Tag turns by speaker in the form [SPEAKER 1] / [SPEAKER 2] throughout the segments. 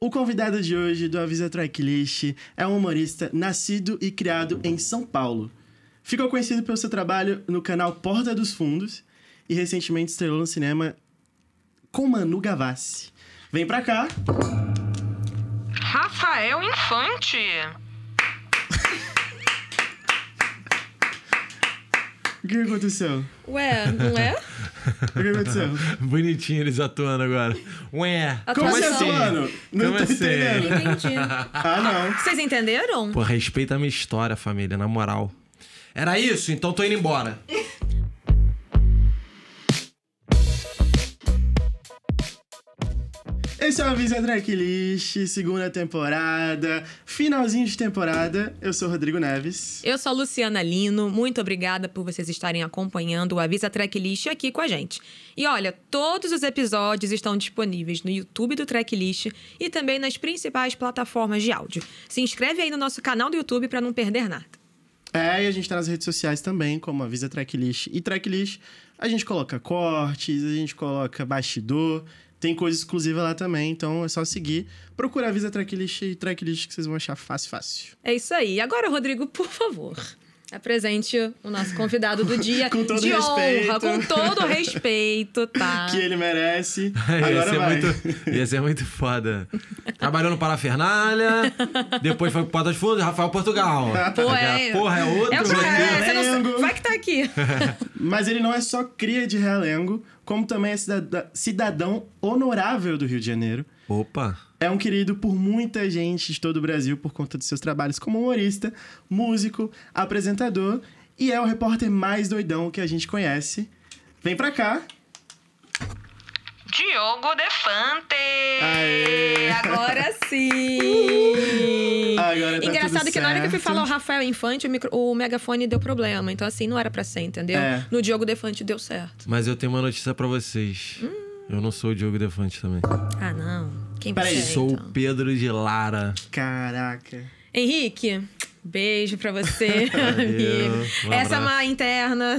[SPEAKER 1] O convidado de hoje do Avisa Tracklist é um humorista nascido e criado em São Paulo. Ficou conhecido pelo seu trabalho no canal Porta dos Fundos e recentemente estrelou no cinema com Manu Gavassi. Vem pra cá.
[SPEAKER 2] Rafael Infante.
[SPEAKER 1] O que aconteceu?
[SPEAKER 3] Ué, não é?
[SPEAKER 1] O que aconteceu?
[SPEAKER 4] Bonitinho eles atuando agora. Ué,
[SPEAKER 1] Como
[SPEAKER 3] Atuação.
[SPEAKER 1] assim,
[SPEAKER 3] assim?
[SPEAKER 1] mano? Não
[SPEAKER 4] Como
[SPEAKER 1] tô
[SPEAKER 4] assim?
[SPEAKER 3] Não
[SPEAKER 1] entendendo.
[SPEAKER 3] entendi.
[SPEAKER 1] Ah, não.
[SPEAKER 3] Vocês entenderam?
[SPEAKER 4] Pô, respeita a minha história, família, na moral. Era isso, então tô indo embora.
[SPEAKER 1] Esse é o Avisa Tracklist, segunda temporada, finalzinho de temporada. Eu sou o Rodrigo Neves.
[SPEAKER 3] Eu sou a Luciana Lino, muito obrigada por vocês estarem acompanhando o Avisa Tracklist aqui com a gente. E olha, todos os episódios estão disponíveis no YouTube do Tracklist e também nas principais plataformas de áudio. Se inscreve aí no nosso canal do YouTube para não perder nada.
[SPEAKER 1] É, e a gente tá nas redes sociais também, como Avisa Tracklist e Tracklist. A gente coloca cortes, a gente coloca bastidor, tem coisa exclusiva lá também, então é só seguir. Procura Avisa Tracklist e Tracklist que vocês vão achar fácil, fácil.
[SPEAKER 3] É isso aí. Agora, Rodrigo, por favor, apresente o nosso convidado do dia
[SPEAKER 1] Com todo
[SPEAKER 3] de honra,
[SPEAKER 1] respeito.
[SPEAKER 3] com todo respeito, tá?
[SPEAKER 1] Que ele merece.
[SPEAKER 4] ia,
[SPEAKER 1] Agora
[SPEAKER 4] ser
[SPEAKER 1] vai.
[SPEAKER 4] é muito, ia ser muito foda. Trabalhou no Parafernália, depois foi pro Porta dos Fundos, Rafael Portugal.
[SPEAKER 3] Pô, é-
[SPEAKER 4] Porra, é outro
[SPEAKER 3] É o cara,
[SPEAKER 4] rolê.
[SPEAKER 3] é, você não sabe-
[SPEAKER 1] Flamengo.
[SPEAKER 3] Vai que tá aqui.
[SPEAKER 1] Mas ele não é só cria de Realengo, como também é cidada- cidadão honorável do Rio de Janeiro.
[SPEAKER 4] Opa.
[SPEAKER 1] É um querido por muita gente de todo o Brasil por conta de seus trabalhos como humorista, músico, apresentador e é o repórter mais doidão que a gente conhece. Vem pra cá.
[SPEAKER 2] Diogo Defante.
[SPEAKER 1] Aê.
[SPEAKER 3] Agora sim!
[SPEAKER 1] Agora tá
[SPEAKER 3] Engraçado
[SPEAKER 1] tudo
[SPEAKER 3] que na hora que eu fui
[SPEAKER 1] certo.
[SPEAKER 3] falar o Rafael Infante, o, micro- o megafone deu problema. Então, assim, não era pra ser, entendeu?
[SPEAKER 1] É.
[SPEAKER 3] No Diogo Defante deu certo.
[SPEAKER 4] Mas eu tenho uma notícia pra vocês. Eu não sou o Diogo Defante também.
[SPEAKER 3] Ah, não. Quem
[SPEAKER 1] Peraí.
[SPEAKER 3] você é,
[SPEAKER 4] Sou
[SPEAKER 3] então?
[SPEAKER 4] o Pedro de Lara.
[SPEAKER 1] Caraca.
[SPEAKER 3] Henrique, beijo pra você, amigo.
[SPEAKER 4] Um
[SPEAKER 3] Essa é
[SPEAKER 4] abraço. É.
[SPEAKER 3] uma interna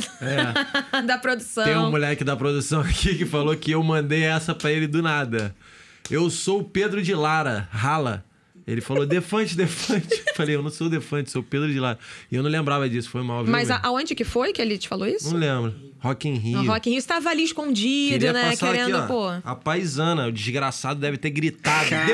[SPEAKER 3] da produção.
[SPEAKER 4] Tem um moleque da produção aqui que falou que eu mandei essa pra ele do nada. Eu sou o Pedro de Lara, rala. Ele falou Defante, Defante. Eu falei, eu não sou o Defante, sou o Pedro de Lara. E eu não lembrava disso, foi mal, viu?
[SPEAKER 3] Mas a-
[SPEAKER 4] mesmo?
[SPEAKER 3] aonde que foi que ele te falou isso?
[SPEAKER 4] Não lembro. Rock in Rio.
[SPEAKER 3] No Rock in Rio estava ali escondido,
[SPEAKER 4] Queria
[SPEAKER 3] né?
[SPEAKER 4] passar
[SPEAKER 3] Querendo,
[SPEAKER 4] aqui,
[SPEAKER 3] pô.
[SPEAKER 4] ó, A paisana, o desgraçado deve ter gritado.
[SPEAKER 1] Caraca.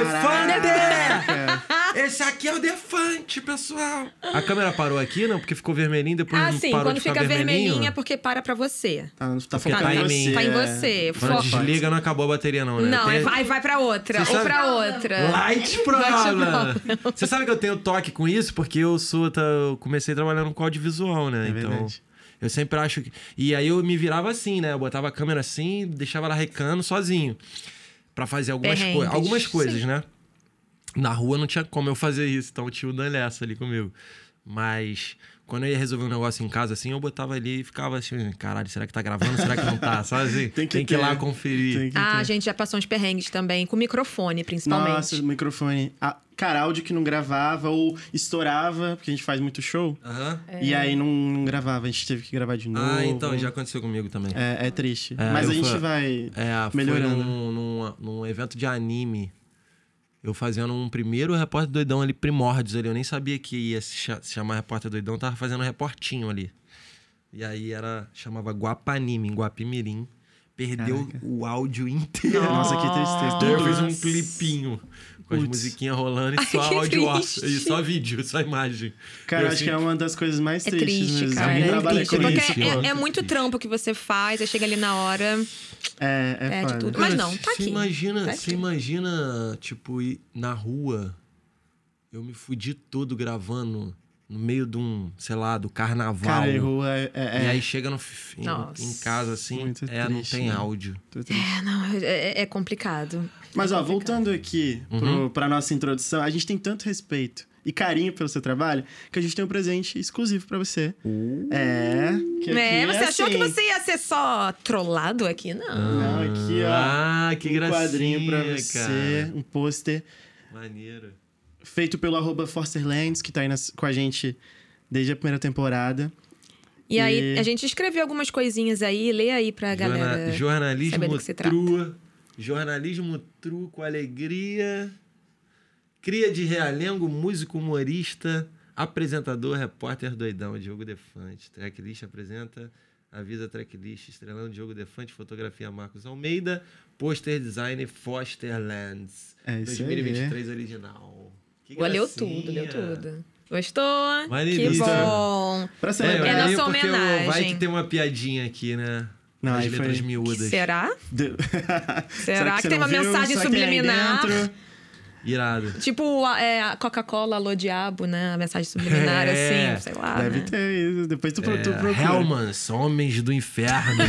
[SPEAKER 4] Defante! Esse aqui é o Defante, pessoal. A câmera parou aqui, não? Porque ficou vermelhinho, depois
[SPEAKER 3] Ah,
[SPEAKER 4] não
[SPEAKER 3] sim,
[SPEAKER 4] parou
[SPEAKER 3] quando
[SPEAKER 4] de
[SPEAKER 3] fica
[SPEAKER 4] ficar
[SPEAKER 3] vermelhinha é
[SPEAKER 4] vermelhinho.
[SPEAKER 3] porque para pra você.
[SPEAKER 1] Tá, tá
[SPEAKER 4] Porque
[SPEAKER 1] focado
[SPEAKER 4] tá
[SPEAKER 1] em
[SPEAKER 4] em
[SPEAKER 1] você.
[SPEAKER 4] mim.
[SPEAKER 3] Tá em
[SPEAKER 1] é.
[SPEAKER 3] você.
[SPEAKER 4] Quando
[SPEAKER 3] Foca.
[SPEAKER 4] desliga, não acabou a bateria, não, né?
[SPEAKER 3] Não,
[SPEAKER 4] Tem-
[SPEAKER 3] é vai, vai pra outra.
[SPEAKER 4] Você
[SPEAKER 3] ou
[SPEAKER 4] sabe-
[SPEAKER 3] pra outra.
[SPEAKER 4] Light
[SPEAKER 3] Light
[SPEAKER 4] Problem! Você sabe que eu tenho toque com isso porque eu sou. tá, eu comecei trabalhando com audiovisual, né? então.
[SPEAKER 1] É verdade.
[SPEAKER 4] Eu sempre acho que. E aí eu me virava assim, né? Eu botava a câmera assim, deixava ela recando sozinho. Pra fazer algumas,
[SPEAKER 3] Perrengues.
[SPEAKER 4] coi algumas coisas,
[SPEAKER 3] Sim.
[SPEAKER 4] né? Na rua não tinha como eu fazer isso, então tinha o Danessa ali comigo. Mas quando eu ia resolver um negócio em casa assim, eu botava ali e ficava assim: caralho, será que tá gravando? Será que não tá? Sabe assim?
[SPEAKER 1] Tem que
[SPEAKER 4] ir lá
[SPEAKER 1] ter.
[SPEAKER 4] conferir.
[SPEAKER 1] Tem que
[SPEAKER 3] Ah,
[SPEAKER 1] ter.
[SPEAKER 3] a gente já passou uns perrengues também, com microfone, principalmente.
[SPEAKER 1] Então. Nossa, o microfone. Ah, cara, áudio que não gravava ou estourava, porque a gente faz muito show.
[SPEAKER 4] Aham.
[SPEAKER 3] É.
[SPEAKER 1] E aí não, não gravava, a gente teve que gravar de É novo. né?
[SPEAKER 4] Ah, então, já aconteceu comigo também.
[SPEAKER 1] É, é triste.
[SPEAKER 4] É,
[SPEAKER 1] Mas a
[SPEAKER 4] eu
[SPEAKER 1] gente
[SPEAKER 4] fa-
[SPEAKER 1] vai
[SPEAKER 4] É, foi
[SPEAKER 1] melhorando.
[SPEAKER 4] num, num, num evento de anime. Eu fazendo um primeiro repórter doidão ali, primórdios ali. Eu nem sabia que ia se, cha- se chamar repórter doidão, tava fazendo um reportinho ali. E aí era. chamava Guapanime, em Guapimirim. Perdeu o áudio inteiro.
[SPEAKER 1] Nossa, que tristeza.
[SPEAKER 4] Daí eu fiz um clipinho com as
[SPEAKER 1] Putz.
[SPEAKER 4] musiquinhas rolando
[SPEAKER 3] Ai,
[SPEAKER 4] e só
[SPEAKER 3] que
[SPEAKER 4] áudio off,
[SPEAKER 3] triste.
[SPEAKER 4] e só vídeo, só imagem.
[SPEAKER 1] Cara,
[SPEAKER 4] Eu
[SPEAKER 1] acho que é uma das coisas mais
[SPEAKER 3] É
[SPEAKER 1] tristes
[SPEAKER 3] triste,
[SPEAKER 1] mesmo.
[SPEAKER 3] cara.
[SPEAKER 1] Alguém
[SPEAKER 4] É
[SPEAKER 1] trabalha
[SPEAKER 4] triste,
[SPEAKER 1] com
[SPEAKER 3] porque
[SPEAKER 1] isso.
[SPEAKER 3] é,
[SPEAKER 4] pô.
[SPEAKER 3] é muito trampo que você faz, aí chega ali na hora.
[SPEAKER 1] É, é,
[SPEAKER 3] É, de
[SPEAKER 1] foda.
[SPEAKER 3] tudo.
[SPEAKER 4] Cara,
[SPEAKER 3] Mas não, tá
[SPEAKER 4] você
[SPEAKER 3] aqui.
[SPEAKER 4] Imagina,
[SPEAKER 3] Tá
[SPEAKER 4] Você
[SPEAKER 3] aqui.
[SPEAKER 4] imagina, tipo, ir na rua, eu me fudi todo gravando no meio de um, sei lá, do carnaval.
[SPEAKER 1] Cara, errou. É, é,
[SPEAKER 4] E
[SPEAKER 1] é.
[SPEAKER 4] aí chega no, f- em,
[SPEAKER 3] Nossa.
[SPEAKER 4] em casa assim,
[SPEAKER 1] Muito
[SPEAKER 4] é, não
[SPEAKER 1] triste,
[SPEAKER 4] tem
[SPEAKER 1] né?
[SPEAKER 4] áudio.
[SPEAKER 1] Tô triste.
[SPEAKER 3] É, não, é, é complicado.
[SPEAKER 1] Mas, ó, voltando aqui
[SPEAKER 4] Uhum.
[SPEAKER 1] pro, pra nossa introdução, a gente tem tanto respeito e carinho pelo seu trabalho que a gente tem um presente exclusivo pra você.
[SPEAKER 4] Uh.
[SPEAKER 1] É. Que
[SPEAKER 3] é,
[SPEAKER 1] aqui
[SPEAKER 3] você achou que
[SPEAKER 1] assim.
[SPEAKER 3] você ia ser só trollado aqui? Não.
[SPEAKER 1] Não, aqui, ó.
[SPEAKER 4] Ah, que
[SPEAKER 1] um
[SPEAKER 4] gracinha,
[SPEAKER 1] quadrinho pra você,
[SPEAKER 4] cara.
[SPEAKER 1] um pôster
[SPEAKER 4] Maneiro.
[SPEAKER 1] feito pelo arroba Forsterlands, que tá aí nas- com a gente desde a primeira temporada.
[SPEAKER 3] E aí,
[SPEAKER 1] E-
[SPEAKER 3] a gente escreveu algumas coisinhas aí, lê aí pra
[SPEAKER 4] Jorna-
[SPEAKER 3] galera.
[SPEAKER 4] jornalismo
[SPEAKER 3] saber do que se trata.
[SPEAKER 4] trua. Jornalismo tru com alegria. Cria de realengo, músico, humorista, apresentador, repórter doidão, Diogo Defante. Tracklist apresenta Avisa Tracklist, estrelando Diogo Defante, fotografia Marcos Almeida, pôster design Foster Lands.
[SPEAKER 1] É isso aí.
[SPEAKER 4] 2023 original. Que
[SPEAKER 3] Pô, leu
[SPEAKER 4] gracinha.
[SPEAKER 3] tudo, leu tudo. Gostou?
[SPEAKER 4] Maneiríssimo.
[SPEAKER 3] Que bom.
[SPEAKER 1] Pra
[SPEAKER 4] É, eu
[SPEAKER 1] celebrar.
[SPEAKER 3] nossa
[SPEAKER 4] leio porque o- Vai
[SPEAKER 3] homenagem.
[SPEAKER 4] que tem uma piadinha aqui, né?
[SPEAKER 1] Não,
[SPEAKER 4] As
[SPEAKER 1] aí
[SPEAKER 4] letras
[SPEAKER 1] foi-
[SPEAKER 3] Que
[SPEAKER 4] miúdas.
[SPEAKER 3] será?
[SPEAKER 1] Deu- Será,
[SPEAKER 3] que
[SPEAKER 1] você
[SPEAKER 3] tem
[SPEAKER 1] não
[SPEAKER 3] uma mensagem
[SPEAKER 1] Será que tem aí
[SPEAKER 3] subliminar?
[SPEAKER 1] dentro?
[SPEAKER 4] Irado.
[SPEAKER 3] Tipo a- é, a Coca-Cola, alô diabo, né? A mensagem subliminar,
[SPEAKER 4] É.
[SPEAKER 3] assim, sei lá.
[SPEAKER 1] Deve
[SPEAKER 3] né?
[SPEAKER 1] ter isso. Depois tu, pro- tu
[SPEAKER 4] É,
[SPEAKER 1] procura.
[SPEAKER 4] Hellmans, homens do inferno.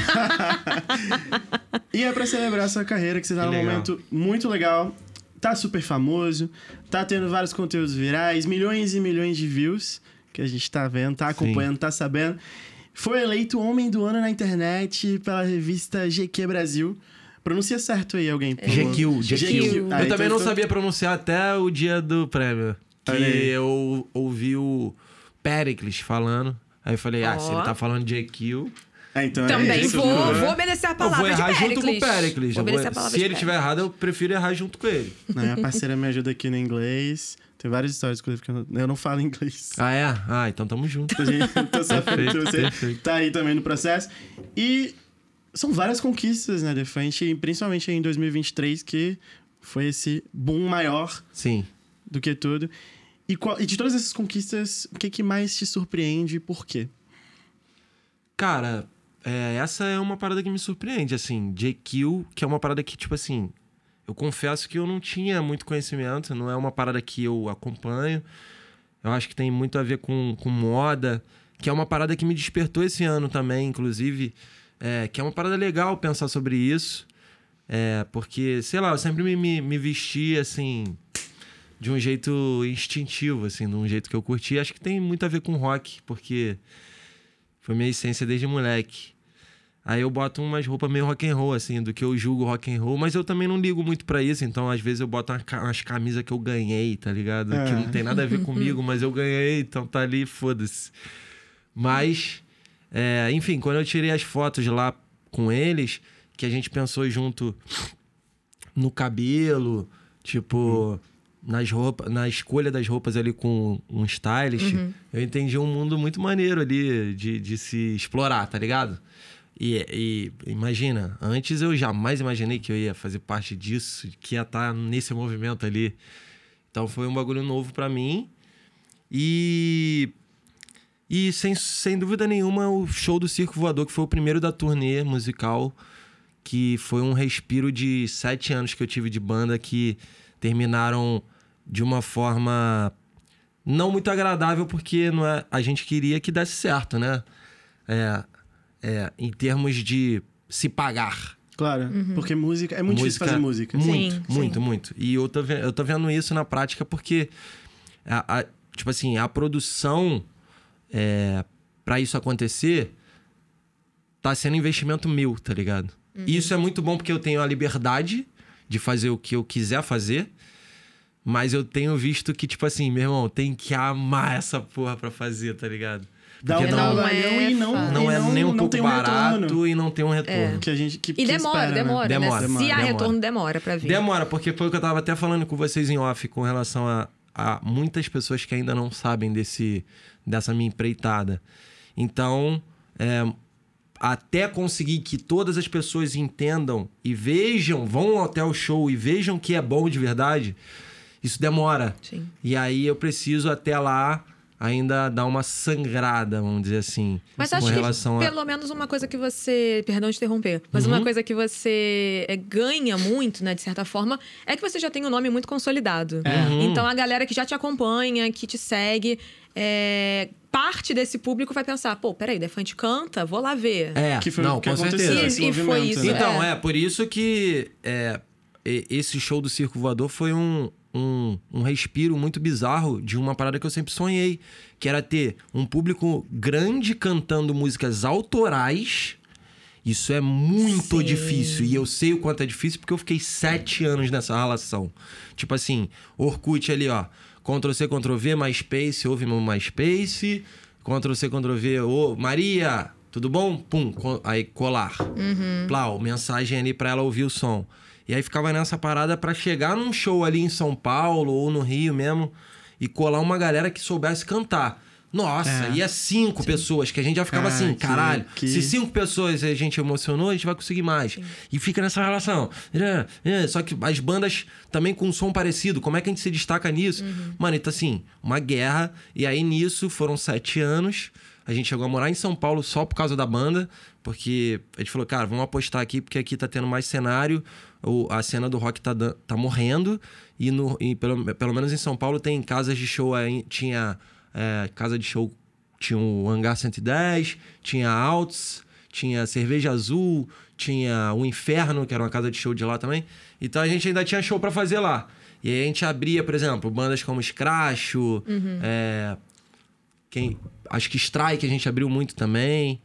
[SPEAKER 1] E é pra celebrar sua carreira, que você tá
[SPEAKER 4] Que
[SPEAKER 1] num
[SPEAKER 4] legal.
[SPEAKER 1] momento muito legal. Tá super famoso, tá tendo vários conteúdos virais, milhões e milhões de views, que a gente tá vendo, tá acompanhando, tá sabendo. Foi eleito Homem do Ano na internet pela revista GQ Brasil. Pronuncia certo aí alguém. por favor.
[SPEAKER 4] GQ, GQ.
[SPEAKER 1] Ah,
[SPEAKER 4] eu
[SPEAKER 1] então
[SPEAKER 4] também não
[SPEAKER 1] tô-
[SPEAKER 4] sabia pronunciar até o dia do prêmio. Que
[SPEAKER 1] Olha aí.
[SPEAKER 4] eu ouvi o Pericles falando. Aí eu falei, ah,
[SPEAKER 3] Ó.
[SPEAKER 4] se ele tá falando de EQ,
[SPEAKER 1] Ah, então é
[SPEAKER 3] Também
[SPEAKER 1] isso,
[SPEAKER 3] vou,
[SPEAKER 1] pô.
[SPEAKER 3] vou obedecer a
[SPEAKER 4] eu
[SPEAKER 3] palavra
[SPEAKER 4] vou errar
[SPEAKER 3] de
[SPEAKER 4] junto
[SPEAKER 3] Pericles.
[SPEAKER 4] com o Pericles.
[SPEAKER 3] Vou
[SPEAKER 4] Eu
[SPEAKER 3] obedecer a
[SPEAKER 4] vou-
[SPEAKER 3] palavra
[SPEAKER 4] Se
[SPEAKER 3] de
[SPEAKER 4] ele tiver errado, eu prefiro errar junto com ele.
[SPEAKER 1] Não, Minha Né? parceira me ajuda aqui no inglês. Tem várias histórias, inclusive, que eu não- eu não falo inglês.
[SPEAKER 4] Ah, é? Ah, então tamo junto.
[SPEAKER 1] Então, gente, Então, Safira,
[SPEAKER 4] Perfeito,
[SPEAKER 1] você
[SPEAKER 4] perfeito.
[SPEAKER 1] tá aí também no processo. E são várias conquistas, né, Defante? E Principalmente em 2023, que foi esse boom maior
[SPEAKER 4] Sim.
[SPEAKER 1] do que tudo. E, qual- e de todas essas conquistas, o que, que mais te surpreende e por quê?
[SPEAKER 4] Cara, é, essa é uma parada que me surpreende, assim. JQ, que é uma parada que, tipo assim, eu confesso que eu não tinha muito conhecimento, não é uma parada que eu acompanho. Eu acho que tem muito a ver com, com moda, que é uma parada que me despertou esse ano também, inclusive. é, que é uma parada legal pensar sobre isso. É, porque, sei lá, eu sempre me, me, me vesti assim. De um jeito instintivo, assim, de um jeito que eu curti. Acho que tem muito a ver com rock, porque foi minha essência desde moleque. Aí eu boto umas roupas meio rock and roll, assim, do que eu julgo rock and roll, mas eu também não ligo muito pra isso, então às vezes eu boto uma ca- umas camisas que eu ganhei, tá ligado?
[SPEAKER 1] É.
[SPEAKER 4] Que não tem nada a ver comigo, mas eu ganhei, então tá ali, foda-se. Mas, é, enfim, quando eu tirei as fotos lá com eles, que a gente pensou junto no cabelo, tipo, nas roupas, na escolha das roupas ali com um stylist, eu entendi um mundo muito maneiro ali de, de se explorar, tá ligado? E, e imagina, antes eu jamais imaginei que eu ia fazer parte disso, que ia estar nesse movimento ali. Então foi um bagulho novo pra mim. E e sem, sem dúvida nenhuma, o show do Circo Voador, que foi o primeiro da turnê musical, que foi um respiro de sete anos que eu tive de banda, que terminaram de uma forma não muito agradável, porque não é, a gente queria que desse certo, né? É, é, em termos de se pagar.
[SPEAKER 1] Claro,
[SPEAKER 3] Uhum.
[SPEAKER 1] porque música. É muito difícil fazer música.
[SPEAKER 4] Muito,
[SPEAKER 3] Sim,
[SPEAKER 4] muito,
[SPEAKER 3] sim.
[SPEAKER 4] muito. E eu tô, ve- eu tô vendo isso na prática porque, a- a- tipo assim, a produção é, para isso acontecer tá sendo investimento meu, tá ligado? E isso é muito bom porque eu tenho a liberdade de fazer o que eu quiser fazer. Mas eu tenho visto que, tipo assim, meu irmão, tem que amar essa porra pra fazer, tá ligado?
[SPEAKER 1] Dá um
[SPEAKER 4] Porque não,
[SPEAKER 3] trabalho.
[SPEAKER 1] trabalhão
[SPEAKER 3] é
[SPEAKER 1] e não,
[SPEAKER 3] fácil.
[SPEAKER 1] e
[SPEAKER 4] não é nem um
[SPEAKER 1] não
[SPEAKER 4] pouco
[SPEAKER 1] tem
[SPEAKER 4] barato
[SPEAKER 1] retorno
[SPEAKER 4] e não tem um retorno.
[SPEAKER 1] que a gente que,
[SPEAKER 3] E
[SPEAKER 1] que
[SPEAKER 3] demora,
[SPEAKER 1] espera, né?
[SPEAKER 3] demora,
[SPEAKER 4] Demora,
[SPEAKER 3] né? Se há
[SPEAKER 4] demora.
[SPEAKER 3] retorno, demora pra vir.
[SPEAKER 4] Demora, porque foi o que eu tava até falando com vocês em off com relação a, a muitas pessoas que ainda não sabem desse, dessa minha empreitada. Então, é, até conseguir que todas as pessoas entendam e vejam, vão até o show e vejam que é bom de verdade, isso demora.
[SPEAKER 3] Sim.
[SPEAKER 4] E aí eu preciso até lá ainda dar uma sangrada, vamos dizer assim.
[SPEAKER 3] Mas
[SPEAKER 4] com
[SPEAKER 3] acho que
[SPEAKER 4] relação a... Uhum.
[SPEAKER 3] pelo menos uma coisa que você. Perdão de interromper, mas uma coisa que você é, ganha muito, né, de certa forma, é que você já tem um nome muito consolidado.
[SPEAKER 4] É. Uhum.
[SPEAKER 3] Então a galera que já te acompanha, que te segue, é, parte desse público vai pensar: pô, peraí, Defante canta, vou lá ver.
[SPEAKER 4] É,
[SPEAKER 1] Que foi
[SPEAKER 4] não,
[SPEAKER 1] o que
[SPEAKER 4] com
[SPEAKER 1] aconteceu
[SPEAKER 4] certeza.
[SPEAKER 1] esse
[SPEAKER 3] E- e foi
[SPEAKER 1] movimento,
[SPEAKER 3] isso,
[SPEAKER 1] né?
[SPEAKER 3] é.
[SPEAKER 4] Então, é. por isso que é, e- esse show do Circo Voador foi um, um, um respiro muito bizarro de uma parada que eu sempre sonhei, que era ter um público grande cantando músicas autorais. Isso é muito
[SPEAKER 3] Sim.
[SPEAKER 4] difícil. E eu sei o quanto é difícil porque eu fiquei sete anos nessa relação. Tipo assim, Orkut ali, ó. Ctrl-C, Ctrl-V, MySpace, ouve meu MySpace. Ctrl-C, Ctrl-V, ô, Maria, tudo bom? Pum, co- aí colar. Plau, mensagem ali pra ela ouvir o som. E aí ficava nessa parada pra chegar num show ali em São Paulo ou no Rio mesmo e colar uma galera que soubesse cantar. Nossa,
[SPEAKER 1] É.
[SPEAKER 4] ia cinco pessoas, que a gente já ficava
[SPEAKER 1] Ah,
[SPEAKER 4] assim,
[SPEAKER 1] que-
[SPEAKER 4] caralho,
[SPEAKER 1] que-
[SPEAKER 4] se cinco pessoas eh, a gente emocionou, a gente vai conseguir mais. E fica nessa relação. É, é, Só que as bandas também com um som parecido, como é que a gente se destaca nisso? Mano, então assim, uma guerra. E aí nisso foram sete anos. A gente chegou a morar em São Paulo só por causa da banda, porque a gente falou, cara, vamos apostar aqui, porque aqui tá tendo mais cenário, o- a cena do rock tá, dan- tá morrendo, e, no, e pelo, pelo menos em São Paulo tem casas de show, aí, tinha é, casa de show tinha o Hangar 110, tinha a Alts, tinha a Cerveja Azul, tinha o Inferno, que era uma casa de show de lá também. Então a gente ainda tinha show pra fazer lá. E aí a gente abria, por exemplo, bandas como Scratch, é, quem, acho que Strike a gente abriu muito também.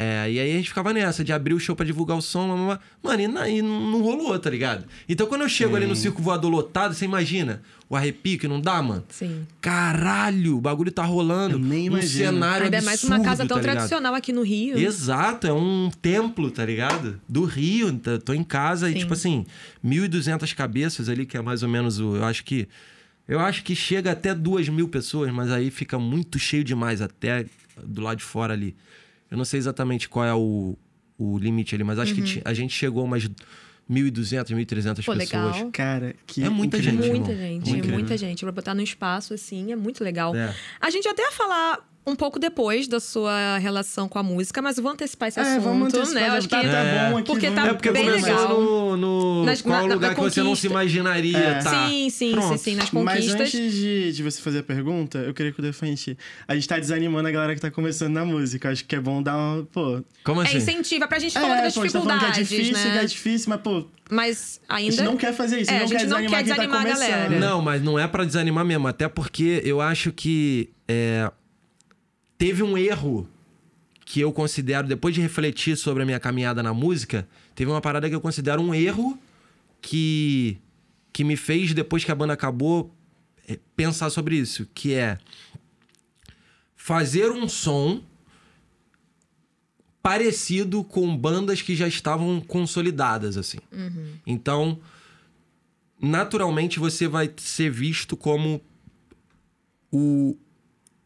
[SPEAKER 4] É, e aí a gente ficava nessa, de abrir o show pra divulgar o som. blá, blá, blá. Mano, e, na- e não não rolou, tá ligado? Então quando eu chego ali no circo voador lotado, você imagina o arrepio que não dá, mano?
[SPEAKER 3] Sim.
[SPEAKER 4] Caralho, o bagulho tá rolando.
[SPEAKER 1] Eu nem
[SPEAKER 4] um
[SPEAKER 1] imagino.
[SPEAKER 4] cenário
[SPEAKER 3] Ainda é
[SPEAKER 4] absurdo,
[SPEAKER 3] mais uma casa tão
[SPEAKER 4] tá ligado?
[SPEAKER 3] tradicional aqui no Rio.
[SPEAKER 4] Exato, é um templo, tá ligado? Do Rio, tá- tô em casa e
[SPEAKER 3] Sim.
[SPEAKER 4] tipo assim, 1.200 cabeças ali, que é mais ou menos o... Eu acho que... Eu acho que chega até 2 mil pessoas, mas aí fica muito cheio demais até do lado de fora ali. Eu não sei exatamente qual é o, o limite ali, mas acho que ti- a gente chegou a umas 1.200, 1.300
[SPEAKER 3] Uhum. Pô,
[SPEAKER 4] pessoas.
[SPEAKER 3] legal.
[SPEAKER 1] Cara, que.
[SPEAKER 4] É muita
[SPEAKER 1] incrível.
[SPEAKER 4] gente,
[SPEAKER 3] Muita
[SPEAKER 4] irmão.
[SPEAKER 3] gente,
[SPEAKER 4] Incrível.
[SPEAKER 3] muita gente. Pra botar num espaço assim, é muito legal.
[SPEAKER 4] É.
[SPEAKER 3] A gente até ia falar um pouco depois da sua relação com a música, mas eu vou antecipar esse
[SPEAKER 1] É,
[SPEAKER 3] assunto,
[SPEAKER 1] vamos antecipar.
[SPEAKER 3] né? Eu
[SPEAKER 1] já
[SPEAKER 3] Acho que
[SPEAKER 1] tá, tá
[SPEAKER 4] É.
[SPEAKER 1] bom aqui.
[SPEAKER 3] Porque
[SPEAKER 1] vamos-
[SPEAKER 3] tá
[SPEAKER 4] é porque
[SPEAKER 3] bem
[SPEAKER 4] começou
[SPEAKER 3] legal.
[SPEAKER 4] no, no
[SPEAKER 3] Nas-
[SPEAKER 4] qual
[SPEAKER 3] na- na
[SPEAKER 4] lugar que você não
[SPEAKER 3] conquista.
[SPEAKER 4] se imaginaria,
[SPEAKER 1] É.
[SPEAKER 4] tá?
[SPEAKER 3] Sim, sim,
[SPEAKER 4] Pronto.
[SPEAKER 3] sim, sim, nas
[SPEAKER 1] Mas
[SPEAKER 3] conquistas.
[SPEAKER 1] antes de, de você fazer a pergunta, eu queria que o Defante. A gente tá desanimando a galera que tá começando na música. Eu acho que é bom dar uma. Pô.
[SPEAKER 4] Como
[SPEAKER 3] É
[SPEAKER 4] assim?
[SPEAKER 3] incentiva pra gente falar das
[SPEAKER 1] pô, a gente tá falando
[SPEAKER 3] dificuldades,
[SPEAKER 1] que é difícil, que
[SPEAKER 3] né?
[SPEAKER 1] é difícil, mas, pô,
[SPEAKER 3] Mas
[SPEAKER 1] a gente
[SPEAKER 3] ainda
[SPEAKER 1] não quer fazer isso.
[SPEAKER 3] É,
[SPEAKER 1] a gente não
[SPEAKER 3] a
[SPEAKER 1] quer
[SPEAKER 3] gente
[SPEAKER 1] desanimar
[SPEAKER 3] não quer
[SPEAKER 1] quem
[SPEAKER 3] desanimar a
[SPEAKER 1] tá começando.
[SPEAKER 3] galera.
[SPEAKER 4] Não, mas não é pra desanimar mesmo, até porque eu acho que é, teve um erro que eu considero, depois de refletir sobre a minha caminhada na música, teve uma parada que eu considero um erro que, que me fez, depois que a banda acabou, é, pensar sobre isso, que é fazer um som parecido com bandas que já estavam consolidadas, assim. Então, naturalmente você vai ser visto como o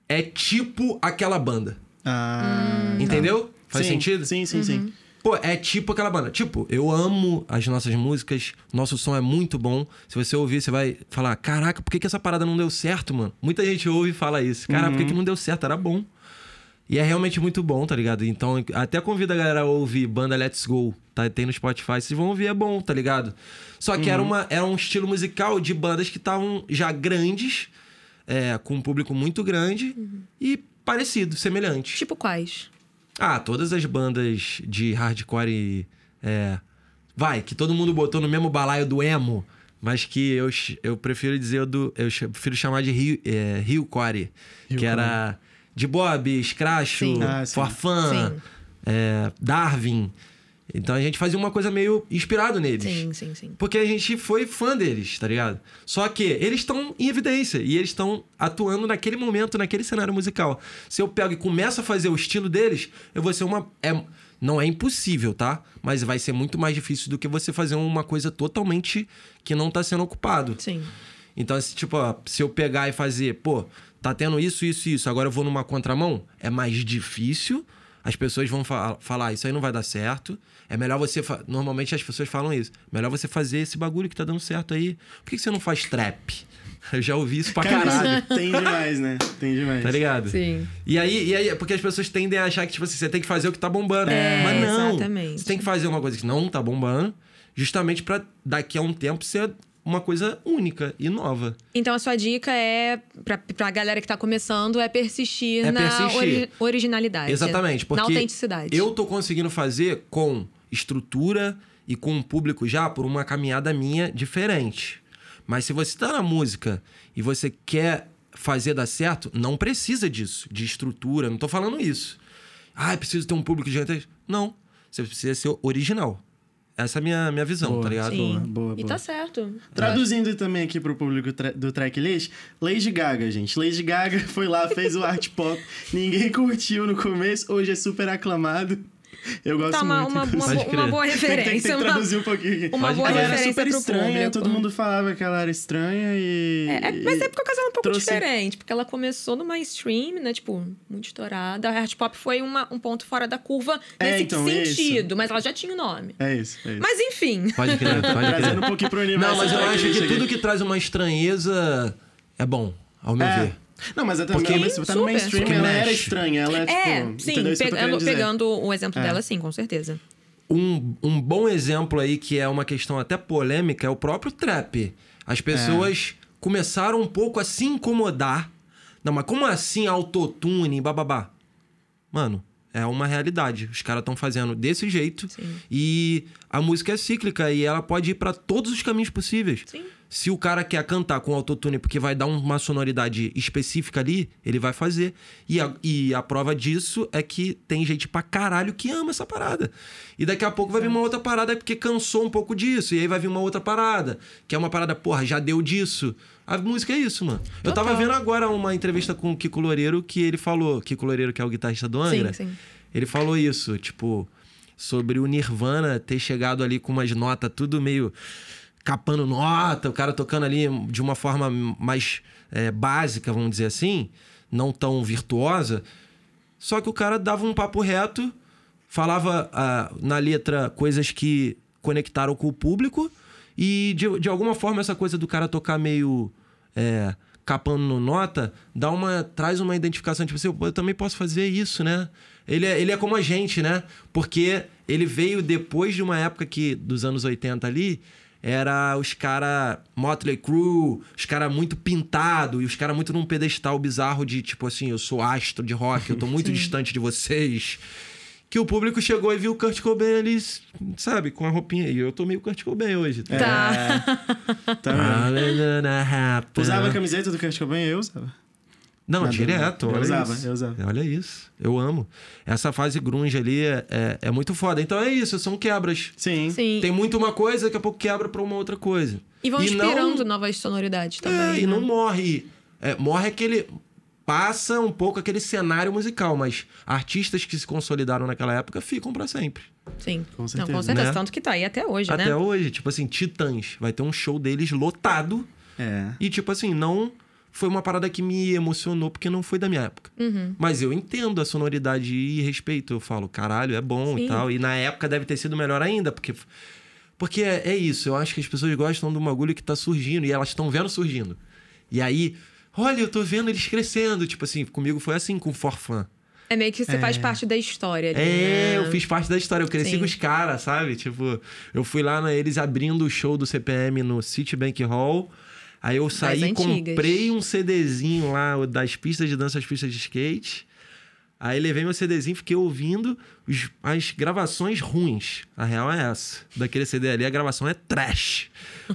[SPEAKER 4] é tipo aquela banda,
[SPEAKER 1] Ah.
[SPEAKER 4] entendeu? Faz
[SPEAKER 1] Sim,
[SPEAKER 4] sentido?
[SPEAKER 1] Sim, sim, sim.
[SPEAKER 3] Uhum.
[SPEAKER 4] Pô, é tipo aquela banda. Tipo, eu amo as nossas músicas, nosso som é muito bom. Se você ouvir, você vai falar: caraca, por que, que essa parada não deu certo, mano? Muita gente ouve e fala isso. Caraca, por que, que não deu certo? Era bom. E é realmente muito bom, tá ligado? Então, até convido a galera a ouvir banda Let's Go, tá? Tem no Spotify, vocês vão ouvir, é bom, tá ligado? Só que era, uma, era um estilo musical de bandas que estavam já grandes, é, com um público muito grande e parecido, semelhante.
[SPEAKER 3] tipo quais?
[SPEAKER 4] Ah, todas as bandas de hardcore. É, vai, que todo mundo botou no mesmo balaio do emo, mas que eu, ch- eu prefiro dizer do. Eu ch- prefiro chamar de Rio, é, Rio Core. que era de Bob, Scratch,
[SPEAKER 3] Sim.
[SPEAKER 1] Ah, sim.
[SPEAKER 4] Forfan,
[SPEAKER 3] Sim.
[SPEAKER 4] é, Darwin. Então a gente fazia uma coisa meio inspirado neles.
[SPEAKER 3] Sim, sim, sim.
[SPEAKER 4] Porque a gente foi fã deles, tá ligado? Só que eles estão em evidência e eles estão atuando naquele momento, naquele cenário musical. Se eu pego e começo a fazer o estilo deles, eu vou ser uma. é- não é impossível, tá? Mas vai ser muito mais difícil do que você fazer uma coisa totalmente que não tá sendo ocupado.
[SPEAKER 3] Sim.
[SPEAKER 4] Então, se, tipo, ó, se eu pegar e fazer, pô, tá tendo isso, isso, isso, agora eu vou numa contramão, é mais difícil. As pessoas vão fa- falar, isso aí não vai dar certo. É melhor você. fa- Normalmente as pessoas falam isso. Melhor você fazer esse bagulho que tá dando certo aí. Por que que você não faz trap? Eu já ouvi isso pra
[SPEAKER 1] Cara,
[SPEAKER 4] caralho.
[SPEAKER 1] tem demais, né? Tem demais.
[SPEAKER 4] Tá ligado?
[SPEAKER 3] Sim.
[SPEAKER 4] E aí, e aí, é porque as pessoas tendem a achar que, tipo assim, você tem que fazer o que tá bombando.
[SPEAKER 3] É,
[SPEAKER 4] Mas não.
[SPEAKER 3] exatamente.
[SPEAKER 4] Você tem que fazer uma coisa que não tá bombando, justamente pra daqui a um tempo ser uma coisa única e nova.
[SPEAKER 3] Então a sua dica é pra, pra galera que tá começando é persistir
[SPEAKER 4] É
[SPEAKER 3] na
[SPEAKER 4] persistir.
[SPEAKER 3] ori- originalidade.
[SPEAKER 4] Exatamente, porque
[SPEAKER 3] na autenticidade.
[SPEAKER 4] eu tô conseguindo fazer com estrutura e com o público já por uma caminhada minha diferente. Mas se você tá na música e você quer fazer dar certo, não precisa disso, de estrutura, não tô falando isso. Ah, preciso ter um público gigantesco. Não, você precisa ser original. Essa é a minha, minha visão, tá ligado?
[SPEAKER 3] Sim.
[SPEAKER 1] Boa, boa,
[SPEAKER 3] E
[SPEAKER 1] boa.
[SPEAKER 3] tá certo.
[SPEAKER 1] É. Traduzindo também aqui pro público tra- do tracklist, Lady Gaga, gente. Lady Gaga foi lá, fez o art pop, ninguém curtiu no começo, hoje é super aclamado. Eu gosto
[SPEAKER 3] Tá, uma,
[SPEAKER 1] muito.
[SPEAKER 3] uma, uma,
[SPEAKER 1] inclusive.
[SPEAKER 4] Pode
[SPEAKER 3] bo- uma
[SPEAKER 4] crer.
[SPEAKER 3] boa
[SPEAKER 1] Tem- tem, tem que
[SPEAKER 3] referência. uma-
[SPEAKER 1] traduzir um pouquinho aqui.
[SPEAKER 3] uma
[SPEAKER 4] Pode
[SPEAKER 3] boa
[SPEAKER 4] crer.
[SPEAKER 1] ela era
[SPEAKER 3] referência
[SPEAKER 1] super
[SPEAKER 3] pro
[SPEAKER 1] estranha,
[SPEAKER 3] público.
[SPEAKER 1] todo mundo falava que ela era estranha e.
[SPEAKER 3] É, é, mas é porque o casal é um pouco
[SPEAKER 1] trouxe-
[SPEAKER 3] diferente, porque ela começou no mainstream, né? Tipo, muito estourada. A Heart Pop foi uma- um ponto fora da curva
[SPEAKER 1] É,
[SPEAKER 3] nesse
[SPEAKER 1] então,
[SPEAKER 3] sentido, mas ela já tinha o nome.
[SPEAKER 1] É isso, é isso.
[SPEAKER 3] Mas enfim.
[SPEAKER 4] Pode crer, pode crer.
[SPEAKER 1] Trazendo um pouquinho pro né, universo.
[SPEAKER 4] Não, mas eu
[SPEAKER 1] da
[SPEAKER 4] acho que
[SPEAKER 1] igreja
[SPEAKER 4] tudo
[SPEAKER 1] aqui.
[SPEAKER 4] que traz uma estranheza é bom, ao meu
[SPEAKER 1] É.
[SPEAKER 4] ver.
[SPEAKER 1] Não, mas até porque
[SPEAKER 4] Porque-
[SPEAKER 1] mesmo, tá no
[SPEAKER 3] Super.
[SPEAKER 1] mainstream,
[SPEAKER 4] Porque
[SPEAKER 1] ela era
[SPEAKER 4] mexe.
[SPEAKER 1] estranha. Ela é, tipo.
[SPEAKER 3] É, sim,
[SPEAKER 1] entendeu isso que eu tô
[SPEAKER 3] pegando-
[SPEAKER 1] querendo dizer?
[SPEAKER 3] pegando o exemplo
[SPEAKER 1] É.
[SPEAKER 3] dela, sim, com certeza.
[SPEAKER 4] Um, um bom exemplo aí, que é uma questão até polêmica, é o próprio trap. As pessoas começaram um pouco a se incomodar. Não, mas como assim autotune, bababá? Mano, é uma realidade. Os caras estão fazendo desse jeito.
[SPEAKER 3] Sim.
[SPEAKER 4] E a música é cíclica e ela pode ir pra todos os caminhos possíveis.
[SPEAKER 3] Sim.
[SPEAKER 4] Se o cara quer cantar com autotune porque vai dar uma sonoridade específica ali, ele vai fazer. E a, e a prova disso é que tem gente pra caralho que ama essa parada. E daqui a pouco vai vir uma outra parada porque cansou um pouco disso. E aí vai vir uma outra parada, que é uma parada, porra, já deu disso. A música é isso, mano. Eu tava vendo agora uma entrevista com o Kiko Loureiro que ele falou, Kiko Loureiro que é o guitarrista do Angra.
[SPEAKER 3] Sim, sim.
[SPEAKER 4] Ele falou isso, tipo, sobre o Nirvana ter chegado ali com umas notas tudo meio capando nota, o cara tocando ali de uma forma mais é, básica, vamos dizer assim, não tão virtuosa. Só que o cara dava um papo reto, falava ah, na letra coisas que conectaram com o público e de, de alguma forma essa coisa do cara tocar meio é, capando no nota dá uma traz uma identificação tipo assim, "Pô, eu também posso fazer isso, né? Ele é, ele é como a gente, né? Porque ele veio depois de uma época que dos anos 80 ali era os cara Motley Crue, os cara muito pintado e os cara muito num pedestal bizarro de tipo assim, eu sou astro de rock, eu tô muito distante de vocês. Que o público chegou e viu o Kurt Cobain ali, sabe, com a roupinha aí. Eu tô meio Kurt Cobain hoje.
[SPEAKER 1] É,
[SPEAKER 4] Tá?
[SPEAKER 3] Tá.
[SPEAKER 1] Tá vendo?
[SPEAKER 4] Ah, tá. gonna happen.
[SPEAKER 1] Usava a camiseta do Kurt Cobain? Eu usava.
[SPEAKER 4] Não,
[SPEAKER 1] Nada,
[SPEAKER 4] direto.
[SPEAKER 1] eu
[SPEAKER 4] olha
[SPEAKER 1] usava,
[SPEAKER 4] isso.
[SPEAKER 1] eu usava.
[SPEAKER 4] Olha isso. Eu amo. Essa fase grunge ali é, é, é muito foda. Então é isso, são quebras.
[SPEAKER 1] Sim. um
[SPEAKER 3] Sim.
[SPEAKER 4] Tem muito uma coisa, daqui a pouco quebra pra uma outra coisa.
[SPEAKER 3] E vão
[SPEAKER 4] não-
[SPEAKER 3] inspirando novas sonoridades também.
[SPEAKER 4] É, e
[SPEAKER 3] né?
[SPEAKER 4] não morre. É, morre aquele. Passa um pouco aquele cenário musical, mas artistas que se consolidaram naquela época ficam pra sempre.
[SPEAKER 3] Sim.
[SPEAKER 1] Com certeza,
[SPEAKER 3] não, com certeza.
[SPEAKER 4] né?
[SPEAKER 3] Tanto que tá aí até hoje,
[SPEAKER 4] Até
[SPEAKER 3] né?
[SPEAKER 4] hoje, tipo assim, Titãs. Vai ter um show deles lotado.
[SPEAKER 1] É.
[SPEAKER 4] E, tipo assim, não foi uma parada que me emocionou porque não foi da minha época. Mas eu entendo a sonoridade e respeito. Eu falo, caralho, é bom
[SPEAKER 3] Sim.
[SPEAKER 4] e tal. E na época deve ter sido melhor ainda, porque. Porque é, é isso, eu acho que as pessoas gostam do bagulho que tá surgindo e elas estão vendo surgindo. E aí, olha, eu tô vendo eles crescendo. Tipo assim, comigo foi assim com o Forfã.
[SPEAKER 3] É meio que você faz parte da história ali,
[SPEAKER 4] É,
[SPEAKER 3] né?
[SPEAKER 4] eu fiz parte da história, eu cresci
[SPEAKER 3] Sim.
[SPEAKER 4] com os caras, sabe? Tipo, eu fui lá na, eles abrindo o show do CPM no Citibank Hall. Aí eu saí e
[SPEAKER 3] antigas.
[SPEAKER 4] comprei um CDzinho lá o das pistas de dança às pistas de skate. Aí levei meu CDzinho, fiquei ouvindo os- as gravações ruins. A real é essa. Daquele CD ali, a gravação é trash.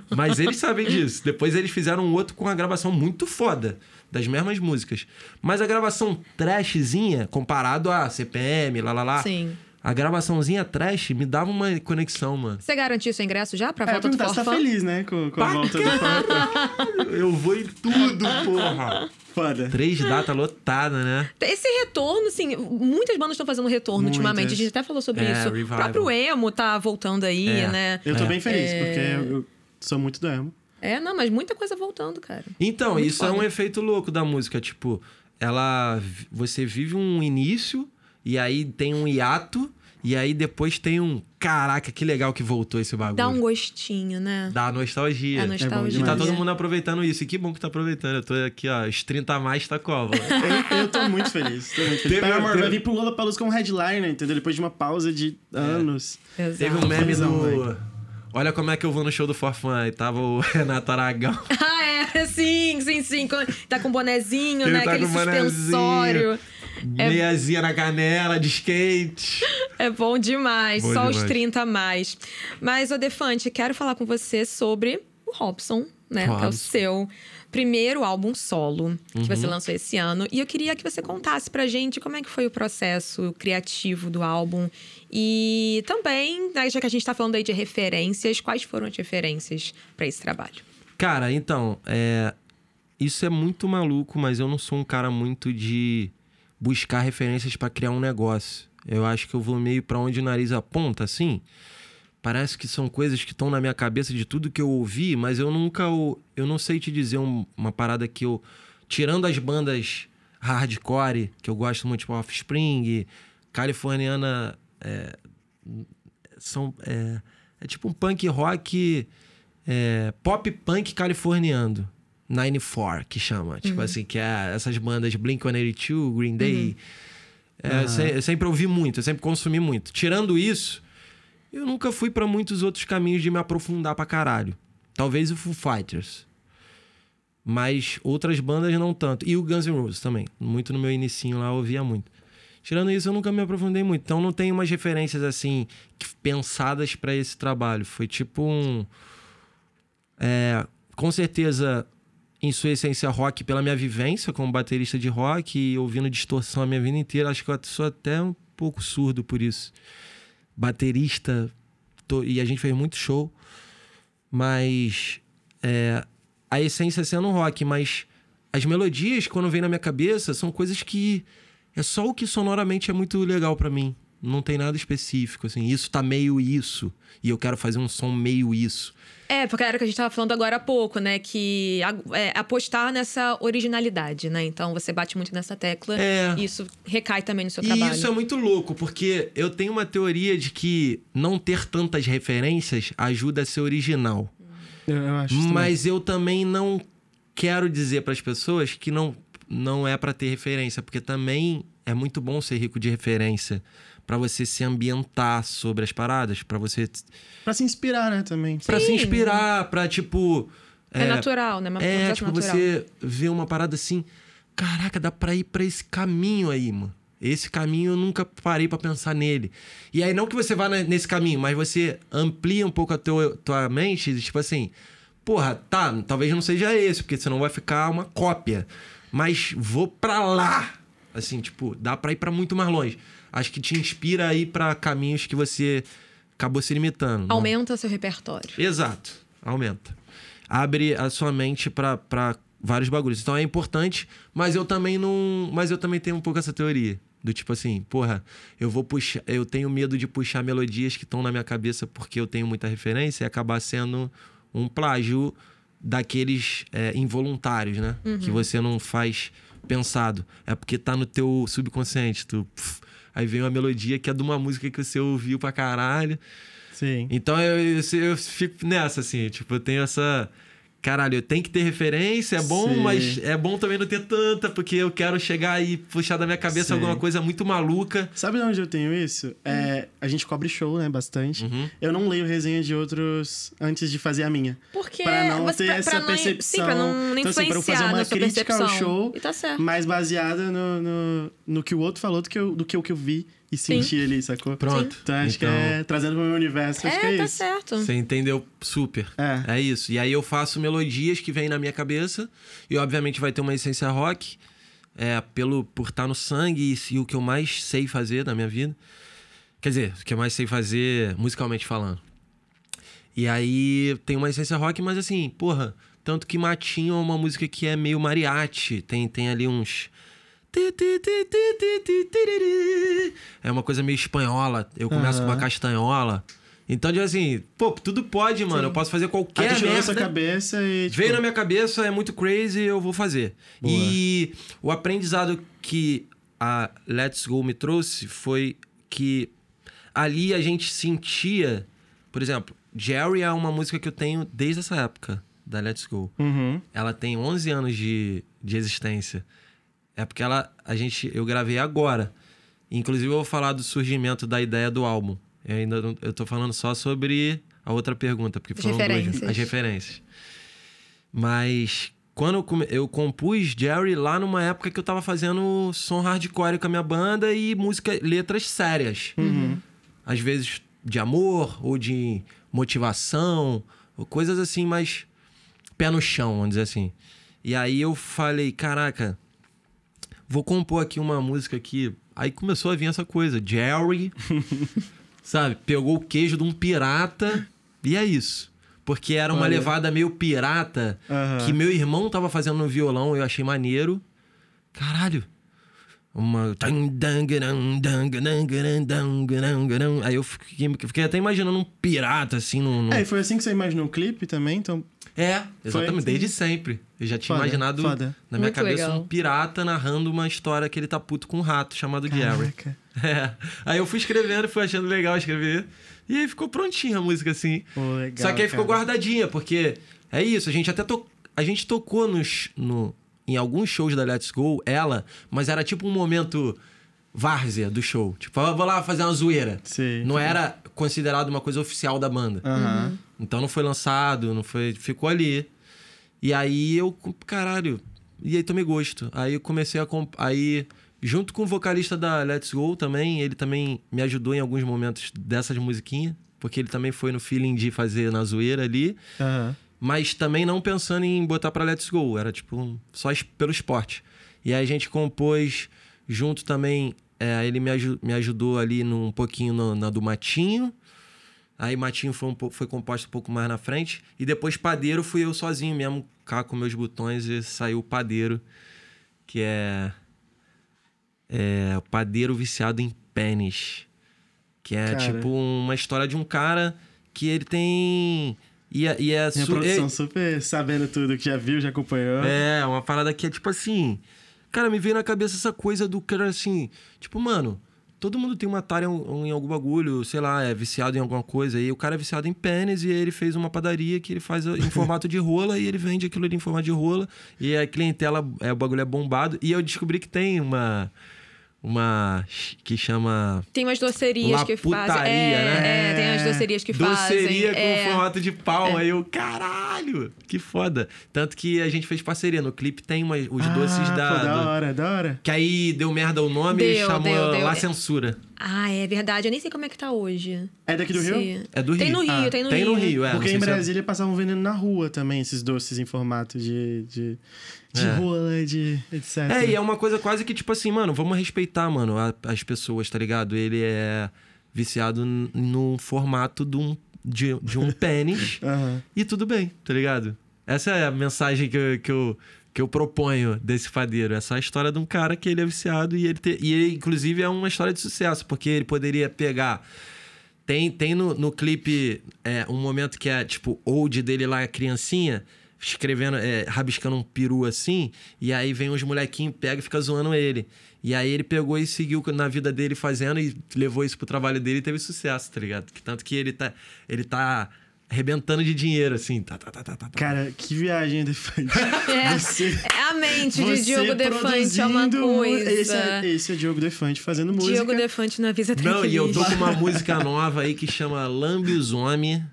[SPEAKER 4] Mas eles sabem disso. Depois eles fizeram um outro com uma gravação muito foda, das mesmas músicas. Mas a gravação trashzinha, comparado a CPM, lá lá lá.
[SPEAKER 3] Sim.
[SPEAKER 4] A gravaçãozinha trash me dava uma conexão, mano.
[SPEAKER 3] Você garantiu seu ingresso já pra
[SPEAKER 1] É, eu ia
[SPEAKER 3] volta do
[SPEAKER 1] perguntar, você tá
[SPEAKER 3] Forfã?
[SPEAKER 1] feliz, né? Com, com a
[SPEAKER 4] Pra
[SPEAKER 1] volta do Forfã.
[SPEAKER 4] Eu vou em tudo, porra!
[SPEAKER 1] Foda.
[SPEAKER 4] Três datas lotada, né?
[SPEAKER 3] Esse retorno, assim, muitas bandas estão fazendo retorno
[SPEAKER 1] Muitas.
[SPEAKER 3] ultimamente. A gente até falou sobre
[SPEAKER 4] É,
[SPEAKER 3] isso. O
[SPEAKER 4] revival.
[SPEAKER 3] próprio emo tá voltando aí,
[SPEAKER 4] É.
[SPEAKER 3] né?
[SPEAKER 1] Eu tô bem feliz,
[SPEAKER 3] É.
[SPEAKER 1] porque eu, eu sou muito do emo.
[SPEAKER 3] É, não, mas muita coisa voltando, cara.
[SPEAKER 4] Então,
[SPEAKER 3] Muito
[SPEAKER 4] isso é um
[SPEAKER 3] foda.
[SPEAKER 4] efeito louco da música. Tipo, ela. Você vive um início, e aí tem um hiato, e aí depois tem um. Caraca, que legal que voltou esse bagulho.
[SPEAKER 3] Dá um gostinho, né?
[SPEAKER 4] Dá nostalgia.
[SPEAKER 3] A nostalgia. É.
[SPEAKER 4] E tá
[SPEAKER 1] demais.
[SPEAKER 4] todo mundo aproveitando isso. E que bom que tá aproveitando. Eu tô aqui, ó, os 30 a mais tá cova.
[SPEAKER 1] Eu, eu tô muito feliz. Tô muito feliz.
[SPEAKER 4] Teve-
[SPEAKER 1] Paramore
[SPEAKER 4] teve-
[SPEAKER 1] vai vir pro Lula Palus como headliner, entendeu? Depois de uma pausa de anos.
[SPEAKER 3] Exato.
[SPEAKER 4] Teve um meme
[SPEAKER 1] Felizão,
[SPEAKER 4] do.
[SPEAKER 1] velho.
[SPEAKER 4] Olha como é que eu vou no show do Forfã. E tava o Renato Aragão.
[SPEAKER 3] Ah, é, sim, sim, sim. Quando Tá com bonezinho,
[SPEAKER 4] Ele
[SPEAKER 3] né?
[SPEAKER 4] tá
[SPEAKER 3] Aquele
[SPEAKER 4] com bonezinho.
[SPEAKER 3] suspensório.
[SPEAKER 4] Meiazinha na canela, de skate.
[SPEAKER 3] É bom demais.
[SPEAKER 4] Bom
[SPEAKER 3] Só os
[SPEAKER 4] demais.
[SPEAKER 3] 30 a mais. Mas, Odefante, quero falar com você sobre o Robson, né? Que é o
[SPEAKER 4] Robson.
[SPEAKER 3] seu primeiro álbum solo que
[SPEAKER 4] Uhum.
[SPEAKER 3] você lançou esse ano. E eu queria que você contasse pra gente como é que foi o processo criativo do álbum. E também, né, já que a gente tá falando aí de referências, quais foram as referências pra esse trabalho?
[SPEAKER 4] Cara, então, é, isso é muito maluco, mas eu não sou um cara muito de buscar referências pra criar um negócio. Eu acho que eu vou meio pra onde o nariz aponta, assim. Parece que são coisas que estão na minha cabeça de tudo que eu ouvi, mas eu nunca. ou- Eu não sei te dizer um- uma parada que eu. Tirando as bandas hardcore, que eu gosto muito, tipo Offspring, Californiana. é, são, é, é tipo um punk rock. é, pop punk californiano. 94, que chama. Tipo assim, que é essas bandas Blink 182, Green Day. É, eu, se- eu sempre ouvi muito, eu sempre consumi muito. Tirando isso, eu nunca fui pra muitos outros caminhos de me aprofundar pra caralho. Talvez o Foo Fighters. Mas outras bandas não tanto. E o Guns N' Roses também. Muito no meu inicinho lá eu ouvia muito. Tirando isso, eu nunca me aprofundei muito. Então não tem umas referências assim que- pensadas pra esse trabalho. Foi tipo um. É, com certeza, em sua essência rock, pela minha vivência como baterista de rock e ouvindo distorção a minha vida inteira, acho que eu sou até um pouco surdo por isso. Baterista, tô- e a gente fez muito show, mas é, a essência sendo rock, mas as melodias, quando vem na minha cabeça, são coisas que é só o que sonoramente é muito legal pra mim. Não tem nada específico, assim. Isso tá meio isso. E eu quero fazer um som meio isso.
[SPEAKER 3] É, porque era o que a gente tava falando agora há pouco, né? Que a- é, apostar nessa originalidade, né? Então você bate muito nessa tecla.
[SPEAKER 4] É.
[SPEAKER 3] E isso recai também no seu
[SPEAKER 4] E
[SPEAKER 3] trabalho.
[SPEAKER 4] isso é muito louco, porque eu tenho uma teoria de que não ter tantas referências ajuda a ser original.
[SPEAKER 1] Eu, eu acho isso também.
[SPEAKER 4] Mas eu também não quero dizer para as pessoas que não, não é para ter referência, porque também é muito bom ser rico de referência para você se ambientar sobre as paradas, para você
[SPEAKER 1] Pra se inspirar, né, também.
[SPEAKER 4] para se inspirar, para tipo
[SPEAKER 3] É natural, né? Uma
[SPEAKER 4] é,
[SPEAKER 3] processo
[SPEAKER 4] tipo,
[SPEAKER 3] natural.
[SPEAKER 4] você vê uma parada assim, caraca, dá pra ir pra esse caminho aí, mano. Esse caminho eu nunca parei pra pensar nele. E aí, não que você vá ne- nesse caminho, mas você amplia um pouco a teu, tua mente, e, tipo assim, porra, tá, talvez não seja esse, porque senão vai ficar uma cópia. Mas vou pra lá. Assim, tipo, dá pra ir pra muito mais longe. Acho que te inspira a ir pra caminhos que você acabou se limitando. né? não-
[SPEAKER 3] Aumenta seu repertório.
[SPEAKER 4] Exato. Aumenta. Abre a sua mente pra- pra vários bagulhos. Então é importante, mas eu também não. Mas eu também tenho um pouco essa teoria. Do tipo assim, porra, eu vou puxar. Eu tenho medo de puxar melodias que estão na minha cabeça porque eu tenho muita referência e acabar sendo um plágio daqueles é, involuntários, né? Que você não faz pensado. É porque tá no teu subconsciente. Tu, pf, aí vem uma melodia que é de uma música que você ouviu pra caralho.
[SPEAKER 1] Sim.
[SPEAKER 4] Então eu, eu, eu fico nessa, assim, tipo, eu tenho essa. Caralho, eu tenho que ter referência, é bom,
[SPEAKER 1] Sim.
[SPEAKER 4] mas é bom também não ter tanta, porque eu quero chegar e puxar da minha cabeça
[SPEAKER 1] Sim.
[SPEAKER 4] alguma coisa muito maluca.
[SPEAKER 1] Sabe de onde eu tenho isso? É, a gente cobre show, né, bastante. Eu não leio resenha de outros antes de fazer a minha.
[SPEAKER 3] Porque
[SPEAKER 1] Pra não
[SPEAKER 3] você-
[SPEAKER 1] ter
[SPEAKER 3] pra-
[SPEAKER 1] essa
[SPEAKER 3] pra não-
[SPEAKER 1] percepção.
[SPEAKER 3] Sim, pra não, não
[SPEAKER 1] Então, assim, pra eu fazer
[SPEAKER 3] influenciar
[SPEAKER 1] uma
[SPEAKER 3] na sua
[SPEAKER 1] crítica
[SPEAKER 3] percepção.
[SPEAKER 1] ao show,
[SPEAKER 3] E tá certo.
[SPEAKER 1] Mais baseada no, no, no que o outro falou do que, eu, do que o que eu vi e
[SPEAKER 3] Sim.
[SPEAKER 1] senti ali, sacou?
[SPEAKER 4] Pronto.
[SPEAKER 1] Então acho que é trazendo pro meu universo, acho que
[SPEAKER 3] É,
[SPEAKER 1] é
[SPEAKER 3] tá
[SPEAKER 1] isso.
[SPEAKER 3] certo.
[SPEAKER 4] Você entendeu super.
[SPEAKER 1] É.
[SPEAKER 4] É isso. E aí eu faço melodias que vêm na minha cabeça. E obviamente vai ter uma essência rock. É, pelo, por estar no sangue e, e o que eu mais sei fazer na minha vida. Quer dizer, o que eu mais sei fazer musicalmente falando. E aí tem uma essência rock, mas assim, porra, tanto que Matinho é uma música que é meio mariachi. Tem, tem ali uns. É uma coisa meio espanhola. Eu começo com uma
[SPEAKER 1] Aham.
[SPEAKER 4] castanhola. Então, tipo assim, pô, tudo pode, mano. Eu posso fazer
[SPEAKER 1] Aí
[SPEAKER 4] qualquer
[SPEAKER 1] tu tirou da
[SPEAKER 4] merda.
[SPEAKER 1] sua cabeça e. Tipo,
[SPEAKER 4] Veio na minha cabeça, é muito crazy, eu vou fazer.
[SPEAKER 1] Boa.
[SPEAKER 4] E o aprendizado que a Let's Go me trouxe foi que ali a gente sentia, por exemplo, Jerry é uma música que eu tenho desde essa época da Let's Go.
[SPEAKER 1] Uhum.
[SPEAKER 4] Ela tem 11 anos de, de existência. É porque ela a gente eu gravei agora. Inclusive eu vou falar do surgimento da ideia do álbum. Eu ainda não, eu tô falando só sobre a outra pergunta, porque
[SPEAKER 3] As
[SPEAKER 4] foram duas,
[SPEAKER 3] referências.
[SPEAKER 4] as referências. Mas quando eu, come- eu compus Jerry lá numa época que eu tava fazendo som hardcore com a minha banda e música, letras sérias.
[SPEAKER 3] Uhum.
[SPEAKER 4] Às vezes de amor ou de motivação, ou coisas assim, mas pé no chão, vamos dizer assim. E aí eu falei, caraca, vou compor aqui uma música que. Aí começou a vir essa coisa, Jerry, sabe? Pegou o queijo de um pirata e é isso. Porque era uma
[SPEAKER 1] Olha.
[SPEAKER 4] levada meio pirata
[SPEAKER 1] Aham.
[SPEAKER 4] que meu irmão tava fazendo no violão, eu achei maneiro. Caralho, Uma. Aí eu fiquei, fiquei até imaginando um pirata assim num. num-
[SPEAKER 1] É, e foi assim que você imaginou o clipe também, então.
[SPEAKER 4] É, exatamente,
[SPEAKER 1] assim.
[SPEAKER 4] desde sempre. Eu já tinha
[SPEAKER 1] Foda,
[SPEAKER 4] imaginado
[SPEAKER 1] foda.
[SPEAKER 4] na minha
[SPEAKER 3] Muito
[SPEAKER 4] cabeça
[SPEAKER 3] legal.
[SPEAKER 4] um pirata narrando uma história que ele tá puto com um rato chamado Gary.
[SPEAKER 1] Caraca.
[SPEAKER 4] É. Aí eu fui escrevendo, fui achando legal escrever. E aí ficou prontinha a música, assim.
[SPEAKER 1] Pô, legal,
[SPEAKER 4] Só que aí ficou
[SPEAKER 1] cara.
[SPEAKER 4] guardadinha, porque é isso, a gente até to... a gente tocou nos, no... em alguns shows da Let's Go, ela, mas era tipo um momento várzea do show. Tipo, "Ah, vou lá fazer uma zoeira.
[SPEAKER 1] Sei.
[SPEAKER 4] Não era considerado uma coisa oficial da banda.
[SPEAKER 1] Aham.
[SPEAKER 3] Uhum.
[SPEAKER 4] Então não foi lançado, não foi. Ficou ali. E aí eu, caralho. E aí tomei gosto. Aí eu comecei a. comp- Aí, junto com o vocalista da Let's Go também, ele também me ajudou em alguns momentos dessas musiquinhas. Porque ele também foi no feeling de fazer na zoeira ali.
[SPEAKER 1] Aham.
[SPEAKER 4] Mas também não pensando em botar pra Let's Go. Era tipo um- só es- pelo esporte. E aí a gente compôs junto também. é, ele me, aju- me ajudou ali num, um pouquinho no- na do Matinho. Aí Matinho foi, um pou- foi composto um pouco mais na frente. E depois Padeiro fui eu sozinho mesmo, cá com meus botões, e saiu o Padeiro, que é. É. o Padeiro viciado em pênis. Que é
[SPEAKER 1] Cara.
[SPEAKER 4] tipo uma história de um cara que ele tem. E, é- e é.
[SPEAKER 1] Minha
[SPEAKER 4] su-
[SPEAKER 1] produção
[SPEAKER 4] é-
[SPEAKER 1] super sabendo tudo, que já viu, já acompanhou.
[SPEAKER 4] é, uma parada que é tipo assim. Cara, me veio na cabeça essa coisa do cara assim. Tipo, mano, todo mundo tem uma tara em, em algum bagulho, sei lá, é viciado em alguma coisa. E o cara é viciado em pênis e ele fez uma padaria que ele faz eh, em formato de rola e ele vende aquilo ali em formato de rola. E a clientela, é, o bagulho é bombado. E eu descobri que tem uma. Uma. que chama.
[SPEAKER 3] Tem umas docerias que
[SPEAKER 4] Laputaria,
[SPEAKER 3] fazem. É,
[SPEAKER 4] né?
[SPEAKER 3] é, tem umas docerias que fazem.
[SPEAKER 4] Doceria com
[SPEAKER 3] é.
[SPEAKER 4] formato de pau. Aí eu, caralho, que foda. Tanto que a gente fez parceria. No clipe tem uma- os
[SPEAKER 1] Ah,
[SPEAKER 4] doces da.
[SPEAKER 1] pô, da
[SPEAKER 4] do-
[SPEAKER 1] hora, da hora.
[SPEAKER 4] que aí deu merda o nome e
[SPEAKER 3] Deu,
[SPEAKER 4] chamou
[SPEAKER 3] deu, deu.
[SPEAKER 4] lá
[SPEAKER 3] É.
[SPEAKER 4] censura.
[SPEAKER 3] Ah, é verdade. Eu nem sei como é que tá hoje.
[SPEAKER 1] É daqui do Rio?
[SPEAKER 3] Se-
[SPEAKER 4] É do
[SPEAKER 3] Tem
[SPEAKER 4] Rio.
[SPEAKER 3] no Rio,
[SPEAKER 1] Ah,
[SPEAKER 3] tem no
[SPEAKER 4] tem
[SPEAKER 3] Rio.
[SPEAKER 4] no Rio, é. não
[SPEAKER 1] Porque
[SPEAKER 4] sei
[SPEAKER 1] em
[SPEAKER 4] se
[SPEAKER 1] Brasília passavam vendendo na rua também, esses doces em formato de. de, de
[SPEAKER 4] É.
[SPEAKER 1] rola, de. etc.
[SPEAKER 4] É, e é uma coisa quase que tipo assim, mano, vamos respeitar, mano, a- as pessoas, tá ligado? Ele é viciado n- no formato de um, de, de um pênis.
[SPEAKER 1] Aham.
[SPEAKER 4] E tudo bem, tá ligado? Essa é a mensagem que eu, que eu, que eu proponho desse padeiro. Essa é a história de um cara que ele é viciado e ele, te- e ele, inclusive, é uma história de sucesso, porque ele poderia pegar. Tem, tem no, no clipe é, um momento que é tipo old dele lá, a criancinha, escrevendo, é, rabiscando um peru assim, e aí vem uns molequinhos, pega e fica zoando ele. E aí ele pegou e seguiu na vida dele fazendo e levou isso pro trabalho dele e teve sucesso, tá ligado? Que tanto que ele tá, ele tá arrebentando de dinheiro, assim. Tá, tá, tá, tá, tá, tá.
[SPEAKER 1] Cara, que viagem elefante.
[SPEAKER 3] É.
[SPEAKER 1] Você.
[SPEAKER 3] É a mente de
[SPEAKER 1] você
[SPEAKER 3] Diogo Defante, é uma
[SPEAKER 1] produzindo mu-
[SPEAKER 3] coisa.
[SPEAKER 1] Esse é, esse é Diogo Defante fazendo música.
[SPEAKER 3] Diogo Defante na Visa
[SPEAKER 4] Não,
[SPEAKER 1] é
[SPEAKER 4] e eu tô
[SPEAKER 3] Tranquilista.
[SPEAKER 4] com uma música nova aí que chama Lambisome.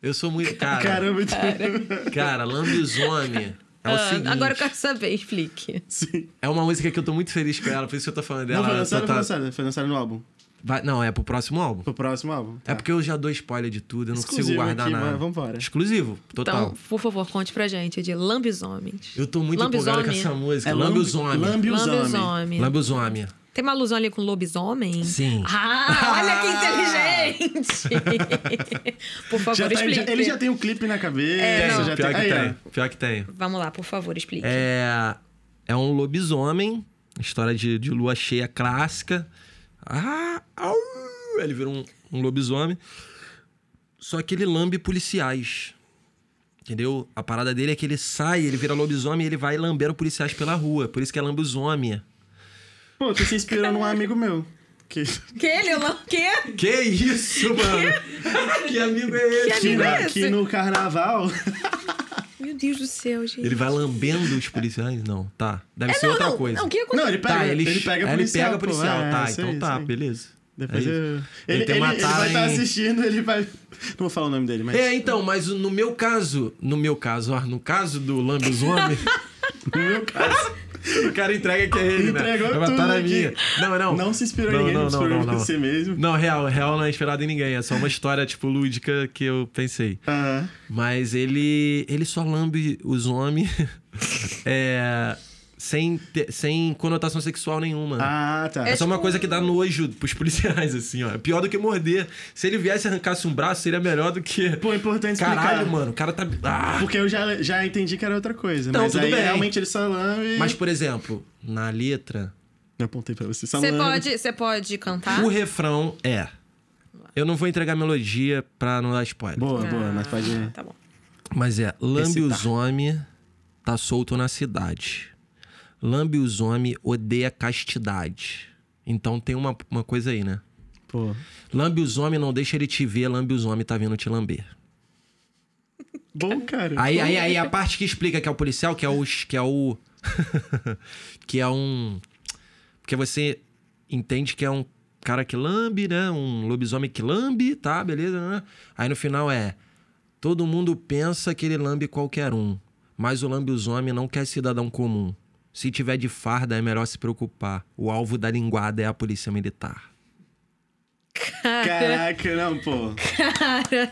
[SPEAKER 4] Eu sou muito. Cara, cara,
[SPEAKER 1] Caramba, então-
[SPEAKER 4] Lambisome. É o
[SPEAKER 3] Ah,
[SPEAKER 4] seguinte.
[SPEAKER 3] Agora eu quero saber, explique.
[SPEAKER 1] Sim.
[SPEAKER 4] É uma música que eu tô muito feliz com ela, por isso que eu tô falando dela.
[SPEAKER 1] Não, foi
[SPEAKER 4] Tá-
[SPEAKER 1] lançado,
[SPEAKER 4] tá-
[SPEAKER 1] foi lançado, foi lançado no álbum.
[SPEAKER 4] Vai- não, é pro próximo álbum.
[SPEAKER 1] Pro próximo álbum.
[SPEAKER 4] É
[SPEAKER 1] tá.
[SPEAKER 4] porque eu já dou spoiler de tudo, eu não
[SPEAKER 1] Exclusivo
[SPEAKER 4] consigo guardar
[SPEAKER 1] aqui,
[SPEAKER 4] nada.
[SPEAKER 1] mas vambora.
[SPEAKER 4] Exclusivo, total.
[SPEAKER 3] Então, por favor, conte pra gente, é de Lambisomens.
[SPEAKER 4] eu tô muito empolgado com essa música.
[SPEAKER 1] É
[SPEAKER 4] Lambisome.
[SPEAKER 1] Lambi- Lambisomem.
[SPEAKER 3] Lambisomem.
[SPEAKER 4] Lambisome.
[SPEAKER 3] Tem uma alusão ali com lobisomem?
[SPEAKER 4] Sim.
[SPEAKER 3] Ah, olha que inteligente! por favor,
[SPEAKER 1] Já tá-
[SPEAKER 3] explique.
[SPEAKER 1] já- ele já tem o clipe na cabeça.
[SPEAKER 3] É, não.
[SPEAKER 1] já
[SPEAKER 4] Pior que
[SPEAKER 1] aí, ó.
[SPEAKER 4] tem. Pior que tem.
[SPEAKER 3] Vamos lá, por favor, explique.
[SPEAKER 4] É, é um lobisomem, história de, de lua cheia clássica. Ah, au, ele virou um, um lobisomem. Só que ele lambe policiais. Entendeu? A parada dele é que ele sai, ele vira lobisomem e ele vai lambendo policiais pela rua. Por isso que é lambisomem.
[SPEAKER 1] Pô, tu se inspirou num amigo meu. Que,
[SPEAKER 3] Que ele não... Que?
[SPEAKER 4] Que isso, mano? que amigo é esse?
[SPEAKER 1] que,
[SPEAKER 3] amigo
[SPEAKER 1] na-
[SPEAKER 3] é esse?
[SPEAKER 1] que no carnaval.
[SPEAKER 3] Meu Deus do céu, gente.
[SPEAKER 4] Ele vai lambendo os policiais? Não, tá. Deve
[SPEAKER 3] É,
[SPEAKER 4] ser
[SPEAKER 3] não,
[SPEAKER 4] outra
[SPEAKER 3] não,
[SPEAKER 4] coisa.
[SPEAKER 3] Não, o que aconteceu?
[SPEAKER 1] Não, ele pega,
[SPEAKER 4] Tá,
[SPEAKER 1] ele,
[SPEAKER 4] ele,
[SPEAKER 1] pega policial.
[SPEAKER 4] aí Ele pega
[SPEAKER 1] pô,
[SPEAKER 4] policial,
[SPEAKER 1] é,
[SPEAKER 4] tá.
[SPEAKER 1] isso aí,
[SPEAKER 4] então tá,
[SPEAKER 1] isso aí.
[SPEAKER 4] beleza.
[SPEAKER 1] Depois
[SPEAKER 4] É
[SPEAKER 1] eu...
[SPEAKER 4] isso.
[SPEAKER 1] ele,
[SPEAKER 4] Ele tem
[SPEAKER 1] ele-
[SPEAKER 4] uma
[SPEAKER 1] ele
[SPEAKER 4] tara
[SPEAKER 1] vai estar
[SPEAKER 4] em-
[SPEAKER 1] assistindo, ele vai. Não vou falar o nome dele, mas.
[SPEAKER 4] É, então, mas no meu caso, no meu caso, ó, no caso do lambisomem,
[SPEAKER 1] No meu caso.
[SPEAKER 4] o cara entrega que é ele, né?
[SPEAKER 1] Entregou
[SPEAKER 4] Vai
[SPEAKER 1] tudo
[SPEAKER 4] matar na
[SPEAKER 1] aqui.
[SPEAKER 4] minha. Não, não.
[SPEAKER 1] Não se inspirou em ninguém, não se inspirou em você mesmo.
[SPEAKER 4] Não, real, real não é inspirado em ninguém, é só uma história tipo lúdica que eu pensei.
[SPEAKER 1] Ah,
[SPEAKER 4] Mas ele ele só lambe os homens é, sem ter- sem conotação sexual nenhuma.
[SPEAKER 1] ah, tá.
[SPEAKER 4] É só uma
[SPEAKER 3] tipo-
[SPEAKER 4] coisa que dá nojo pros policiais, assim, ó. É pior do que morder. Se ele viesse e arrancasse um braço, seria melhor do que.
[SPEAKER 1] Pô, é importante
[SPEAKER 4] Caralho,
[SPEAKER 1] explicar.
[SPEAKER 4] mano, o cara tá. Ah!
[SPEAKER 1] Porque eu já, já entendi que era outra coisa.
[SPEAKER 4] Então,
[SPEAKER 1] mas
[SPEAKER 4] tudo
[SPEAKER 1] aí
[SPEAKER 4] bem.
[SPEAKER 1] realmente ele só lambe.
[SPEAKER 4] Mas, por exemplo, na letra,
[SPEAKER 1] Eu apontei pra você.
[SPEAKER 3] Você
[SPEAKER 1] Salame.
[SPEAKER 3] pode, você pode cantar?
[SPEAKER 4] O refrão é. Eu não vou entregar melodia pra não dar spoiler.
[SPEAKER 1] Boa, boa,
[SPEAKER 3] Ah,
[SPEAKER 1] mas pode.
[SPEAKER 3] Tá bom.
[SPEAKER 4] Mas é, lambe
[SPEAKER 1] Recitar.
[SPEAKER 4] os homens, tá solto na cidade. Lambe os homens, odeia castidade. Então tem uma, uma coisa aí, né?
[SPEAKER 1] Pô.
[SPEAKER 4] Lambe os homens, não deixa ele te ver, lambe os homens, tá vindo te lamber.
[SPEAKER 1] Bom, cara.
[SPEAKER 4] Aí, aí, aí a parte que explica que é o policial, que é o. que é o. que é um. Porque você entende que é um cara que lambe, né? Um lobisomem que lambe, tá? Beleza? né? Aí no final é. Todo mundo pensa que ele lambe qualquer um, mas o lambisomem não quer cidadão comum. Se tiver de farda, é melhor se preocupar. O alvo da linguada é a polícia militar.
[SPEAKER 3] Ah,
[SPEAKER 1] Caraca, não, pô.
[SPEAKER 3] Cara,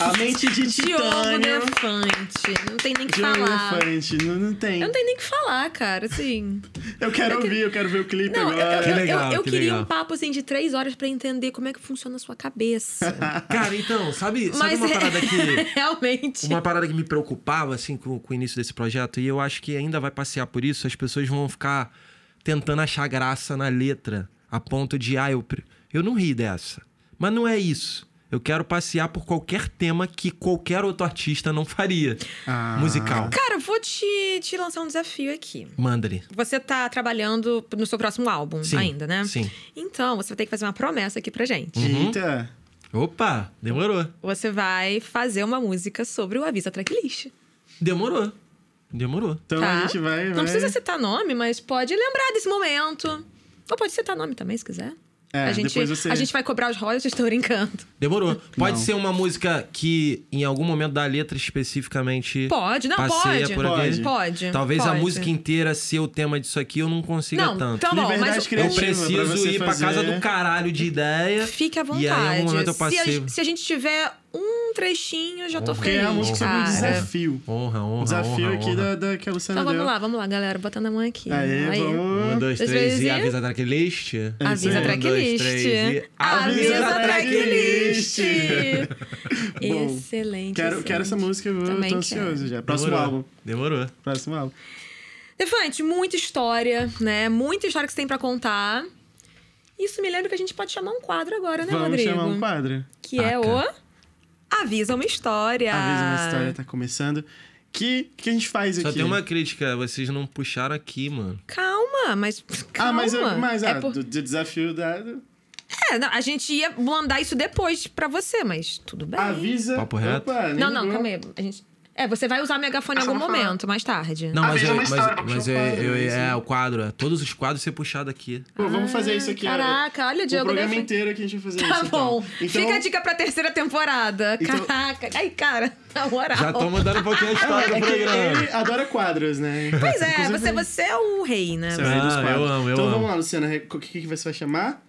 [SPEAKER 1] A mente de
[SPEAKER 3] Diogo
[SPEAKER 1] titânio.
[SPEAKER 3] Defante. Não tem nem que
[SPEAKER 1] Diogo
[SPEAKER 3] falar.
[SPEAKER 1] Elefante. Não, não tem.
[SPEAKER 3] Eu não tenho nem o que falar, cara, assim.
[SPEAKER 1] Eu quero ouvir, eu quero ver o clipe
[SPEAKER 3] Não, eu, eu-
[SPEAKER 1] agora.
[SPEAKER 4] Que
[SPEAKER 3] eu-
[SPEAKER 4] legal,
[SPEAKER 3] eu- eu
[SPEAKER 4] que
[SPEAKER 3] queria
[SPEAKER 4] legal.
[SPEAKER 3] um papo assim de três horas pra entender como é que funciona a sua cabeça.
[SPEAKER 4] Cara, então, sabe, sabe
[SPEAKER 3] Mas
[SPEAKER 4] uma
[SPEAKER 3] é-
[SPEAKER 4] parada que.
[SPEAKER 3] realmente.
[SPEAKER 4] Uma parada que me preocupava, assim, com, com o início desse projeto, e eu acho que ainda vai passear por isso, as pessoas vão ficar tentando achar graça na letra, a ponto de, ah, eu, pre- eu não ri dessa. Mas não é isso. Eu quero passear por qualquer tema que qualquer outro artista não faria.
[SPEAKER 1] Ah.
[SPEAKER 4] Musical.
[SPEAKER 3] Cara, eu vou te, te lançar um desafio aqui.
[SPEAKER 4] Mandre.
[SPEAKER 3] Você tá trabalhando no seu próximo álbum
[SPEAKER 4] Sim,
[SPEAKER 3] ainda, né?
[SPEAKER 4] sim.
[SPEAKER 3] Então, você vai ter que fazer uma promessa aqui pra gente.
[SPEAKER 4] Uhum.
[SPEAKER 1] Eita.
[SPEAKER 4] Opa, demorou.
[SPEAKER 3] Você vai fazer uma música sobre o Avisa Tracklist.
[SPEAKER 4] Demorou. Demorou.
[SPEAKER 1] Então
[SPEAKER 3] tá?
[SPEAKER 1] a gente vai.
[SPEAKER 3] Não
[SPEAKER 1] vai-
[SPEAKER 3] precisa citar nome, mas pode lembrar desse momento. Ou pode citar nome também, se quiser.
[SPEAKER 1] É,
[SPEAKER 3] a, gente,
[SPEAKER 1] depois você-
[SPEAKER 3] a gente vai cobrar os royalties, tô brincando.
[SPEAKER 4] Demorou. Pode
[SPEAKER 1] Não.
[SPEAKER 4] ser uma música que, em algum momento da letra especificamente.
[SPEAKER 3] Pode, não,
[SPEAKER 4] passeia
[SPEAKER 3] pode.
[SPEAKER 4] Por
[SPEAKER 1] Pode.
[SPEAKER 4] aquele-
[SPEAKER 3] Pode,
[SPEAKER 4] Talvez a
[SPEAKER 3] pode.
[SPEAKER 4] música inteira ser o tema disso aqui, eu não consiga
[SPEAKER 3] Não,
[SPEAKER 4] tanto.
[SPEAKER 3] tá bom,
[SPEAKER 1] Liberdade
[SPEAKER 3] mas o-
[SPEAKER 1] criativa
[SPEAKER 4] Eu preciso
[SPEAKER 1] pra você
[SPEAKER 4] ir pra
[SPEAKER 1] fazer.
[SPEAKER 4] casa do caralho de ideia.
[SPEAKER 3] Fique à vontade.
[SPEAKER 4] E aí, em algum momento eu
[SPEAKER 3] se, a,
[SPEAKER 4] passei.
[SPEAKER 3] gente- se a gente tiver um trechinho, já tô
[SPEAKER 4] Honra,
[SPEAKER 1] Porque é a
[SPEAKER 3] feliz,
[SPEAKER 1] música sobre
[SPEAKER 3] cara.
[SPEAKER 1] o desafio.
[SPEAKER 4] Honra, honra.
[SPEAKER 1] Desafio
[SPEAKER 4] honra,
[SPEAKER 1] aqui Da,
[SPEAKER 4] honra.
[SPEAKER 1] da que a Luciana
[SPEAKER 3] Então vamos
[SPEAKER 1] deu.
[SPEAKER 3] lá, vamos lá, galera. Botando a mão aqui.
[SPEAKER 1] Aê, vamos.
[SPEAKER 4] Um, dois,
[SPEAKER 3] Dois,
[SPEAKER 4] três
[SPEAKER 3] três
[SPEAKER 4] e
[SPEAKER 3] e-
[SPEAKER 4] avisa a tracklist.
[SPEAKER 3] Avisa a
[SPEAKER 1] Um,
[SPEAKER 3] tracklist.
[SPEAKER 4] dois, três e-
[SPEAKER 3] Avisa a tracklist.
[SPEAKER 1] Bom,
[SPEAKER 3] excelente.
[SPEAKER 1] Quero, quero essa
[SPEAKER 3] excelente.
[SPEAKER 1] música, eu
[SPEAKER 3] Também
[SPEAKER 1] tô
[SPEAKER 3] quero.
[SPEAKER 1] ansioso já. Próximo
[SPEAKER 4] Demorou.
[SPEAKER 1] álbum.
[SPEAKER 4] Demorou.
[SPEAKER 1] Próximo álbum.
[SPEAKER 3] Defante, muita história, né? Muita história que você tem pra contar. Isso me lembra que a gente pode chamar um quadro agora, né,
[SPEAKER 1] Vamos
[SPEAKER 3] Rodrigo?
[SPEAKER 1] chamar um quadro?
[SPEAKER 3] Que é o Avisa uma História.
[SPEAKER 1] A mesma história tá começando. Que que a gente faz
[SPEAKER 4] Só
[SPEAKER 1] aqui?
[SPEAKER 4] tem uma crítica, vocês não puxaram aqui, mano.
[SPEAKER 3] Calma, mas calma.
[SPEAKER 1] Ah, mas, eu- mas
[SPEAKER 3] é,
[SPEAKER 1] ah,
[SPEAKER 3] por-
[SPEAKER 1] do, do desafio dado.
[SPEAKER 3] É, não, a gente ia mandar isso depois pra você, mas tudo bem.
[SPEAKER 1] Avisa. né?
[SPEAKER 4] Papo reto.
[SPEAKER 1] Opa,
[SPEAKER 3] Não,
[SPEAKER 1] nem
[SPEAKER 3] não,
[SPEAKER 1] ligou.
[SPEAKER 3] calma aí. A gente... É, você vai usar o megafone em
[SPEAKER 2] Ah,
[SPEAKER 3] algum
[SPEAKER 2] vamos falar.
[SPEAKER 3] momento, mais tarde.
[SPEAKER 4] Não, mas,
[SPEAKER 2] Avisa
[SPEAKER 4] eu,
[SPEAKER 2] uma
[SPEAKER 4] mas,
[SPEAKER 2] história, vou
[SPEAKER 4] mas
[SPEAKER 2] puxar
[SPEAKER 4] eu,
[SPEAKER 2] um quadro,
[SPEAKER 4] eu-
[SPEAKER 1] isso.
[SPEAKER 4] é o quadro. é, Todos os quadros ser puxado aqui.
[SPEAKER 1] Pô, vamos fazer isso aqui. ó.
[SPEAKER 3] Caraca, olha,
[SPEAKER 1] O
[SPEAKER 3] Diogo,
[SPEAKER 1] programa
[SPEAKER 3] né?
[SPEAKER 1] inteiro que a gente vai fazer
[SPEAKER 3] Tá
[SPEAKER 1] isso. então.
[SPEAKER 3] bom.
[SPEAKER 1] Então,
[SPEAKER 3] Fica a dica pra terceira temporada.
[SPEAKER 1] Então-
[SPEAKER 3] Caraca. Aí, cara, na moral.
[SPEAKER 4] Já tô mandando um pouquinho a história do
[SPEAKER 1] É que
[SPEAKER 4] programa.
[SPEAKER 1] ele adora quadros, né?
[SPEAKER 3] Pois é,
[SPEAKER 1] Inclusive,
[SPEAKER 3] você, você é o rei, né?
[SPEAKER 1] você é o rei dos
[SPEAKER 4] Ah, eu
[SPEAKER 1] quadros.
[SPEAKER 4] amo, eu
[SPEAKER 1] então
[SPEAKER 4] amo.
[SPEAKER 1] vamos lá, Luciana. O que, que você vai chamar?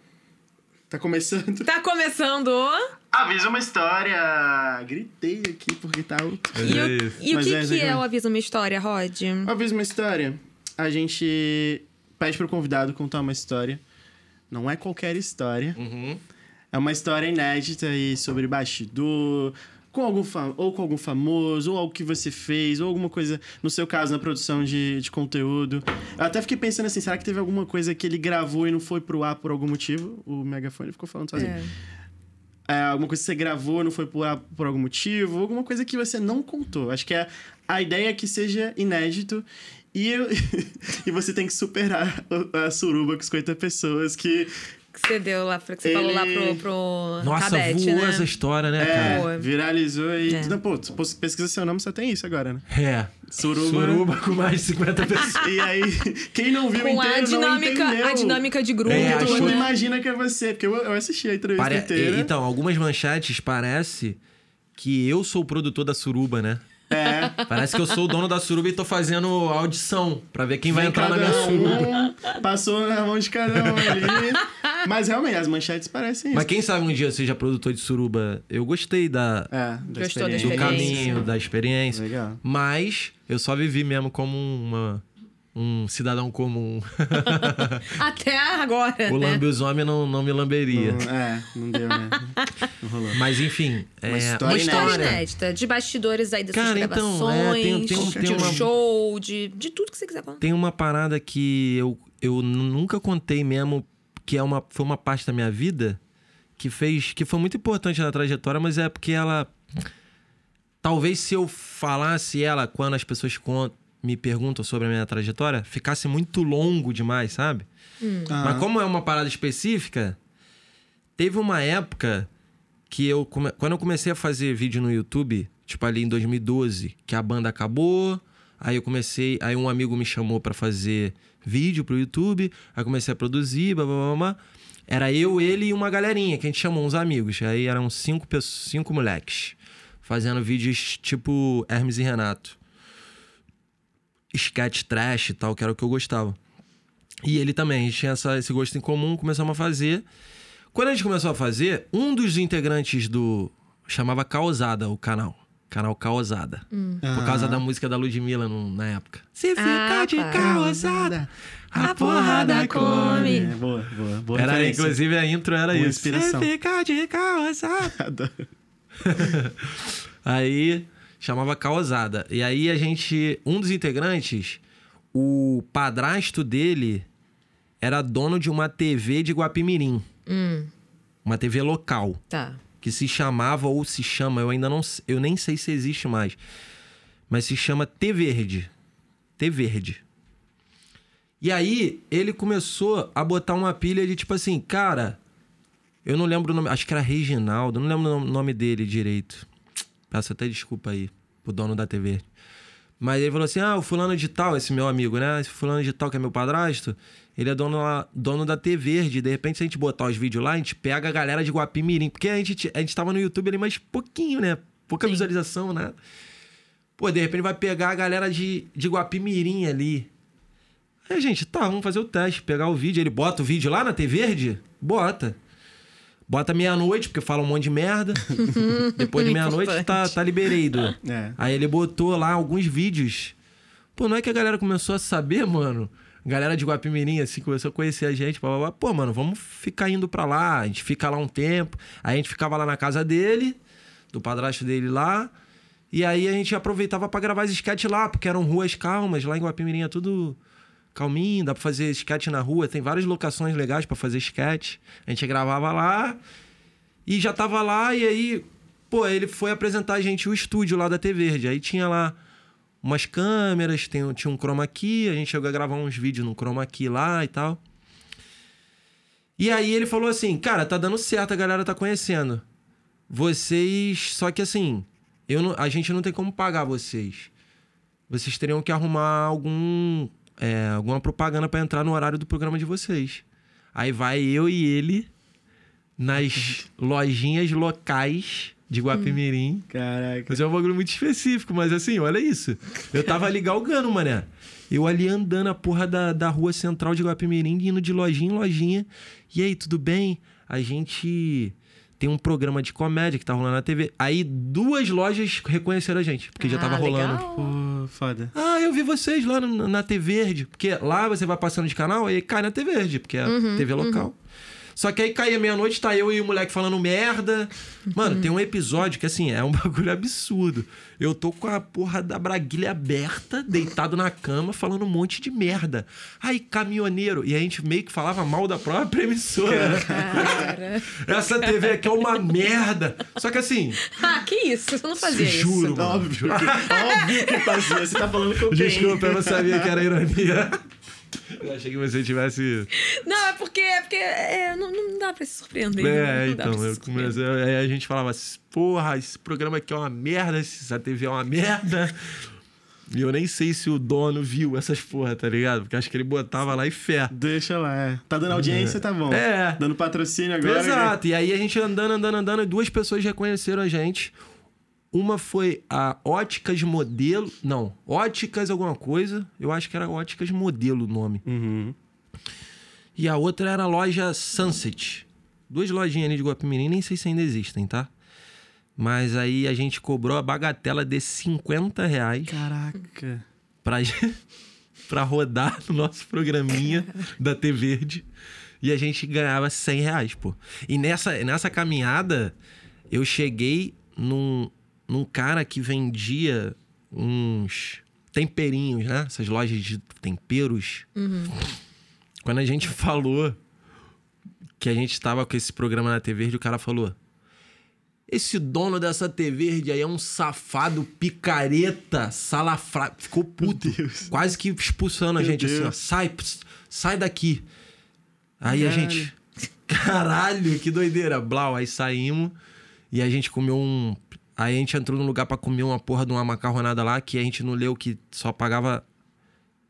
[SPEAKER 1] Tá começando.
[SPEAKER 3] Tá começando o-
[SPEAKER 1] Avisa uma história! Gritei aqui porque tá alto.
[SPEAKER 3] E o,
[SPEAKER 4] Beleza.
[SPEAKER 3] e o
[SPEAKER 1] Mas
[SPEAKER 3] que,
[SPEAKER 1] é,
[SPEAKER 3] que
[SPEAKER 1] você
[SPEAKER 3] é
[SPEAKER 1] come-
[SPEAKER 3] o Avisa Uma História, Rod?
[SPEAKER 1] Avisa uma história. A gente pede pro convidado contar uma história. Não é qualquer história. É uma história inédita aí sobre bastidor, com algum fa- ou com algum famoso, ou algo que você fez, ou alguma coisa, no seu caso, na produção de, de conteúdo. Eu até fiquei pensando assim, será que teve alguma coisa que ele gravou e não foi pro ar por algum motivo? O megafone ficou falando sozinho.
[SPEAKER 3] É.
[SPEAKER 1] É, alguma coisa que você gravou, não foi por, ah, por algum motivo, alguma coisa que você não contou. Acho que a, a ideia é que seja inédito e, eu- e você tem que superar o- a suruba com 50 pessoas que.
[SPEAKER 3] Que você deu lá, pra- que você
[SPEAKER 1] Ele-
[SPEAKER 3] falou lá pro, pro
[SPEAKER 4] Nossa,
[SPEAKER 3] Tabete,
[SPEAKER 4] voou
[SPEAKER 3] né?
[SPEAKER 4] essa história, né,
[SPEAKER 1] É,
[SPEAKER 4] cara?
[SPEAKER 3] Boa.
[SPEAKER 1] viralizou e.
[SPEAKER 3] É.
[SPEAKER 1] Não, pô, tu pos- pesquisa seu nome, só tem isso agora, né?
[SPEAKER 4] É.
[SPEAKER 1] Suruba.
[SPEAKER 4] Suruba com mais de 50 pessoas.
[SPEAKER 1] E aí, quem não viu
[SPEAKER 3] Com
[SPEAKER 1] inteiro
[SPEAKER 3] a dinâmica,
[SPEAKER 1] não entendeu.
[SPEAKER 3] a dinâmica de grupo.
[SPEAKER 4] É,
[SPEAKER 1] Todo
[SPEAKER 4] achou-
[SPEAKER 1] mundo
[SPEAKER 3] né?
[SPEAKER 1] imagina que é você, porque eu, eu assisti a entrevista
[SPEAKER 4] Pare-
[SPEAKER 1] inteira.
[SPEAKER 4] e- Então, algumas manchetes parece que eu sou o produtor da suruba, né?
[SPEAKER 1] é,
[SPEAKER 4] Parece que eu sou o dono da suruba e tô fazendo audição pra ver quem vai
[SPEAKER 1] Vem
[SPEAKER 4] entrar na minha
[SPEAKER 1] cada
[SPEAKER 4] suruba.
[SPEAKER 1] um, Passou na mão de cada um ali. Mas realmente, as manchetes parecem isso.
[SPEAKER 4] Mas quem sabe um dia eu seja produtor de suruba. Eu gostei da,
[SPEAKER 1] É, da
[SPEAKER 3] Gostou
[SPEAKER 1] experiência.
[SPEAKER 3] da
[SPEAKER 4] do
[SPEAKER 3] experiência.
[SPEAKER 4] caminho, da experiência.
[SPEAKER 1] Legal.
[SPEAKER 4] Mas eu só vivi mesmo como uma um cidadão comum.
[SPEAKER 3] Até agora,
[SPEAKER 4] o
[SPEAKER 3] né?
[SPEAKER 4] lambisomem não, não me lamberia.
[SPEAKER 1] Não- é, não deu, né? Não rolou.
[SPEAKER 4] Mas enfim, é
[SPEAKER 1] história
[SPEAKER 4] uma história.
[SPEAKER 3] Uma história
[SPEAKER 1] Inédita.
[SPEAKER 3] inédita, de bastidores aí das
[SPEAKER 4] Cara,
[SPEAKER 3] suas
[SPEAKER 4] então,
[SPEAKER 3] gravações,
[SPEAKER 4] é, tem- tem um-
[SPEAKER 1] tem
[SPEAKER 3] de um
[SPEAKER 1] uma-
[SPEAKER 3] show, de, de tudo que você quiser contar.
[SPEAKER 4] Tem uma parada que eu, eu nunca contei mesmo, que é uma, foi uma parte da minha vida, que fez. que foi muito importante na trajetória, mas é porque ela. Talvez se eu falasse ela quando as pessoas con- me perguntam sobre a minha trajetória, ficasse muito longo demais, sabe? Mas como é uma parada específica, teve uma época que eu. come- Quando eu comecei a fazer vídeo no YouTube, tipo ali em 2012, que a banda acabou, aí eu comecei. Aí um amigo me chamou pra fazer vídeo pro YouTube, aí comecei a produzir, blá blá blá blá. Era eu, ele e uma galerinha, que a gente chamou uns amigos. Aí eram cinco, pesso- cinco moleques fazendo vídeos tipo Hermes e Renato. Sketch trash e tal, que era o que eu gostava. E ele também, a gente tinha essa- esse gosto em comum, começamos a fazer. Quando a gente começou a fazer, um dos integrantes do. chamava Causada o canal. Canal Causada.
[SPEAKER 1] Hum. Ah,
[SPEAKER 4] Por causa da música da Ludmilla no- na época. Se ficar
[SPEAKER 3] Ah,
[SPEAKER 4] de
[SPEAKER 3] tá.
[SPEAKER 4] causada, a porrada come.
[SPEAKER 1] É, boa, boa, boa
[SPEAKER 4] Era,
[SPEAKER 1] referência.
[SPEAKER 4] inclusive, a intro era
[SPEAKER 1] Boa
[SPEAKER 4] isso.
[SPEAKER 1] inspiração.
[SPEAKER 4] Se ficar de causada.
[SPEAKER 1] Adoro.
[SPEAKER 4] Aí chamava Causada. E aí a gente, um dos integrantes, o padrasto dele era dono de uma TV de Guapimirim,
[SPEAKER 3] Hum,
[SPEAKER 4] uma TV local
[SPEAKER 3] tá.
[SPEAKER 4] que se chamava ou se chama, eu ainda não, s- eu nem sei se existe mais, mas se chama T Verde. T Verde. E aí ele começou a botar uma pilha de tipo assim, cara, eu não lembro o nome, acho que era Reginaldo, eu não lembro o nom- nome dele direito. Peço até desculpa aí pro dono da TV. Mas ele falou assim: ah, o fulano de tal, esse meu amigo, né? Esse fulano de tal que é meu padrasto, ele é dono, lá- dono da TV Verde. De repente, se a gente botar os vídeos lá, a gente pega a galera de Guapimirim. Porque a gente, ti- a gente tava no YouTube ali, mas pouquinho, né? Pouca visualização, né? Pô, de repente vai pegar a galera de, de Guapimirim ali. Aí, gente, tá, vamos fazer o teste, pegar o vídeo. Ele bota o vídeo lá na TV Verde? Bota. Bota meia-noite, porque fala um monte de merda. Depois de meia-noite, tá, tá liberado.
[SPEAKER 1] É.
[SPEAKER 4] Aí ele botou lá alguns vídeos. Pô, não é que a galera começou a saber, mano? A galera de Guapimirim, assim, começou a conhecer a gente. Blá, blá, blá. Pô, mano, vamos ficar indo pra lá. A gente fica lá um tempo. Aí a gente ficava lá na casa dele, do padrasto dele lá. E aí a gente aproveitava pra gravar esse sketch lá, porque eram ruas calmas. Lá em Guapimirim é tudo calminho, dá pra fazer sketch na rua. Tem várias locações legais pra fazer sketch. A gente gravava lá. E já tava lá, e aí, pô, ele foi apresentar a gente o estúdio lá da TV Verde. Aí tinha lá umas câmeras, tem, tinha um chroma key, a gente chegou a gravar uns vídeos no chroma key lá e tal. E aí ele falou assim, cara, tá dando certo, a galera tá conhecendo. Vocês, só que assim, eu não- a gente não tem como pagar vocês. Vocês teriam que arrumar algum, é, alguma propaganda pra entrar no horário do programa de vocês. Aí vai eu e ele nas lojinhas locais de Guapimirim.
[SPEAKER 1] Caraca.
[SPEAKER 4] Mas é um bagulho muito específico, mas assim, olha isso. Eu tava ali galgando, mané. Eu ali andando a porra da, da rua central de Guapimirim, indo de lojinha em lojinha. E aí, tudo bem? A gente tem um programa de comédia que tá rolando na TV. Aí duas lojas reconheceram a gente, porque já tava
[SPEAKER 3] Ah,
[SPEAKER 4] rolando.
[SPEAKER 3] legal.
[SPEAKER 1] Pô, foda.
[SPEAKER 4] Ah, eu vi vocês lá no- na T Verde. Porque lá você vai passando de canal e cai na T Verde, porque é a
[SPEAKER 3] Uhum,
[SPEAKER 4] TV local. Só que aí caía meia-noite, tá eu e o moleque falando merda. Mano,
[SPEAKER 3] Uhum.
[SPEAKER 4] tem um episódio que, assim, é um bagulho absurdo. Eu tô com a porra da braguilha aberta, deitado na cama, falando um monte de merda. Aí, caminhoneiro. E a gente meio que falava mal da própria emissora.
[SPEAKER 3] Cara.
[SPEAKER 4] Essa TV aqui é uma merda. Só que, assim,
[SPEAKER 3] ah, que isso? Você não fazia isso. tá
[SPEAKER 4] juro, mano.
[SPEAKER 1] é Óbvio que, óbvio que fazia. Você tá falando com quem?
[SPEAKER 4] Desculpa, eu não sabia que era ironia. Eu achei que você tivesse.
[SPEAKER 3] Não, é porque, é porque é, não, não dá pra se surpreender. né?
[SPEAKER 4] É,
[SPEAKER 3] não dá pra
[SPEAKER 4] então,
[SPEAKER 3] se
[SPEAKER 4] eu
[SPEAKER 3] surpreender.
[SPEAKER 4] comecei. Aí a gente falava assim, porra, esse programa aqui é uma merda, essa TV é uma merda. E eu nem sei se o dono viu essas porra, tá ligado? Porque acho que ele botava lá e fé.
[SPEAKER 1] Deixa lá, é. Tá dando audiência, tá bom.
[SPEAKER 4] É.
[SPEAKER 1] Dando patrocínio agora. né?
[SPEAKER 4] Exato. E aí a gente andando, andando, andando, e duas pessoas reconheceram a gente. Uma foi a Óticas Modelo. Não, Óticas alguma coisa. Eu acho que era Óticas Modelo o nome.
[SPEAKER 1] Uhum.
[SPEAKER 4] E a outra era a loja Sunset. Duas lojinhas ali de Guapimirim, nem sei se ainda existem, tá? Mas aí a gente cobrou a bagatela de 50 reais
[SPEAKER 1] Caraca.
[SPEAKER 4] pra, gen- pra gente, pra rodar no nosso programinha da T Verde. E a gente ganhava 100 reais, pô. E nessa, nessa caminhada, eu cheguei num, num cara que vendia uns temperinhos, né? Essas lojas de temperos. Quando a gente falou que a gente tava com esse programa na TV Verde, o cara falou: Esse dono dessa TV Verde aí é um safado picareta, salafra. Ficou puto.
[SPEAKER 1] Deus.
[SPEAKER 4] Quase que expulsando a
[SPEAKER 1] Meu
[SPEAKER 4] gente assim, ó.
[SPEAKER 1] Deus.
[SPEAKER 4] Sai, ps- sai daqui. Aí a
[SPEAKER 1] Caralho.
[SPEAKER 4] gente. Caralho, que doideira. Blau, aí saímos e a gente comeu um. Aí a gente entrou num lugar pra comer uma porra de uma macarronada lá que a gente não leu que só pagava.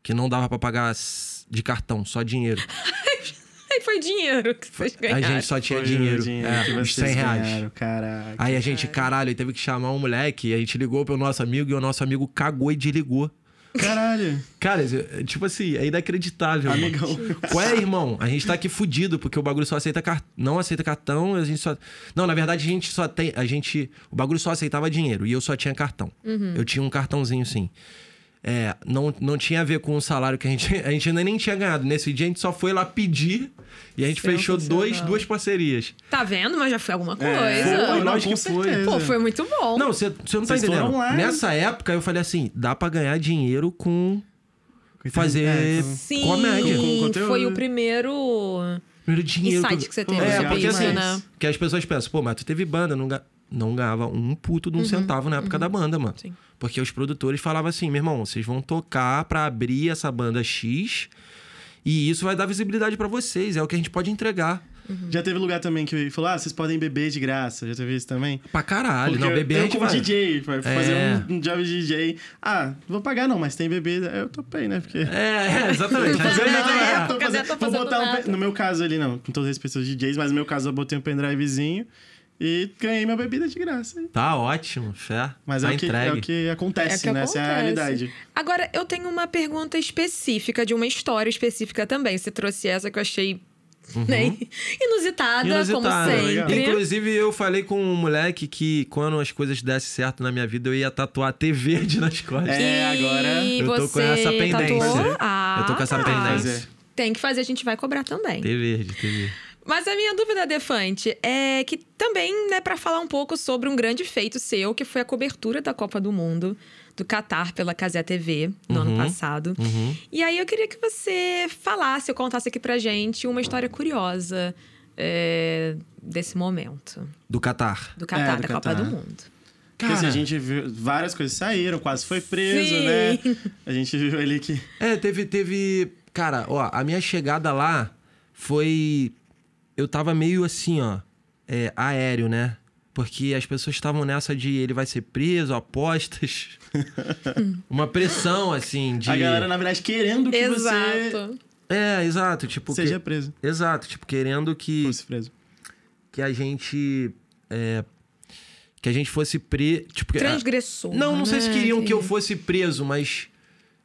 [SPEAKER 4] Que não dava pra pagar s- de cartão, só dinheiro.
[SPEAKER 3] Aí foi dinheiro que vocês
[SPEAKER 4] A
[SPEAKER 3] ganharam.
[SPEAKER 4] gente só tinha
[SPEAKER 1] Foi o
[SPEAKER 4] dinheiro.
[SPEAKER 1] que
[SPEAKER 4] é, uns
[SPEAKER 1] vocês
[SPEAKER 4] 100 reais.
[SPEAKER 1] ganharam, Caraca.
[SPEAKER 4] Aí a gente, caralho, aí teve que chamar um moleque. A gente ligou pro nosso amigo e o nosso amigo cagou e desligou.
[SPEAKER 1] Caralho.
[SPEAKER 4] Cara, é- tipo assim, é inacreditável. mano.
[SPEAKER 1] Amigão.
[SPEAKER 4] Ué, irmão, a gente tá aqui fudido, porque o bagulho só aceita cartão. Não aceita cartão, a gente só. Não, na verdade, a gente só tem. A gente. O bagulho só aceitava dinheiro e eu só tinha cartão. Eu tinha um cartãozinho, sim. É, não, não tinha a ver com o salário que a gente. A gente ainda nem tinha ganhado. Nesse dia a gente só foi lá pedir e a gente fechou dois,
[SPEAKER 3] Sensacional.
[SPEAKER 4] duas parcerias.
[SPEAKER 3] Tá vendo? Mas já foi alguma coisa.
[SPEAKER 1] Foi,
[SPEAKER 4] É. Foi,
[SPEAKER 1] não,
[SPEAKER 4] lógico
[SPEAKER 1] com
[SPEAKER 4] que foi.
[SPEAKER 1] certeza.
[SPEAKER 3] Pô, foi muito bom.
[SPEAKER 4] Não, você você não tá
[SPEAKER 1] Vocês
[SPEAKER 4] entendendo.
[SPEAKER 1] foram lá.
[SPEAKER 4] Nessa época eu falei assim: dá pra ganhar dinheiro com fazer
[SPEAKER 1] É, com-
[SPEAKER 3] Sim,
[SPEAKER 4] comédia.
[SPEAKER 1] Com conteúdo.
[SPEAKER 3] foi o primeiro
[SPEAKER 4] Primeiro dinheiro.
[SPEAKER 3] insight
[SPEAKER 4] eu-
[SPEAKER 3] que você teve
[SPEAKER 1] É,
[SPEAKER 3] sobre
[SPEAKER 1] porque
[SPEAKER 3] isso,
[SPEAKER 1] assim,
[SPEAKER 3] né?
[SPEAKER 4] Que as pessoas pensam, pô, mas tu teve banda, não, ga- não ganhava um puto de um centavo na época da banda, mano.
[SPEAKER 3] Uhum, Sim.
[SPEAKER 4] Porque os produtores falavam assim, meu irmão, vocês vão tocar pra abrir essa banda X e isso vai dar visibilidade pra vocês, é o que a gente pode entregar.
[SPEAKER 1] Já teve lugar também que falou, ah, vocês podem beber de graça. Já teve isso também?
[SPEAKER 4] Pra caralho,
[SPEAKER 1] Porque é
[SPEAKER 4] não, bebê a
[SPEAKER 1] eu
[SPEAKER 4] gente
[SPEAKER 1] como
[SPEAKER 4] vai.
[SPEAKER 1] DJ, vai fazer
[SPEAKER 4] É.
[SPEAKER 1] um, um job de DJ. Ah, não vou pagar não, mas tem bebida. Eu topei, né? Porque...
[SPEAKER 4] É, é, exatamente.
[SPEAKER 1] Mas eu
[SPEAKER 4] Fazendo-
[SPEAKER 1] ainda tô-
[SPEAKER 3] é,
[SPEAKER 1] tô
[SPEAKER 3] quer dizer,
[SPEAKER 1] fazendo-
[SPEAKER 3] tô
[SPEAKER 1] vou
[SPEAKER 3] fazendo
[SPEAKER 1] botar um
[SPEAKER 3] nada.
[SPEAKER 1] pe- No meu caso ali, não. Com todas as pessoas DJs, mas no meu caso eu botei um pendrivezinho e ganhei minha bebida de graça.
[SPEAKER 4] Tá ótimo, fé.
[SPEAKER 1] Mas
[SPEAKER 4] tá
[SPEAKER 1] é, o que, é
[SPEAKER 4] entregue.
[SPEAKER 1] o que acontece,
[SPEAKER 3] É o que
[SPEAKER 1] né? Essa é a
[SPEAKER 3] acontece.
[SPEAKER 1] realidade.
[SPEAKER 3] Agora, eu tenho uma pergunta específica, de uma história específica também. Você trouxe essa que eu achei
[SPEAKER 4] Uhum.
[SPEAKER 3] né, inusitada,
[SPEAKER 4] Inusitado.
[SPEAKER 3] como
[SPEAKER 1] legal.
[SPEAKER 3] sempre.
[SPEAKER 4] Inclusive, eu falei com um moleque que quando as coisas dessem certo na minha vida, eu ia tatuar T verde nas costas.
[SPEAKER 1] É,
[SPEAKER 3] E
[SPEAKER 1] agora-
[SPEAKER 4] Eu tô com
[SPEAKER 3] você
[SPEAKER 4] essa pendência.
[SPEAKER 3] tatuou? Ah,
[SPEAKER 4] eu tô com essa
[SPEAKER 3] tá.
[SPEAKER 4] pendência.
[SPEAKER 3] Tem que fazer, a gente vai cobrar também.
[SPEAKER 4] T verde, T verde.
[SPEAKER 3] Mas a minha dúvida, Defante, é que também, né, para falar um pouco sobre um grande feito seu, que foi a cobertura da Copa do Mundo do Catar pela Casé TV no
[SPEAKER 4] Uhum.
[SPEAKER 3] ano passado. E aí eu queria que você falasse ou contasse aqui pra gente uma história curiosa é, desse momento
[SPEAKER 4] Do Catar.
[SPEAKER 3] do Catar,
[SPEAKER 1] É, do
[SPEAKER 3] da Copa
[SPEAKER 1] Catar.
[SPEAKER 3] do Mundo.
[SPEAKER 1] Porque assim,
[SPEAKER 4] Cara.
[SPEAKER 1] a gente viu várias coisas saíram, quase foi preso,
[SPEAKER 3] Sim.
[SPEAKER 1] né? A gente viu ali que.
[SPEAKER 4] É, teve, teve. Cara, ó, a minha chegada lá foi. Eu tava meio assim, ó. é, aéreo, né? Porque as pessoas estavam nessa de ele vai ser preso, apostas. Uma pressão, assim, de.
[SPEAKER 1] A galera, na verdade, querendo que Então, tipo, você
[SPEAKER 3] Exato.
[SPEAKER 4] É, exato. Tipo, que-
[SPEAKER 1] seja preso.
[SPEAKER 4] Exato, tipo, querendo que.
[SPEAKER 1] Fosse preso.
[SPEAKER 4] que a gente. é, que a gente fosse preso. Tipo, a-
[SPEAKER 3] Transgressor.
[SPEAKER 4] não, não sei se
[SPEAKER 3] né?
[SPEAKER 4] queriam que eu fosse preso, mas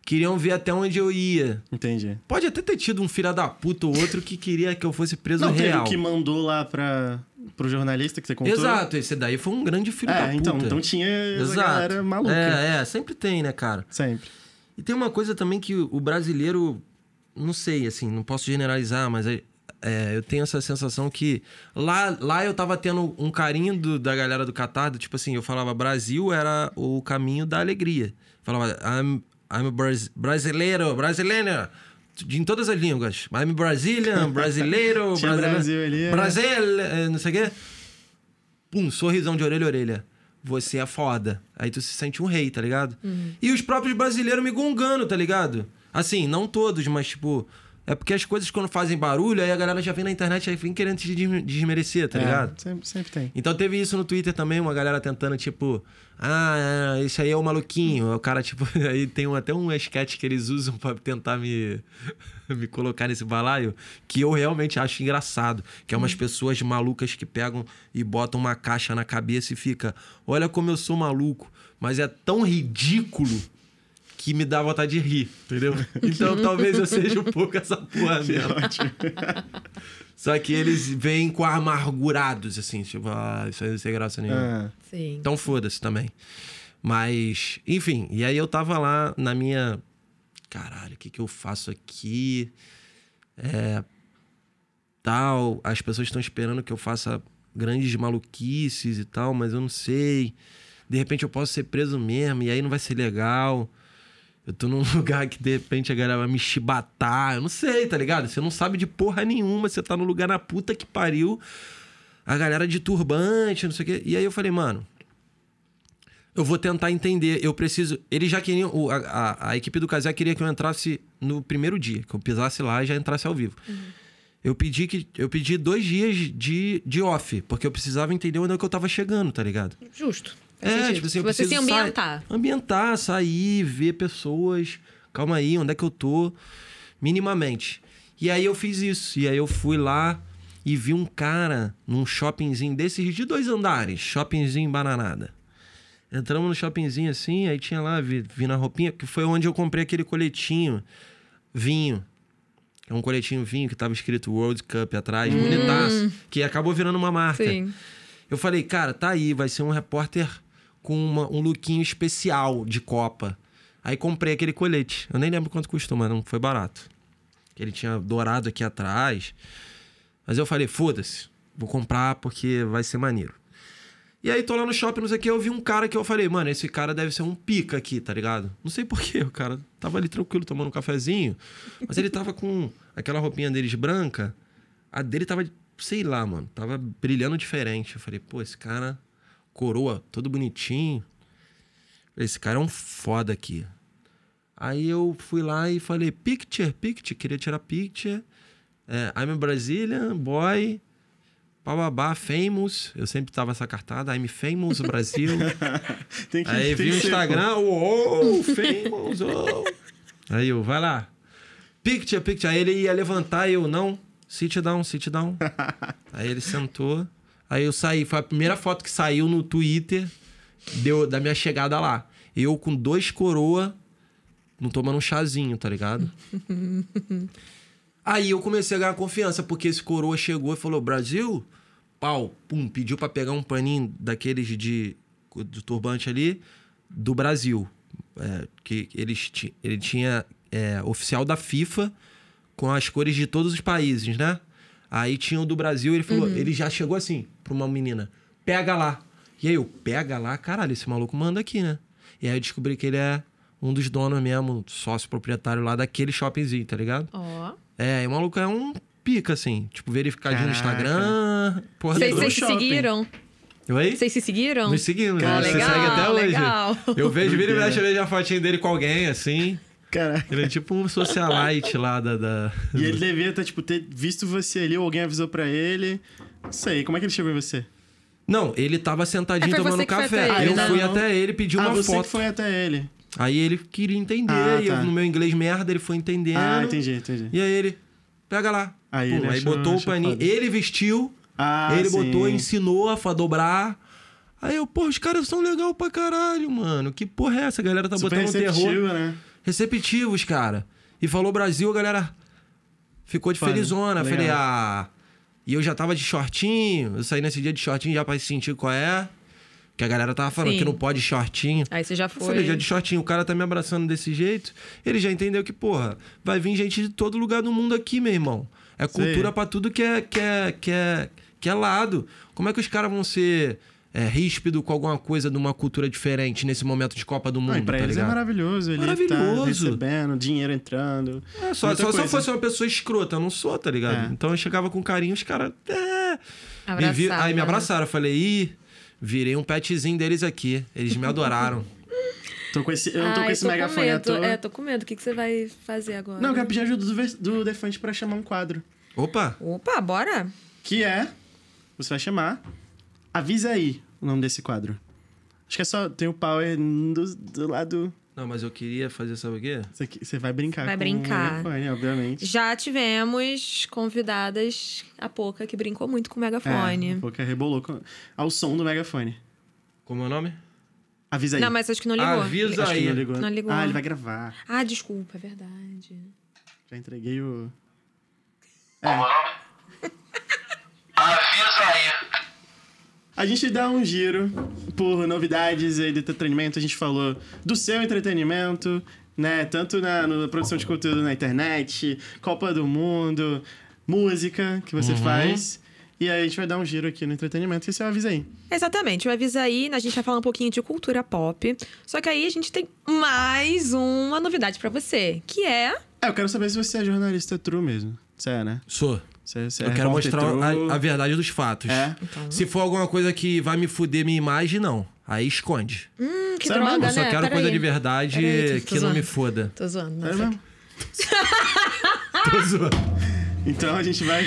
[SPEAKER 4] queriam ver até onde eu ia.
[SPEAKER 1] Entendi.
[SPEAKER 4] Pode até ter tido um filho da puta ou outro que queria que eu fosse preso
[SPEAKER 1] Não, teve
[SPEAKER 4] real.
[SPEAKER 1] o que mandou lá pra, pro jornalista que você contou.
[SPEAKER 4] Exato, esse daí foi um grande filho da
[SPEAKER 1] É,
[SPEAKER 4] puta.
[SPEAKER 1] então, então tinha essa
[SPEAKER 4] Exato.
[SPEAKER 1] galera maluca.
[SPEAKER 4] É, é, sempre tem, né, cara?
[SPEAKER 1] Sempre.
[SPEAKER 4] E tem uma coisa também que o brasileiro, não sei, assim, não posso generalizar, mas é- é, eu tenho essa sensação que lá, lá eu tava tendo um carinho do- da galera do Catar, do tipo assim, eu falava Brasil era o caminho da alegria. Falava, I'm, I'm a Bras- brasileiro, brasileiro, em todas as línguas. I'm Brazilian, brasileiro,
[SPEAKER 1] Tinha Brasil ali, é.
[SPEAKER 4] Brasil, é, não sei o quê. Pum, sorrisão de orelha a orelha. Você é foda. Aí tu se sente um rei, tá ligado? E os próprios brasileiros me gongando, tá ligado? Assim, não todos, mas tipo. É porque as coisas quando fazem barulho, aí a galera já vem na internet aí vem querendo te desme- desmerecer, tá
[SPEAKER 1] É,
[SPEAKER 4] ligado?
[SPEAKER 1] sempre, sempre tem.
[SPEAKER 4] Então teve isso no Twitter também, uma galera tentando, tipo, ah, é, esse aí é o maluquinho. Aí O cara, tipo, aí tem um- até um sketch que eles usam pra tentar me, me colocar nesse balaio, que eu realmente acho engraçado. Que é umas pessoas malucas que pegam e botam uma caixa na cabeça e fica, olha como eu sou maluco, mas é tão ridículo que me dá vontade de rir, entendeu? Então talvez eu seja um pouco essa porra mesmo.
[SPEAKER 1] Ótimo.
[SPEAKER 4] Só que eles vêm com amargurados, assim, tipo, ah, isso aí não tem graça nenhuma.
[SPEAKER 1] Ah,
[SPEAKER 3] Sim.
[SPEAKER 4] Então foda-se também. Mas, enfim, e aí eu tava lá na minha caralho, o que, que eu faço aqui? É, tal, as pessoas estão esperando que eu faça grandes maluquices e tal, mas eu não sei. De repente eu posso ser preso mesmo, e aí não vai ser legal. Eu tô num lugar que de repente a galera vai me chibatar. Eu não sei, tá ligado? Você não sabe de porra nenhuma, você tá no lugar na puta que pariu. A galera de turbante, não sei o quê. E aí eu falei, mano, eu vou tentar entender. Eu preciso. Eles já queriam. o- A, a- a equipe do Casé queria que eu entrasse no primeiro dia, que eu pisasse lá e já entrasse ao vivo. Eu pedi que eu pedi dois dias de, de off, porque eu precisava entender onde é que eu tava chegando, tá ligado?
[SPEAKER 3] Justo. Faz
[SPEAKER 4] É,
[SPEAKER 3] sentido.
[SPEAKER 4] tipo assim, eu
[SPEAKER 3] Você se
[SPEAKER 4] preciso sa-
[SPEAKER 3] ambientar.
[SPEAKER 4] ambientar, sair, ver pessoas. Calma aí, onde é que eu tô? Minimamente. E aí eu fiz isso. E aí eu fui lá e vi um cara num shoppingzinho desses de dois andares. Shoppingzinho bananada. Entramos no shoppingzinho assim, aí tinha lá, vi, vi na roupinha, que foi onde eu comprei aquele coletinho vinho. É um coletinho vinho que tava escrito World Cup atrás, bonitaço, que acabou virando uma marca.
[SPEAKER 3] Hum. Sim.
[SPEAKER 4] Eu falei, cara, tá aí, vai ser um repórter com uma- um lookinho especial de Copa. Aí comprei aquele colete. Eu nem lembro quanto custou, mas não foi barato. Ele tinha dourado aqui atrás. Mas eu falei, foda-se, vou comprar porque vai ser maneiro. E aí tô lá no shopping, não sei o que, eu vi um cara que eu falei, mano, esse cara deve ser um pica aqui, tá ligado? Não sei porquê, o cara tava ali tranquilo tomando um cafezinho, mas ele tava com aquela roupinha deles branca, a dele tava, sei lá, mano, tava brilhando diferente. Eu falei, pô, esse cara, coroa, todo bonitinho. Falei, Esse cara é um foda aqui. Aí eu fui lá e falei, picture, picture, queria tirar picture. É, I'm a Brazilian boy, bababá, famous. Eu sempre tava essa cartada, I'm famous Brasil.
[SPEAKER 1] Tem que, tem
[SPEAKER 4] Aí vi o
[SPEAKER 1] que ser,
[SPEAKER 4] Instagram, uou, famous, uou. Aí eu, vai lá. Picture, picture. Aí ele ia levantar e eu, não, sit down, sit down. Aí ele sentou. Aí eu saí, foi a primeira foto que saiu no Twitter deu, da minha chegada lá. Eu com dois coroa, não tomando um chazinho, tá ligado? Aí eu comecei a ganhar confiança, porque esse coroa chegou e falou: Brasil, pau, pum, pediu pra pegar um paninho daqueles de do turbante ali, do Brasil. É, que eles ti- ele tinha é, oficial da FIFA com as cores de todos os países, né? Aí tinha o do Brasil, ele falou, ele já chegou assim pra uma menina, pega lá. E aí eu, pega lá, caralho, esse maluco manda aqui, né? E aí eu descobri que ele é um dos donos mesmo, sócio proprietário lá daquele shoppingzinho, tá ligado?
[SPEAKER 3] Ó.
[SPEAKER 4] É, e o maluco é um pica, assim. Tipo, verificadinho no
[SPEAKER 1] Caraca.
[SPEAKER 4] Instagram. Porra,
[SPEAKER 3] Vocês
[SPEAKER 4] toda.
[SPEAKER 3] vocês se
[SPEAKER 1] shopping.
[SPEAKER 3] seguiram?
[SPEAKER 4] Eu aí?
[SPEAKER 3] Vocês se seguiram?
[SPEAKER 4] Nos seguimos.
[SPEAKER 3] Ah,
[SPEAKER 4] né? Você
[SPEAKER 3] legal,
[SPEAKER 4] segue até hoje.
[SPEAKER 3] legal.
[SPEAKER 4] Eu vejo, vira e
[SPEAKER 1] Doideira.
[SPEAKER 4] mexe, eu vejo a fotinha dele com alguém, assim.
[SPEAKER 1] pô. Caraca.
[SPEAKER 4] Ele é tipo um socialite lá da... da-
[SPEAKER 1] E ele devia tá, tipo, ter visto você ali, ou alguém avisou pra ele. Não sei, como é que ele chegou em você?
[SPEAKER 4] Não, ele tava sentadinho
[SPEAKER 3] É, foi
[SPEAKER 4] tomando
[SPEAKER 3] você que foi
[SPEAKER 4] café.
[SPEAKER 3] até ele,
[SPEAKER 4] eu
[SPEAKER 3] né?
[SPEAKER 4] fui
[SPEAKER 1] Não.
[SPEAKER 4] até ele, pedi
[SPEAKER 1] ah,
[SPEAKER 4] uma
[SPEAKER 1] você
[SPEAKER 4] foto.
[SPEAKER 1] que foi até ele.
[SPEAKER 4] Aí ele queria entender.
[SPEAKER 1] Ah,
[SPEAKER 4] e eu,
[SPEAKER 1] tá.
[SPEAKER 4] no meu inglês merda, ele foi entendendo.
[SPEAKER 1] Ah, entendi, entendi.
[SPEAKER 4] E aí ele... Pega lá.
[SPEAKER 1] Aí ele
[SPEAKER 4] aí
[SPEAKER 1] achou-
[SPEAKER 4] botou o
[SPEAKER 1] achou
[SPEAKER 4] paninho.
[SPEAKER 1] foda.
[SPEAKER 4] Ele vestiu...
[SPEAKER 1] Ah,
[SPEAKER 4] ele
[SPEAKER 1] sim.
[SPEAKER 4] botou, ensinou a fa- dobrar. Aí eu, pô, os caras são legal pra caralho, mano. Que porra é essa? A galera tá
[SPEAKER 1] Super
[SPEAKER 4] botando terror.
[SPEAKER 1] receptivo, né?
[SPEAKER 4] Receptivos, cara. E falou Brasil, a galera ficou de
[SPEAKER 1] Foda.
[SPEAKER 4] felizona.
[SPEAKER 1] Legal.
[SPEAKER 4] Falei, ah. E eu já tava de shortinho. Eu saí nesse dia de shortinho já pra sentir qual é. Que a galera tava falando
[SPEAKER 3] Sim.
[SPEAKER 4] que não pode shortinho.
[SPEAKER 3] Aí você já
[SPEAKER 4] Eu falei,
[SPEAKER 3] foi.
[SPEAKER 4] já de shortinho, o cara tá me abraçando desse jeito. Ele já entendeu que, porra, vai vir gente de todo lugar do mundo aqui, meu irmão. É cultura pra tudo que é, que é, que é, que é lado. Como é que os caras vão ser é, ríspido com alguma coisa de uma cultura diferente nesse momento de Copa do Mundo?
[SPEAKER 1] Não, e pra
[SPEAKER 4] tá
[SPEAKER 1] eles é
[SPEAKER 4] ligado?
[SPEAKER 1] maravilhoso. Ele tá
[SPEAKER 4] Maravilhoso.
[SPEAKER 1] recebendo, dinheiro entrando.
[SPEAKER 4] É, só,
[SPEAKER 1] muita
[SPEAKER 4] só, se eu
[SPEAKER 1] coisa.
[SPEAKER 4] fosse uma pessoa escrota, eu não sou, tá ligado?
[SPEAKER 1] É.
[SPEAKER 4] Então eu chegava com carinho, os caras. É. Me
[SPEAKER 3] Abraçaram,
[SPEAKER 4] vi- aí me
[SPEAKER 3] né?
[SPEAKER 4] abraçaram, eu falei, ih, virei um petzinho deles aqui. Eles me adoraram.
[SPEAKER 1] Tô com esse, eu não tô
[SPEAKER 3] Ai,
[SPEAKER 1] com esse megafone à
[SPEAKER 3] medo.
[SPEAKER 1] toa.
[SPEAKER 3] É, tô com medo. O que, que você vai fazer agora?
[SPEAKER 1] Não, eu quero pedir ajuda do, Ve- do Defante pra chamar um quadro.
[SPEAKER 4] Opa!
[SPEAKER 3] Opa, bora.
[SPEAKER 1] Que é. Você vai chamar. Avisa aí o nome desse quadro. Acho que é só. Tem o power do, do lado.
[SPEAKER 4] Não, mas eu queria fazer, sabe o quê?
[SPEAKER 1] Você que- Você vai brincar
[SPEAKER 3] Vai
[SPEAKER 1] com
[SPEAKER 3] brincar.
[SPEAKER 1] o megafone, obviamente.
[SPEAKER 3] Já tivemos convidadas a Poca, que brincou muito com o megafone.
[SPEAKER 1] É, um pouco rebolou com- ao som do megafone.
[SPEAKER 4] Como é o nome?
[SPEAKER 1] Avisa aí.
[SPEAKER 3] Não, mas acho que não ligou.
[SPEAKER 4] Avisa
[SPEAKER 1] Acho que
[SPEAKER 4] aí.
[SPEAKER 1] não ligou.
[SPEAKER 3] Não ligou.
[SPEAKER 1] Ah, ele vai gravar.
[SPEAKER 3] Ah, desculpa, é verdade.
[SPEAKER 1] Já entreguei o. É.
[SPEAKER 5] Avisa aí.
[SPEAKER 1] A gente dá um giro por novidades aí do entretenimento. A gente falou do seu entretenimento, né? Tanto na, na produção de conteúdo na internet, Copa do Mundo, música que
[SPEAKER 5] Uhum.
[SPEAKER 1] você faz. E aí a gente vai dar um giro aqui no entretenimento que você avisa aí.
[SPEAKER 3] Exatamente, o Avisa aí, a gente vai falar um pouquinho de cultura pop. Só que aí a gente tem mais uma novidade pra você, que é.
[SPEAKER 1] É, eu quero saber se você é jornalista true mesmo. Você é, né?
[SPEAKER 4] Sou.
[SPEAKER 1] Você, você é
[SPEAKER 4] Eu quero
[SPEAKER 1] repórter
[SPEAKER 4] mostrar
[SPEAKER 1] true.
[SPEAKER 4] a, a verdade dos fatos.
[SPEAKER 1] É.
[SPEAKER 3] Então.
[SPEAKER 4] Se for alguma coisa que vai me fuder minha imagem, não. Aí esconde.
[SPEAKER 3] Hum, que
[SPEAKER 1] Sério
[SPEAKER 3] droga,
[SPEAKER 1] mesmo?
[SPEAKER 3] né?
[SPEAKER 4] Eu só quero
[SPEAKER 3] Pera
[SPEAKER 4] coisa
[SPEAKER 3] aí.
[SPEAKER 4] de verdade
[SPEAKER 3] Pera aí, tô- tô
[SPEAKER 4] que não
[SPEAKER 3] zoando.
[SPEAKER 4] me foda.
[SPEAKER 3] Tô zoando. não,
[SPEAKER 1] É
[SPEAKER 3] só-
[SPEAKER 1] mesmo?
[SPEAKER 3] Ah!
[SPEAKER 4] Tô zoando.
[SPEAKER 1] Então a gente vai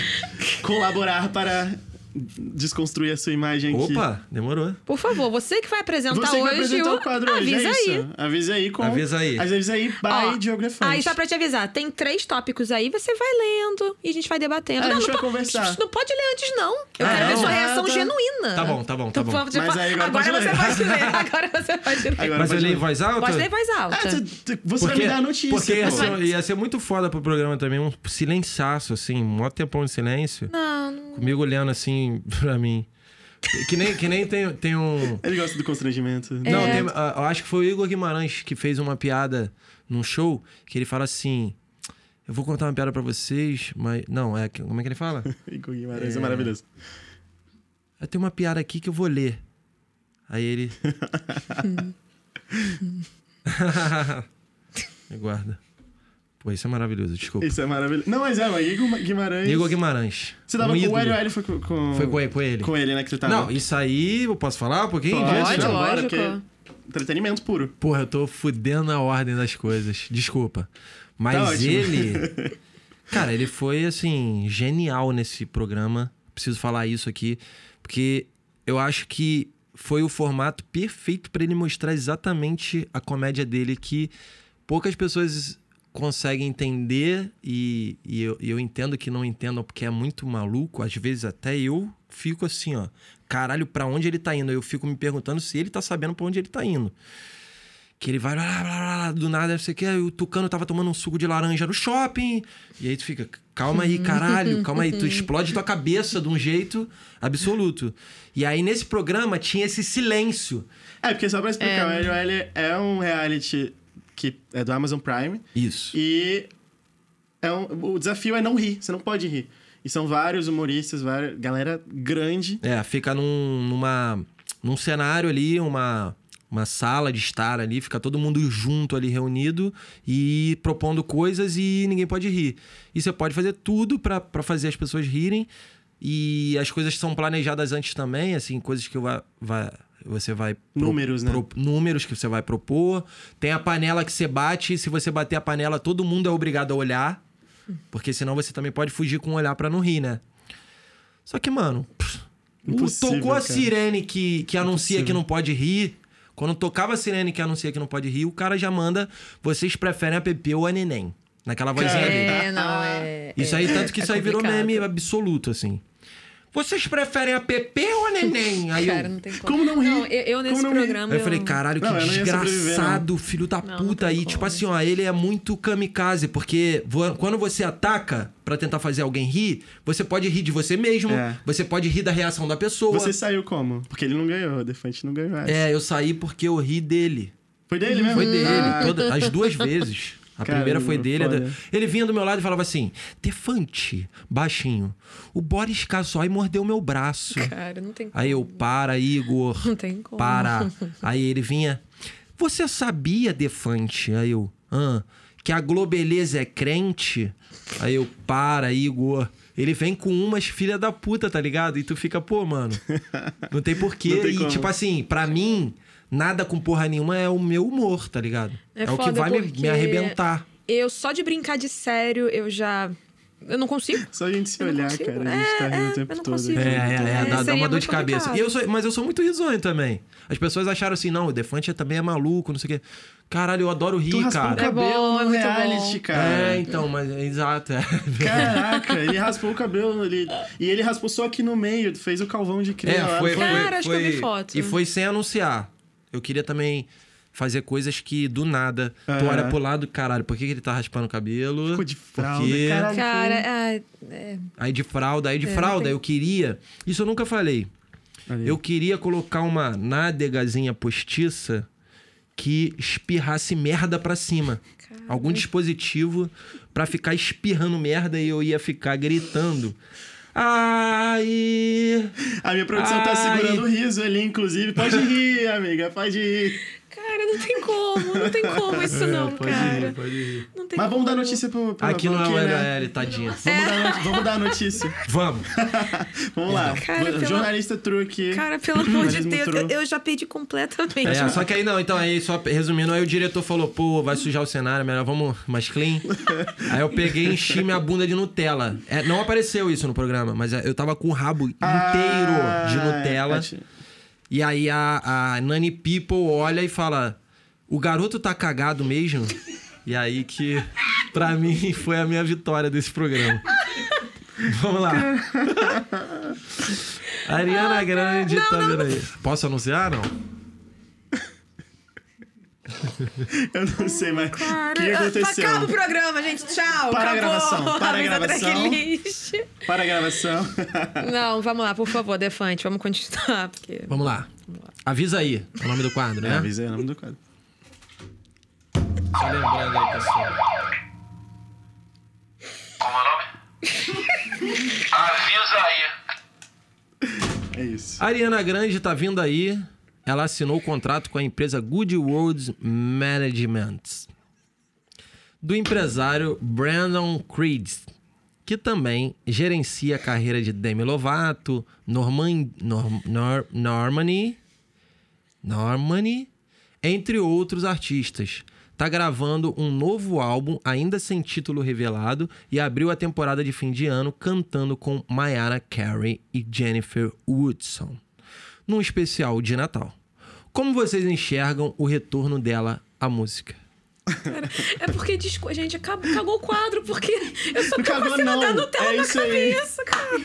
[SPEAKER 1] colaborar para desconstruir a sua imagem aqui.
[SPEAKER 4] Opa, demorou.
[SPEAKER 3] Por favor, você que vai apresentar
[SPEAKER 1] Você que vai
[SPEAKER 3] Então, hoje
[SPEAKER 1] apresentar
[SPEAKER 3] o.
[SPEAKER 1] o quadro hoje,
[SPEAKER 3] Avisa
[SPEAKER 1] é
[SPEAKER 3] aí.
[SPEAKER 1] isso. Avisa aí com...
[SPEAKER 4] Avisa aí.
[SPEAKER 1] Avisa aí by
[SPEAKER 3] Ó,
[SPEAKER 1] Diogo é Defante.
[SPEAKER 3] Aí, só pra te avisar, tem três tópicos aí, você vai lendo e a gente vai debatendo.
[SPEAKER 1] É, a
[SPEAKER 3] não,
[SPEAKER 1] gente
[SPEAKER 3] não
[SPEAKER 1] vai
[SPEAKER 3] po- tipo,
[SPEAKER 1] conversar.
[SPEAKER 3] Não pode ler antes, não. Eu
[SPEAKER 4] Ah,
[SPEAKER 3] quero ver
[SPEAKER 4] não?
[SPEAKER 3] sua
[SPEAKER 1] Ah,
[SPEAKER 3] reação
[SPEAKER 1] tá.
[SPEAKER 3] genuína.
[SPEAKER 4] Tá bom, tá bom, tá
[SPEAKER 3] Então,
[SPEAKER 4] bom.
[SPEAKER 3] vamos-
[SPEAKER 1] Mas aí agora
[SPEAKER 3] agora
[SPEAKER 1] pode
[SPEAKER 3] você
[SPEAKER 1] ler.
[SPEAKER 3] pode ler. Agora você pode ler.
[SPEAKER 1] Agora
[SPEAKER 4] Mas eu
[SPEAKER 1] pode
[SPEAKER 4] li em
[SPEAKER 1] ler.
[SPEAKER 4] voz alta?
[SPEAKER 3] Pode ler em voz alta.
[SPEAKER 1] Ah, tu- tu- você vai
[SPEAKER 4] Porque-
[SPEAKER 1] me dar a notícia.
[SPEAKER 4] Porque ia
[SPEAKER 1] pô.
[SPEAKER 4] ser, um- ia ser muito foda pro programa também, um silençaço, assim, um maior tempão de silêncio.
[SPEAKER 3] Não,
[SPEAKER 4] Comigo olhando assim pra mim. Que nem, que nem tem, tem um.
[SPEAKER 1] Ele gosta do constrangimento.
[SPEAKER 3] É.
[SPEAKER 4] Não, tem- ah, eu acho que foi o Igor Guimarães que fez uma piada num show que ele fala assim. Eu vou contar uma piada pra vocês, mas. Não, é. que- Como é que ele fala?
[SPEAKER 1] Igor Guimarães é maravilhoso.
[SPEAKER 4] Eu tenho uma piada aqui que eu vou ler. Aí ele. Me guarda. Pô, isso é maravilhoso, desculpa.
[SPEAKER 1] Isso é maravilhoso. Não, mas é, mas Igor Guimarães...
[SPEAKER 4] Igor Guimarães.
[SPEAKER 1] Você tava
[SPEAKER 4] um
[SPEAKER 1] com o
[SPEAKER 4] ídolo.
[SPEAKER 1] Hélio, Hélio foi com... com-
[SPEAKER 4] Foi com ele, com ele.
[SPEAKER 1] Com ele, né, que você tava.
[SPEAKER 4] Não, isso aí eu posso falar um pouquinho?
[SPEAKER 1] Pode,
[SPEAKER 3] Pode,
[SPEAKER 1] não, bora,
[SPEAKER 3] lógico.
[SPEAKER 1] porque- Entretenimento puro.
[SPEAKER 4] Porra, eu tô fudendo a ordem das coisas. Desculpa.
[SPEAKER 1] Tá
[SPEAKER 4] Mas
[SPEAKER 1] ótimo.
[SPEAKER 4] ele. Cara, ele foi, assim, genial nesse programa. Preciso falar isso aqui. Porque eu acho que foi o formato perfeito pra ele mostrar exatamente a comédia dele que poucas pessoas conseguem entender e, e eu, e eu entendo que não entendam porque é muito maluco. Às vezes até eu fico assim, ó. Caralho, pra onde ele tá indo? Eu fico me perguntando se ele tá sabendo pra onde ele tá indo. Que ele vai lá, lá, lá, lá, do nada, não sei o que, o Tucano tava tomando um suco de laranja no shopping. E aí tu fica, calma aí, caralho, calma aí. Tu explode tua cabeça de um jeito absoluto. E aí nesse programa tinha esse silêncio.
[SPEAKER 1] É, porque só pra explicar, o Hélio, Hélio é um reality que é do Amazon Prime.
[SPEAKER 4] Isso.
[SPEAKER 1] E é um- o desafio é não rir, você não pode rir. E são vários humoristas, várias, galera grande.
[SPEAKER 4] É, fica num, numa, num cenário ali, uma, uma sala de estar ali, fica todo mundo junto ali, reunido e propondo coisas e ninguém pode rir. E você pode fazer tudo pra pra fazer as pessoas rirem e as coisas são planejadas antes também, assim, coisas que vai, vai, você vai... pro-
[SPEAKER 1] Números, né?
[SPEAKER 4] pro- números que você vai propor. Tem a panela que você bate, e se você bater a panela, todo mundo é obrigado a olhar. Porque senão você também pode fugir com o olhar pra não rir, né? Só que, mano, pff, o-
[SPEAKER 1] Impossível,
[SPEAKER 4] tocou a
[SPEAKER 1] cara.
[SPEAKER 4] sirene que, que anuncia que não pode rir. Quando tocava a sirene que anuncia que não pode rir, o cara já manda, vocês preferem a Pepe ou a neném. Naquela vozinha ali.
[SPEAKER 3] é, não, é.
[SPEAKER 4] Isso aí, tanto que
[SPEAKER 3] é
[SPEAKER 4] isso aí virou
[SPEAKER 3] complicado.
[SPEAKER 4] meme absoluto, assim. Vocês preferem a Pepe ou a neném? Aí eu-
[SPEAKER 3] Cara, não tem como.
[SPEAKER 1] Como não rir?
[SPEAKER 3] Não, eu, eu nesse
[SPEAKER 1] Como não rir?
[SPEAKER 3] programa.
[SPEAKER 4] Aí eu falei, caralho, que
[SPEAKER 1] Não, eu não ia sobreviver,
[SPEAKER 4] desgraçado, filho da
[SPEAKER 3] Não, não
[SPEAKER 4] puta.
[SPEAKER 3] tem
[SPEAKER 4] aí,
[SPEAKER 3] como.
[SPEAKER 4] tipo assim, ó, ele é muito kamikaze, porque vo- quando você ataca pra tentar fazer alguém rir, você pode rir de você mesmo,
[SPEAKER 1] É.
[SPEAKER 4] você pode rir da reação da pessoa.
[SPEAKER 1] Você saiu como? Porque ele não ganhou, o Defante não ganhou. essa.
[SPEAKER 4] É, eu saí porque eu ri dele.
[SPEAKER 1] Foi dele mesmo?
[SPEAKER 4] Foi dele,
[SPEAKER 1] Ah,
[SPEAKER 4] toda- as duas vezes. A
[SPEAKER 1] Caramba,
[SPEAKER 4] primeira foi dele. a
[SPEAKER 1] foda.
[SPEAKER 4] da- Ele vinha do meu lado e falava assim: Defante, baixinho, o Boris Casoy mordeu meu braço.
[SPEAKER 3] Cara, não tem
[SPEAKER 4] Aí eu, para, Igor.
[SPEAKER 3] Não tem como.
[SPEAKER 4] Para. Aí ele vinha. Você sabia, Defante? Aí eu, hã? Que a globeleza é crente? Aí eu, para, Igor. Ele vem com umas filha da puta, tá ligado? E tu fica, pô, mano, não tem porquê.
[SPEAKER 1] Não tem
[SPEAKER 4] e
[SPEAKER 1] como.
[SPEAKER 4] tipo assim, pra mim, nada com porra nenhuma é o meu humor, tá ligado?
[SPEAKER 3] É
[SPEAKER 4] o que
[SPEAKER 3] foda
[SPEAKER 4] vai me- me
[SPEAKER 3] porque-
[SPEAKER 4] arrebentar.
[SPEAKER 3] Eu só de brincar de sério, eu já. Eu não consigo.
[SPEAKER 1] Só a gente se
[SPEAKER 3] Eu não
[SPEAKER 1] olhar,
[SPEAKER 3] consigo.
[SPEAKER 1] cara, a gente tá
[SPEAKER 3] É,
[SPEAKER 1] rindo
[SPEAKER 3] é,
[SPEAKER 1] o tempo
[SPEAKER 3] eu não
[SPEAKER 1] todo.
[SPEAKER 3] consigo.
[SPEAKER 4] É,
[SPEAKER 1] aqui.
[SPEAKER 4] é, é,
[SPEAKER 3] É,
[SPEAKER 4] dá, dá
[SPEAKER 3] seria
[SPEAKER 4] uma dor de
[SPEAKER 3] muito complicado.
[SPEAKER 4] cabeça. E eu sou- mas eu sou muito risonho também. As pessoas acharam assim, não, o Defante é- também é maluco, não sei o quê. Caralho, eu adoro rir,
[SPEAKER 1] Tu raspou um o
[SPEAKER 4] cara.
[SPEAKER 3] É
[SPEAKER 1] cabelo
[SPEAKER 3] bom, é
[SPEAKER 1] no
[SPEAKER 3] muito
[SPEAKER 1] reality,
[SPEAKER 3] bom.
[SPEAKER 1] cara.
[SPEAKER 4] É, então, mas é exato. é.
[SPEAKER 1] Caraca, ele raspou o cabelo ali. E ele raspou só aqui no meio, fez o calvão de
[SPEAKER 4] É,
[SPEAKER 1] cria lá. um
[SPEAKER 4] foi, foi,
[SPEAKER 3] Cara, acho que eu
[SPEAKER 4] foi-
[SPEAKER 3] vi foto.
[SPEAKER 4] E foi sem anunciar. Eu queria também fazer coisas que do nada tu
[SPEAKER 1] Aham.
[SPEAKER 4] olha pro lado, caralho, por que, que ele tá raspando o cabelo?
[SPEAKER 1] Ficou de fralda,
[SPEAKER 4] Porque-
[SPEAKER 1] caralho.
[SPEAKER 3] Cara, ai, é.
[SPEAKER 4] Aí de fralda, aí de
[SPEAKER 3] É, não
[SPEAKER 4] fralda,
[SPEAKER 3] tem-
[SPEAKER 4] eu queria. Isso eu nunca falei.
[SPEAKER 1] Olha aí.
[SPEAKER 4] Eu queria colocar uma nádegazinha postiça que espirrasse merda pra cima. Algum dispositivo pra ficar espirrando merda e eu ia ficar gritando. Ai!
[SPEAKER 1] A minha produção tá
[SPEAKER 4] Ai.
[SPEAKER 1] segurando o riso ali, inclusive. Pode rir, amiga, pode rir.
[SPEAKER 3] Cara, não tem como, não tem como isso não, cara.
[SPEAKER 4] É, pode ir.
[SPEAKER 3] Não tem
[SPEAKER 1] Mas vamos
[SPEAKER 3] como. É.
[SPEAKER 1] dar notícia pro, pro
[SPEAKER 4] Aqui não é o
[SPEAKER 1] Valkyria, né?
[SPEAKER 4] LL, tadinha.
[SPEAKER 1] Vamos, dar noti- vamos dar a notícia.
[SPEAKER 4] Vamos!
[SPEAKER 1] Vamos lá.
[SPEAKER 3] Cara,
[SPEAKER 1] O
[SPEAKER 3] pela-
[SPEAKER 1] Jornalista true aqui.
[SPEAKER 3] Cara, pelo amor de
[SPEAKER 1] Jornalismo
[SPEAKER 3] Deus,
[SPEAKER 1] true.
[SPEAKER 3] eu, eu já perdi completamente.
[SPEAKER 4] É, só que aí não, então aí, só resumindo, aí o diretor falou, pô, vai sujar o cenário, melhor vamos mais clean. aí eu peguei e enchi minha bunda de Nutella. É, não apareceu isso no programa, mas é, eu tava com o rabo inteiro
[SPEAKER 1] Ah,
[SPEAKER 4] de Nutella.
[SPEAKER 1] achei.
[SPEAKER 4] E aí a, a Nani People olha e fala: O garoto tá cagado mesmo? E aí que, pra mim, foi a minha vitória desse programa. Vamos lá. Ariana Grande tá vindo aí. Posso anunciar, não?
[SPEAKER 1] Eu não sei, mas. O
[SPEAKER 3] Cara, ah, tá
[SPEAKER 1] que aconteceu?
[SPEAKER 3] Acaba o programa, gente. Tchau.
[SPEAKER 1] Para a
[SPEAKER 3] acabou.
[SPEAKER 1] gravação, para a
[SPEAKER 3] Avisa
[SPEAKER 1] gravação.
[SPEAKER 3] tracklist.
[SPEAKER 1] Para a gravação.
[SPEAKER 3] Não, vamos lá, por favor, Defante, vamos continuar. Porque...
[SPEAKER 4] Vamos lá. Avisa aí o nome do quadro,
[SPEAKER 1] É,
[SPEAKER 4] né?
[SPEAKER 1] avisei o nome do quadro.
[SPEAKER 4] Só lembrando aí, pessoal.
[SPEAKER 5] Como é o nome? Avisa aí.
[SPEAKER 1] É isso.
[SPEAKER 4] Ariana Grande tá vindo aí. Ela assinou o contrato com a empresa Good World Management do empresário Brandon Creed, que também gerencia a carreira de Demi Lovato, Norman, Norm, Nor- Normani, Normani, entre outros artistas. Tá gravando um novo álbum, ainda sem título revelado, e abriu a temporada de fim de ano cantando com Mariah Carey e Jennifer Woodson, num especial de Natal. Como vocês enxergam o retorno dela à música?
[SPEAKER 3] É porque, desculpa, gente, acabou, cagou o quadro, porque eu só
[SPEAKER 1] Não
[SPEAKER 3] tava
[SPEAKER 1] cagou,
[SPEAKER 3] em cima
[SPEAKER 1] não.
[SPEAKER 3] da Nutella
[SPEAKER 1] É
[SPEAKER 3] na
[SPEAKER 1] isso aí.
[SPEAKER 3] cabeça, cara.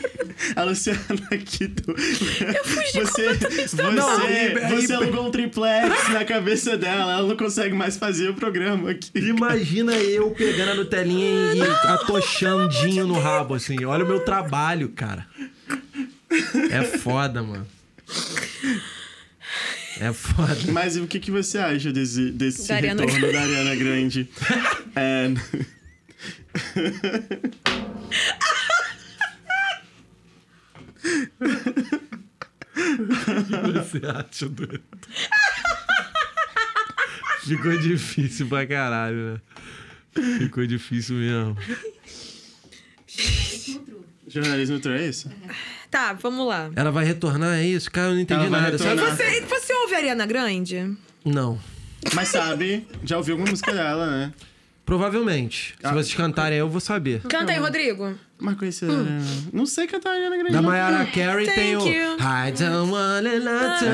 [SPEAKER 1] A Luciana aqui do. Eu
[SPEAKER 3] fugi
[SPEAKER 1] você,
[SPEAKER 3] completamente
[SPEAKER 1] você,
[SPEAKER 3] da
[SPEAKER 4] pauta.
[SPEAKER 1] você alugou um triplex na cabeça dela. Ela não consegue mais fazer o programa aqui.
[SPEAKER 4] Imagina eu pegando a Nutelinha e atochandinho no rabo, assim. Olha o meu trabalho, cara. É foda, mano. É foda.
[SPEAKER 1] Mas o que, que você acha desse, desse
[SPEAKER 3] Da Ariana
[SPEAKER 1] retorno da Ariana Grande? É,
[SPEAKER 4] O que você acha do... Ficou difícil pra caralho, né? Ficou difícil mesmo.
[SPEAKER 1] jornalismo true é isso?
[SPEAKER 3] Tá, vamos lá.
[SPEAKER 4] Ela vai retornar, é isso? Cara, eu não entendi
[SPEAKER 1] Ela vai
[SPEAKER 4] nada. Sabe-
[SPEAKER 1] retornar.
[SPEAKER 3] Você, você ouve a Ariana Grande?
[SPEAKER 4] Não.
[SPEAKER 1] Mas sabe, já ouviu alguma música dela, né?
[SPEAKER 4] Provavelmente.
[SPEAKER 1] Ah.
[SPEAKER 4] Se vocês cantarem, eu vou saber.
[SPEAKER 3] Canta aí, Rodrigo.
[SPEAKER 1] Mas conheceu.
[SPEAKER 3] Hum.
[SPEAKER 1] Não sei cantar a Ariana Grande.
[SPEAKER 4] Da
[SPEAKER 1] não.
[SPEAKER 4] Mariah Carey tem o
[SPEAKER 3] Thank you.
[SPEAKER 4] I don't wanna love to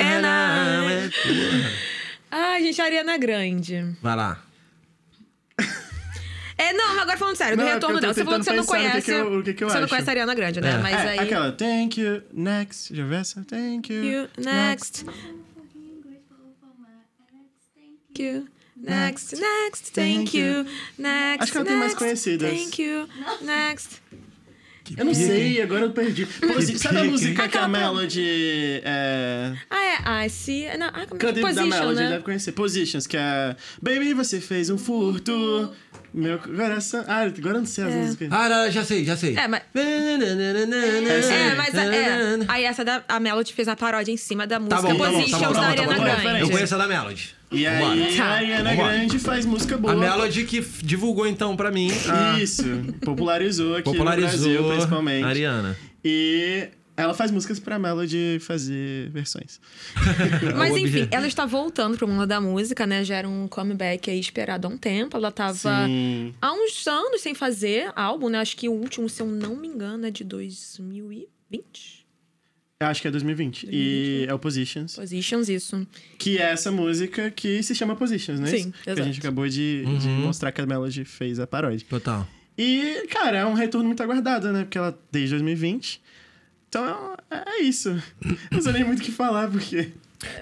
[SPEAKER 1] é
[SPEAKER 4] live in.
[SPEAKER 3] Ai, gente, Ariana Grande.
[SPEAKER 4] Vai lá.
[SPEAKER 3] É, não, mas agora falando sério, do
[SPEAKER 1] Não, é
[SPEAKER 3] retorno
[SPEAKER 1] porque eu
[SPEAKER 3] dela.
[SPEAKER 1] tô
[SPEAKER 3] Você falou que você não
[SPEAKER 1] tentando pensar
[SPEAKER 3] conhece.
[SPEAKER 1] no que que eu- o que que eu
[SPEAKER 3] você não
[SPEAKER 1] acho.
[SPEAKER 3] conhece a Ariana Grande, né?
[SPEAKER 4] É.
[SPEAKER 3] Mas
[SPEAKER 1] É,
[SPEAKER 3] aí.
[SPEAKER 1] aquela thank you, next, já viu essa? Thank you,
[SPEAKER 3] You next. Thank you. Next, next, thank you. Next.
[SPEAKER 1] Acho que ela tem mais
[SPEAKER 3] next,
[SPEAKER 1] conhecidas.
[SPEAKER 3] Thank you. Next.
[SPEAKER 1] Eu não sei, agora eu perdi. Pô, assim, sabe a
[SPEAKER 4] pique,
[SPEAKER 1] música
[SPEAKER 3] hein?
[SPEAKER 1] que a
[SPEAKER 3] Aquela-
[SPEAKER 1] Melody é,
[SPEAKER 3] Ah, é. I see. Não, ah, como é
[SPEAKER 1] Cadê
[SPEAKER 3] que
[SPEAKER 1] da
[SPEAKER 3] position,
[SPEAKER 1] Melody?
[SPEAKER 3] né?
[SPEAKER 1] Deve conhecer. Positions, que é. Baby, você fez um furto. Meu coração. Ah, agora eu não sei as músicas.
[SPEAKER 4] Ah, não, já sei, já sei.
[SPEAKER 3] É, mas-
[SPEAKER 1] Essa
[SPEAKER 3] É,
[SPEAKER 1] aí.
[SPEAKER 3] mas a, é. Aí essa da a Melody fez a paródia em cima da música
[SPEAKER 4] Tá bom, tá bom, tá
[SPEAKER 3] Positions da
[SPEAKER 4] bom, tá bom,
[SPEAKER 3] Ariana
[SPEAKER 4] tá bom.
[SPEAKER 1] Grande.
[SPEAKER 4] Eu conheço a da Melody.
[SPEAKER 1] E aí, a
[SPEAKER 3] Tá.
[SPEAKER 1] Ariana
[SPEAKER 4] Vambora.
[SPEAKER 1] Grande faz música boa.
[SPEAKER 4] A Melody que f- divulgou então pra mim. a-
[SPEAKER 1] Isso. Popularizou aqui
[SPEAKER 4] Popularizou
[SPEAKER 1] no Brasil, principalmente.
[SPEAKER 4] a Ariana.
[SPEAKER 1] E ela faz músicas pra Melody fazer versões.
[SPEAKER 3] Mas
[SPEAKER 4] O
[SPEAKER 3] enfim,
[SPEAKER 4] objeto.
[SPEAKER 3] ela está voltando pro mundo da música, né? Já era um comeback aí esperado há um tempo. Ela tava
[SPEAKER 1] Sim.
[SPEAKER 3] há uns anos sem fazer álbum, né? Acho que o último, se eu não me engano, é de 2020.
[SPEAKER 1] Eu acho que é 2020. E é o Positions.
[SPEAKER 3] Positions, isso.
[SPEAKER 1] Que é essa música que se chama Positions, né?
[SPEAKER 3] Sim,
[SPEAKER 1] Que a gente
[SPEAKER 3] exato.
[SPEAKER 1] acabou de, de
[SPEAKER 4] Uhum.
[SPEAKER 1] mostrar que a Melody fez a paródia.
[SPEAKER 4] Total.
[SPEAKER 1] E, cara, é um retorno muito aguardado, né? Porque ela desde 2020. Então é é isso. Não sei nem muito o que falar, porque.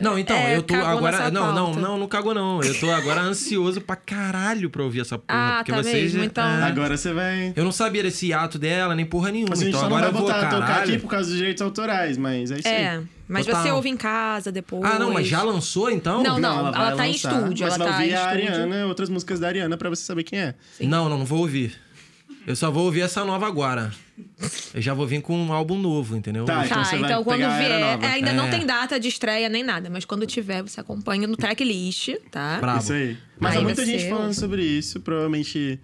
[SPEAKER 4] Não, então,
[SPEAKER 3] É,
[SPEAKER 4] eu tô
[SPEAKER 3] cagou
[SPEAKER 4] agora.
[SPEAKER 3] nessa
[SPEAKER 4] Não, não,
[SPEAKER 3] pauta.
[SPEAKER 4] não, não cagou, não. Eu tô agora ansioso pra caralho pra ouvir essa porra.
[SPEAKER 3] Ah,
[SPEAKER 4] porque
[SPEAKER 3] tá
[SPEAKER 4] vocês.
[SPEAKER 3] mesmo, então.
[SPEAKER 4] é.
[SPEAKER 1] Agora você vai.
[SPEAKER 4] Eu não sabia desse ato dela, nem porra nenhuma.
[SPEAKER 1] Mas a gente
[SPEAKER 4] então
[SPEAKER 1] só não
[SPEAKER 4] agora
[SPEAKER 1] vai
[SPEAKER 4] eu vou,
[SPEAKER 1] botar a tocar
[SPEAKER 4] caralho.
[SPEAKER 1] aqui por causa dos direitos autorais, mas é isso aí.
[SPEAKER 3] É, mas
[SPEAKER 4] Total.
[SPEAKER 3] você ouve em casa depois.
[SPEAKER 4] Ah, não, mas já lançou então?
[SPEAKER 3] Não, ela
[SPEAKER 1] vai
[SPEAKER 3] tá em
[SPEAKER 1] lançar,
[SPEAKER 3] estúdio,
[SPEAKER 1] Mas
[SPEAKER 3] ela
[SPEAKER 1] vai
[SPEAKER 3] tá
[SPEAKER 1] ouvir
[SPEAKER 3] em
[SPEAKER 1] a
[SPEAKER 3] estúdio.
[SPEAKER 1] Ariana, outras músicas da Ariana pra você saber quem é.
[SPEAKER 4] Não, não, não vou ouvir. Eu só vou ouvir essa nova agora. Eu já vou vir com um álbum novo, entendeu?
[SPEAKER 1] Tá,
[SPEAKER 3] Tá,
[SPEAKER 1] Então você vai
[SPEAKER 3] então quando
[SPEAKER 1] pegar a era
[SPEAKER 3] vier.
[SPEAKER 1] nova.
[SPEAKER 3] é, ainda
[SPEAKER 4] É.
[SPEAKER 3] não tem data de estreia nem nada, mas quando tiver, você acompanha no tracklist, tá?
[SPEAKER 4] Brabo.
[SPEAKER 1] Isso aí. Mas
[SPEAKER 3] Aí
[SPEAKER 1] há muita
[SPEAKER 3] vai
[SPEAKER 1] gente
[SPEAKER 3] ser
[SPEAKER 1] falando
[SPEAKER 3] outro.
[SPEAKER 1] sobre isso, provavelmente.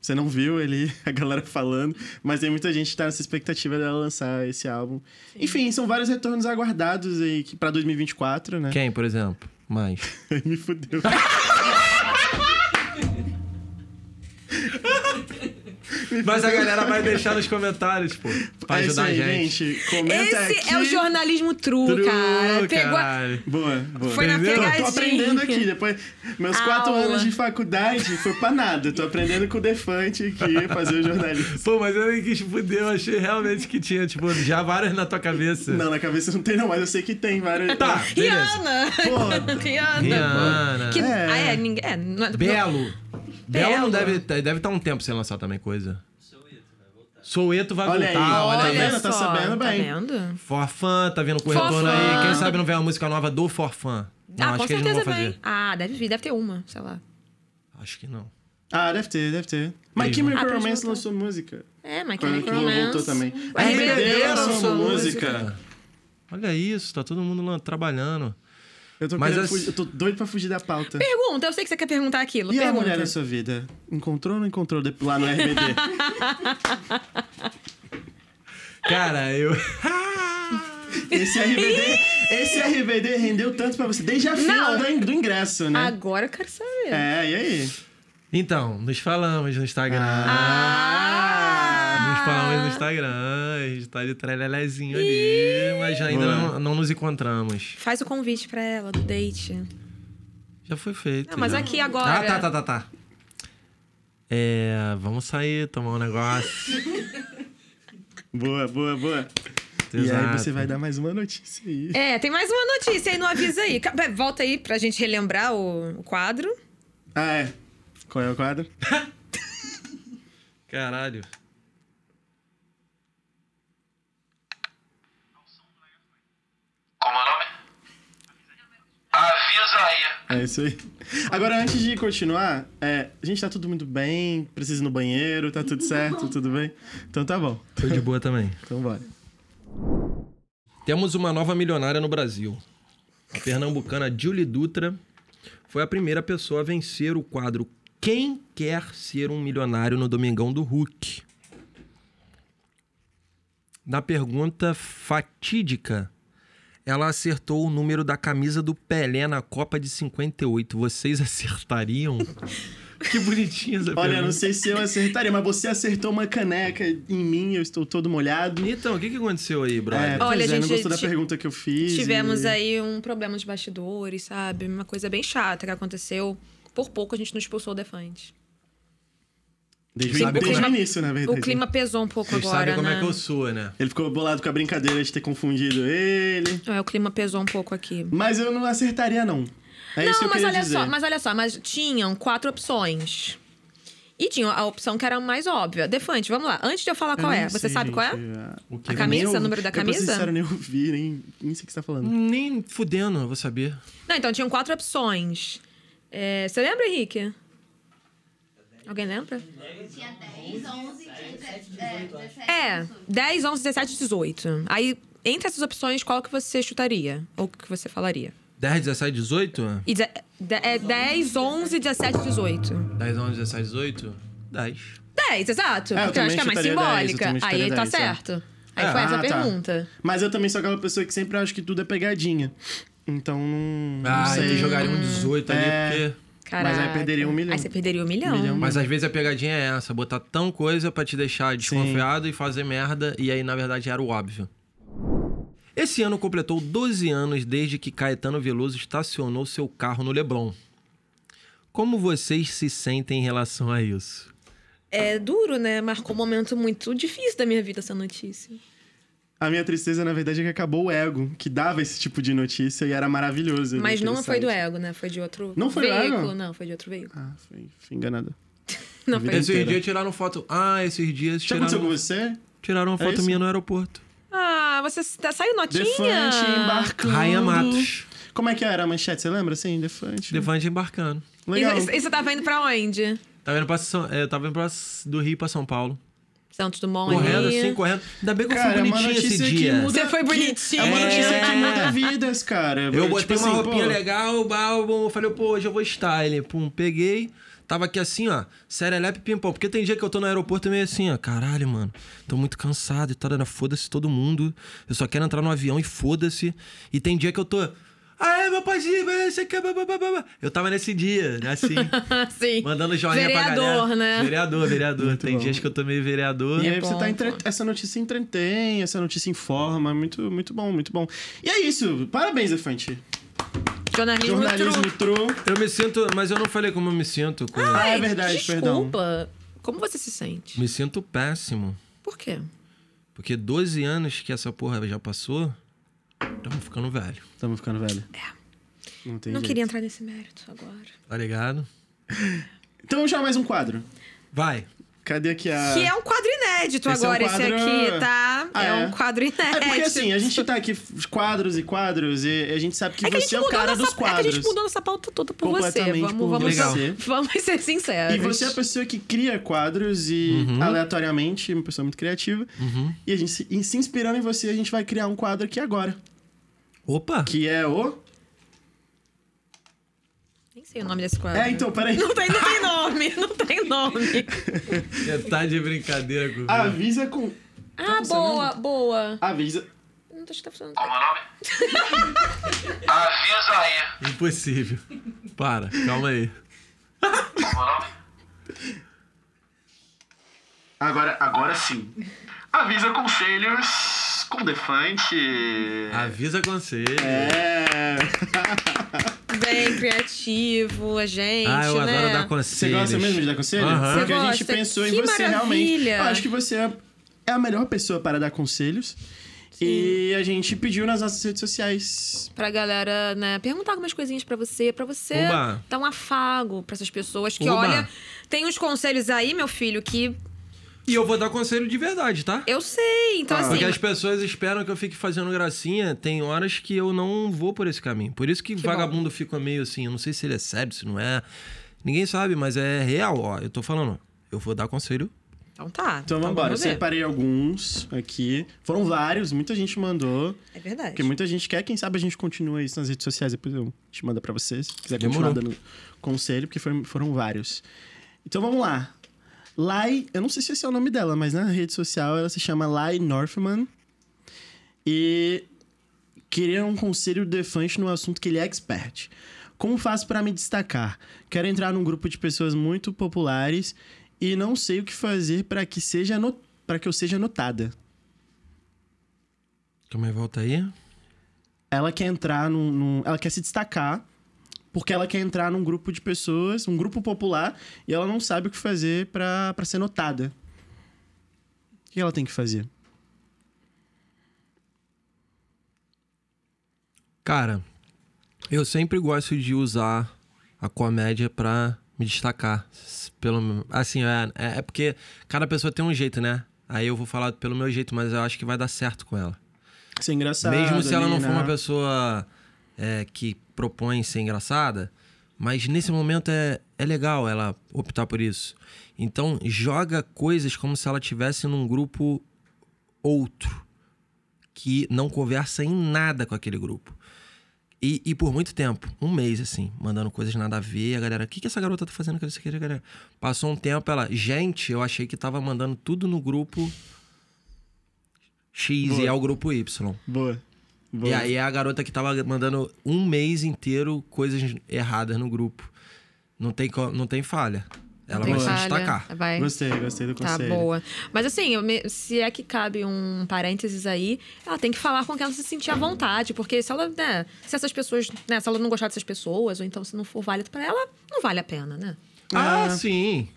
[SPEAKER 1] Você não viu ele, a galera falando, mas tem muita gente que tá nessa expectativa dela lançar esse álbum. Enfim, são vários retornos aguardados aí que- pra 2024, né?
[SPEAKER 4] Quem, por exemplo? Mais.
[SPEAKER 1] Me fudeu.
[SPEAKER 4] Mas a galera vai deixar nos comentários, pô. Pra
[SPEAKER 1] é isso
[SPEAKER 4] ajudar
[SPEAKER 1] aí,
[SPEAKER 4] a gente.
[SPEAKER 1] Comenta
[SPEAKER 3] Esse
[SPEAKER 1] aqui.
[SPEAKER 3] é o jornalismo true,
[SPEAKER 4] tá True,
[SPEAKER 3] cara. Ah, Pegou a-
[SPEAKER 4] caralho.
[SPEAKER 1] Boa, boa.
[SPEAKER 3] Foi na
[SPEAKER 1] Entendeu?
[SPEAKER 3] pegadinha.
[SPEAKER 1] Tô aprendendo aqui. Depois, meus quatro
[SPEAKER 3] Aula.
[SPEAKER 1] anos de faculdade foi pra nada. Tô aprendendo com o Defante que ia fazer o jornalismo.
[SPEAKER 4] Pô, mas eu nem quis fuder, eu achei realmente que tinha, tipo, já várias na tua cabeça.
[SPEAKER 1] Não, na cabeça não tem não, mas eu sei que tem vários...
[SPEAKER 4] Tá, beleza.
[SPEAKER 3] Rihanna!
[SPEAKER 1] Pô,
[SPEAKER 3] Rihanna!
[SPEAKER 4] Rihanna. tá
[SPEAKER 3] Que...
[SPEAKER 1] É.
[SPEAKER 3] Ah, é, ninguém. É, não é-
[SPEAKER 4] Belo. Belo
[SPEAKER 3] Belo.
[SPEAKER 4] não deve estar deve tá um tempo sem lançar também coisa. Soueto vai
[SPEAKER 1] Olha
[SPEAKER 4] voltar.
[SPEAKER 1] aí.
[SPEAKER 4] olha aí.
[SPEAKER 1] Olha aí. Tá
[SPEAKER 3] só,
[SPEAKER 1] sabendo bem.
[SPEAKER 3] Tá vendo?
[SPEAKER 4] Forfã, tá vindo com retorno
[SPEAKER 3] Forfã.
[SPEAKER 4] aí. Quem sabe não vem uma música nova do Forfã. Não,
[SPEAKER 3] ah,
[SPEAKER 4] acho
[SPEAKER 3] com
[SPEAKER 4] que eles não
[SPEAKER 3] certeza
[SPEAKER 4] vão
[SPEAKER 3] vem.
[SPEAKER 4] fazer.
[SPEAKER 3] Ah, deve vir, deve ter uma, sei lá.
[SPEAKER 4] Acho que não.
[SPEAKER 1] Ah, deve ter, deve ter. My
[SPEAKER 4] Sim.
[SPEAKER 1] Chemical
[SPEAKER 3] Ah, pra
[SPEAKER 1] Romance
[SPEAKER 3] voltar.
[SPEAKER 1] lançou música.
[SPEAKER 3] É, mas que
[SPEAKER 1] Quando
[SPEAKER 3] Chemical
[SPEAKER 1] aquilo
[SPEAKER 3] Romance.
[SPEAKER 1] voltou também. A
[SPEAKER 3] RBD
[SPEAKER 1] RBD lançou
[SPEAKER 3] lançou
[SPEAKER 1] música.
[SPEAKER 4] Olha isso, tá todo mundo lá trabalhando.
[SPEAKER 1] Eu tô,
[SPEAKER 4] Mas
[SPEAKER 1] querendo
[SPEAKER 4] assim-
[SPEAKER 1] fugir- eu tô doido pra fugir da pauta.
[SPEAKER 3] Pergunta, eu sei que você quer perguntar aquilo.
[SPEAKER 1] E a
[SPEAKER 3] pergunta.
[SPEAKER 1] mulher na sua vida? Encontrou ou não encontrou de- lá no RBD?
[SPEAKER 4] Cara, eu.
[SPEAKER 1] Esse RBD, esse RBD rendeu tanto pra você desde a fila
[SPEAKER 3] Não.
[SPEAKER 1] do in- do ingresso, né?
[SPEAKER 3] Agora eu quero saber.
[SPEAKER 1] É, e aí?
[SPEAKER 4] então, nos falamos no Instagram.
[SPEAKER 3] Ah!
[SPEAKER 4] Nos falamos no Instagram. A gente tá de trelelezinho ali, mas ainda
[SPEAKER 1] Boa.
[SPEAKER 4] não, não nos encontramos.
[SPEAKER 3] Faz o convite pra ela do date.
[SPEAKER 4] Já foi feito.
[SPEAKER 3] Não, mas
[SPEAKER 4] já.
[SPEAKER 3] aqui agora.
[SPEAKER 4] Ah, tá, tá, tá, tá. É, vamos sair, tomar um negócio.
[SPEAKER 1] Boa, boa, boa. E aí
[SPEAKER 4] Exato.
[SPEAKER 1] você vai dar mais uma notícia aí.
[SPEAKER 3] É, tem mais uma notícia aí, não avisa aí. Ca- pera, Volta aí pra gente relembrar o o quadro.
[SPEAKER 1] Ah, é. Qual é o quadro?
[SPEAKER 4] Caralho.
[SPEAKER 5] Como é o nome? Avisa aí.
[SPEAKER 1] É isso aí. Agora, antes de continuar, é, a gente tá tudo muito bem, precisa ir no banheiro, tá tudo certo, tudo bem? Então tá bom.
[SPEAKER 4] Tô de boa também.
[SPEAKER 1] Então bora.
[SPEAKER 4] Temos uma nova milionária no Brasil. A pernambucana Julie Dutra foi a primeira pessoa a vencer o quadro Quem Quer Ser um Milionário no Domingão do Hulk. Na pergunta fatídica, ela acertou o número da camisa do Pelé na Copa de 58. Vocês acertariam? que bonitinha essa
[SPEAKER 1] Olha, eu não
[SPEAKER 4] pergunta.
[SPEAKER 1] sei se eu acertaria, mas você acertou uma caneca em mim, eu estou todo molhado.
[SPEAKER 4] Então, o que, que aconteceu aí, brother?
[SPEAKER 1] É, pois
[SPEAKER 3] Olha,
[SPEAKER 1] é, não
[SPEAKER 3] gente,
[SPEAKER 1] gostou da
[SPEAKER 3] ti-
[SPEAKER 1] pergunta que eu fiz. né?
[SPEAKER 3] Tivemos
[SPEAKER 1] e-
[SPEAKER 3] aí um problema de bastidores, sabe? Uma coisa bem chata que aconteceu. Por pouco a gente não expulsou o Defante.
[SPEAKER 1] Desde,
[SPEAKER 4] Sabe
[SPEAKER 1] desde
[SPEAKER 4] como
[SPEAKER 1] o
[SPEAKER 4] é-
[SPEAKER 1] início, na verdade. né?
[SPEAKER 3] O clima pesou um pouco
[SPEAKER 4] Vocês
[SPEAKER 3] agora,
[SPEAKER 4] sabem como
[SPEAKER 3] né?
[SPEAKER 4] é que eu sou, né?
[SPEAKER 1] Ele ficou bolado com a brincadeira de ter confundido ele.
[SPEAKER 3] É, o clima pesou um pouco aqui.
[SPEAKER 1] Mas eu não acertaria, não. É isso que eu
[SPEAKER 3] não, mas
[SPEAKER 1] queria
[SPEAKER 3] olha
[SPEAKER 1] dizer.
[SPEAKER 3] só, mas olha só, mas tinham quatro opções. E tinha a opção que era a mais óbvia. Defante, vamos lá. Antes de eu falar
[SPEAKER 1] Eu
[SPEAKER 3] qual
[SPEAKER 1] nem
[SPEAKER 3] é, você
[SPEAKER 1] sei,
[SPEAKER 3] sabe qual é?
[SPEAKER 1] gente, a- o que
[SPEAKER 3] A
[SPEAKER 1] eu
[SPEAKER 3] camisa,
[SPEAKER 1] nem
[SPEAKER 3] é o
[SPEAKER 1] ouvi.
[SPEAKER 3] número da
[SPEAKER 1] Eu, pra ser
[SPEAKER 3] camisa?
[SPEAKER 1] sincero, eu nem ouvi, nem, nem sei o que você tá falando.
[SPEAKER 4] Nem fudendo, eu vou saber.
[SPEAKER 3] Não, então tinham quatro opções. É, você lembra, Henrique? Alguém lembra?
[SPEAKER 6] Tinha 10, 11, 17, 18.
[SPEAKER 3] É, 10, 11, 17, 18. Aí, entre essas opções, qual que você chutaria? Ou que você falaria?
[SPEAKER 4] 10, 17, 18?
[SPEAKER 3] E deze- de- é 10, 11, 17, 18.
[SPEAKER 4] 10, 11, 17, 18? 10.
[SPEAKER 3] 10, exato.
[SPEAKER 1] É, eu
[SPEAKER 3] porque eu
[SPEAKER 1] também
[SPEAKER 3] acho que é mais
[SPEAKER 1] chutaria 10, eu
[SPEAKER 3] simbólica.
[SPEAKER 1] também
[SPEAKER 3] Aí
[SPEAKER 1] chutaria
[SPEAKER 3] tá
[SPEAKER 1] 10, é.
[SPEAKER 3] certo. Aí
[SPEAKER 4] É,
[SPEAKER 3] foi essa
[SPEAKER 1] ah,
[SPEAKER 3] a
[SPEAKER 1] tá.
[SPEAKER 3] pergunta.
[SPEAKER 1] Mas eu também sou aquela pessoa que sempre acho que tudo é pegadinha. Então não. não
[SPEAKER 4] Ah,
[SPEAKER 1] sei.
[SPEAKER 4] eles jogariam um 18 ali,
[SPEAKER 1] É.
[SPEAKER 4] porque.
[SPEAKER 3] Caraca.
[SPEAKER 1] Mas aí perderia um milhão.
[SPEAKER 3] Aí você perderia um milhão.
[SPEAKER 1] Milhão.
[SPEAKER 4] Mas às vezes a pegadinha é essa, botar tão coisa pra te deixar desconfiado e fazer merda, e aí na verdade era o óbvio. Esse ano completou 12 anos desde que Caetano Veloso estacionou seu carro no Leblon. Como vocês se sentem em relação a isso?
[SPEAKER 3] É duro, né? Marcou um momento muito difícil da minha vida essa notícia.
[SPEAKER 1] A minha tristeza, na verdade, é que acabou o ego, que dava esse tipo de notícia e era maravilhoso. ler
[SPEAKER 3] Mas
[SPEAKER 1] aquele
[SPEAKER 3] não foi do
[SPEAKER 1] site.
[SPEAKER 3] ego, né? Foi de outro
[SPEAKER 1] Não foi do ego?
[SPEAKER 3] veículo. Não, foi de outro veículo.
[SPEAKER 1] Ah, fui, fui enganada.
[SPEAKER 3] Não foi.
[SPEAKER 1] Vida- é
[SPEAKER 4] Esses
[SPEAKER 1] inteira.
[SPEAKER 4] dias tiraram foto. Ah, esses dias
[SPEAKER 1] Já aconteceu com
[SPEAKER 4] tiraram,
[SPEAKER 1] você?
[SPEAKER 4] tiraram uma
[SPEAKER 1] É
[SPEAKER 4] foto
[SPEAKER 1] isso?
[SPEAKER 4] minha no aeroporto.
[SPEAKER 3] Ah, você tá, saiu notinha?
[SPEAKER 1] Defante embarcando.
[SPEAKER 4] Raia Matos.
[SPEAKER 1] Como é que era a manchete? Você lembra, assim? Defante.
[SPEAKER 4] Devante embarcando.
[SPEAKER 3] E,
[SPEAKER 1] Legal.
[SPEAKER 3] e você tava indo pra onde?
[SPEAKER 4] Tava indo, pra São, é, eu tava indo pra, S- do Rio pra São Paulo.
[SPEAKER 3] Santos Dumont
[SPEAKER 4] Correndo,
[SPEAKER 3] ali.
[SPEAKER 4] assim, correndo. Ainda bem que eu
[SPEAKER 1] Cara, é
[SPEAKER 4] fui
[SPEAKER 1] uma
[SPEAKER 4] bonitinho esse
[SPEAKER 1] notícia que
[SPEAKER 4] dia.
[SPEAKER 1] muda-
[SPEAKER 3] Você foi
[SPEAKER 1] que-
[SPEAKER 3] bonitinho.
[SPEAKER 1] É uma notícia que
[SPEAKER 3] É.
[SPEAKER 1] muda vidas, cara.
[SPEAKER 4] Eu
[SPEAKER 1] Tipo
[SPEAKER 4] botei
[SPEAKER 1] assim,
[SPEAKER 4] uma roupinha
[SPEAKER 1] pô,
[SPEAKER 4] legal, balbum, eu falei, pô, hoje eu vou style. Pum, peguei. Tava aqui assim, ó, serelepe pimpão. Porque tem dia que eu tô no aeroporto meio assim, ó, caralho, mano, tô muito cansado e tal, né? foda-se todo mundo. Eu só quero entrar no avião e foda-se. E tem dia que eu tô. Aê, meu paizinho, vai, você quer. é blá, blá, blá, blá, blá." Eu tava nesse dia, né, assim,
[SPEAKER 3] Ah, Sim.
[SPEAKER 4] mandando joinha pra
[SPEAKER 3] Vereador,
[SPEAKER 4] galera.
[SPEAKER 3] né?
[SPEAKER 4] Vereador, vereador.
[SPEAKER 1] Muito
[SPEAKER 4] tem
[SPEAKER 1] bom.
[SPEAKER 4] dias que eu tô meio vereador.
[SPEAKER 1] E aí
[SPEAKER 3] É
[SPEAKER 1] você
[SPEAKER 3] bom,
[SPEAKER 1] tá entre...
[SPEAKER 3] pô.
[SPEAKER 1] Essa notícia entretém, essa notícia informa. Muito, muito bom, muito bom. E é isso. Parabéns, Defante.
[SPEAKER 3] Jornalismo,
[SPEAKER 1] Jornalismo
[SPEAKER 3] true.
[SPEAKER 1] true.
[SPEAKER 4] Eu me sinto, mas eu não falei como eu me sinto. com-
[SPEAKER 1] Ah, é
[SPEAKER 3] Ai,
[SPEAKER 1] verdade, perdão.
[SPEAKER 3] Desculpa. Como você se sente?
[SPEAKER 4] Me sinto péssimo.
[SPEAKER 3] Por quê?
[SPEAKER 4] Porque 12 anos que essa porra já passou, estamos ficando velho,
[SPEAKER 1] Estamos ficando velho. Não tem
[SPEAKER 3] É. Não
[SPEAKER 1] jeito.
[SPEAKER 3] queria entrar nesse mérito agora.
[SPEAKER 4] tá ligado?
[SPEAKER 1] Então já mais um quadro.
[SPEAKER 4] Vai.
[SPEAKER 1] Cadê aqui a...
[SPEAKER 3] Que é um quadro inédito
[SPEAKER 1] Esse é um
[SPEAKER 3] agora, esse
[SPEAKER 1] quadro-
[SPEAKER 3] aqui, tá?
[SPEAKER 1] Ah,
[SPEAKER 3] é.
[SPEAKER 1] é?
[SPEAKER 3] um quadro inédito.
[SPEAKER 1] É porque assim, a gente tá aqui quadros e quadros e a gente sabe que,
[SPEAKER 3] tipo, É que a gente
[SPEAKER 1] você é o
[SPEAKER 3] mudou
[SPEAKER 1] cara
[SPEAKER 3] nossa-
[SPEAKER 1] dos quadros.
[SPEAKER 3] É que a gente mudou nossa pauta toda por você.
[SPEAKER 1] Completamente
[SPEAKER 3] Vamos,
[SPEAKER 1] por
[SPEAKER 3] vamos,
[SPEAKER 1] você.
[SPEAKER 3] vamos ser sinceros.
[SPEAKER 1] E você é a pessoa que cria quadros e
[SPEAKER 3] Uhum.
[SPEAKER 1] aleatoriamente, uma pessoa muito criativa. E a gente se, e se inspirando em você, a gente vai criar um quadro aqui agora.
[SPEAKER 4] Opa!
[SPEAKER 1] Que é o.
[SPEAKER 3] Nem sei o nome desse quadro.
[SPEAKER 1] É, então, peraí.
[SPEAKER 3] Não tem, não tem nome, não tem nome.
[SPEAKER 4] Você tá de brincadeira comigo.
[SPEAKER 1] Avisa com.
[SPEAKER 3] Ah, boa, boa.
[SPEAKER 1] Avisa.
[SPEAKER 3] Não tô tá funcionando.
[SPEAKER 5] Como é o nome? Avisa aí.
[SPEAKER 4] Impossível. Para, calma aí.
[SPEAKER 5] Como é o nome?
[SPEAKER 1] Agora, agora sim. Avisa conselhos com defante.
[SPEAKER 4] Avisa conselho.
[SPEAKER 1] É.
[SPEAKER 3] Bem criativo, a gente,
[SPEAKER 4] ah, eu
[SPEAKER 3] né?
[SPEAKER 4] adoro dar
[SPEAKER 1] Você
[SPEAKER 4] conselho.
[SPEAKER 1] gosta mesmo de dar conselho?
[SPEAKER 4] Aham.
[SPEAKER 1] Porque
[SPEAKER 3] Você
[SPEAKER 1] a gente
[SPEAKER 3] gosta?
[SPEAKER 1] pensou em
[SPEAKER 3] Que
[SPEAKER 1] você
[SPEAKER 3] maravilha!
[SPEAKER 1] realmente. Eu acho que você é é a melhor pessoa para dar conselhos. E a gente pediu nas nossas redes sociais.
[SPEAKER 3] Pra galera, né, perguntar algumas coisinhas pra você, pra você
[SPEAKER 4] Oba.
[SPEAKER 3] dar um afago pra essas pessoas que,
[SPEAKER 4] Oba.
[SPEAKER 3] olha, tem uns conselhos aí, meu filho, que
[SPEAKER 4] E eu vou dar conselho de verdade, tá?
[SPEAKER 3] eu sei. Então, assim,
[SPEAKER 4] Porque as pessoas esperam que eu fique fazendo gracinha. Tem horas que eu não vou por esse caminho. Por isso que,
[SPEAKER 3] Que
[SPEAKER 4] vagabundo fica meio assim. Eu não sei se ele é sério, se não é. Ninguém sabe, mas é real, ó. Eu tô falando, eu vou dar conselho
[SPEAKER 3] então tá.
[SPEAKER 1] Então vamos embora. Eu
[SPEAKER 3] vamos ver.
[SPEAKER 1] separei alguns aqui. Foram vários, muita gente mandou.
[SPEAKER 3] É verdade.
[SPEAKER 1] Porque muita gente quer, quem sabe a gente continua isso nas redes sociais, depois eu te mando pra vocês. Se quiser
[SPEAKER 4] Demorou.
[SPEAKER 1] continuar dando conselho, porque foram, foram vários. Então vamos lá. Lai, eu não sei se esse é o nome dela, mas na rede social ela se chama Lai Northman. E queria um conselho do Defante no assunto que ele é expert. Como faço pra me destacar? Quero entrar num grupo de pessoas muito populares e não sei o que fazer pra que seja no... para que eu seja notada.
[SPEAKER 4] Calma aí, volta aí.
[SPEAKER 1] ela quer entrar num, num- Ela quer se destacar, porque ela quer entrar num grupo de pessoas, um grupo popular, e ela não sabe o que fazer pra pra ser notada. O que ela tem que fazer?
[SPEAKER 4] Cara, eu sempre gosto de usar a comédia pra me destacar. S- Pelo, assim, é, é, é porque cada pessoa tem um jeito, né? Aí eu vou falar pelo meu jeito, mas eu acho que vai dar certo com ela.
[SPEAKER 1] Ser é engraçado.
[SPEAKER 4] Mesmo se ela
[SPEAKER 1] ali,
[SPEAKER 4] não for
[SPEAKER 1] né?
[SPEAKER 4] uma pessoa é, que propõe ser engraçada, mas nesse momento é, é legal ela optar por isso. Então, joga coisas como se ela tivesse num grupo outro, que não conversa em nada com aquele grupo. E, e por muito tempo, um mês assim, mandando coisas nada a ver, a galera, o que, que essa garota tá fazendo? Que não sei o que, galera. Passou um tempo, ela, gente, eu achei que tava mandando tudo no grupo X e
[SPEAKER 1] Boa.
[SPEAKER 4] é o grupo Y.
[SPEAKER 1] Boa. Boa.
[SPEAKER 4] E aí é a garota que tava mandando um mês inteiro coisas erradas no grupo. Não tem, co- não tem falha. Ela
[SPEAKER 3] Tem
[SPEAKER 4] vai
[SPEAKER 3] falha,
[SPEAKER 4] se destacar.
[SPEAKER 3] Vai.
[SPEAKER 1] Gostei, gostei do
[SPEAKER 3] Tá
[SPEAKER 1] conselho.
[SPEAKER 3] boa. Mas assim, eu me- se é que cabe um parênteses aí, ela tem que falar com quem ela se sentir à vontade, porque se ela, né, se essas pessoas, né, se ela não gostar dessas pessoas, ou então se não for válido pra ela, não vale a pena, né?
[SPEAKER 4] Ah, sim.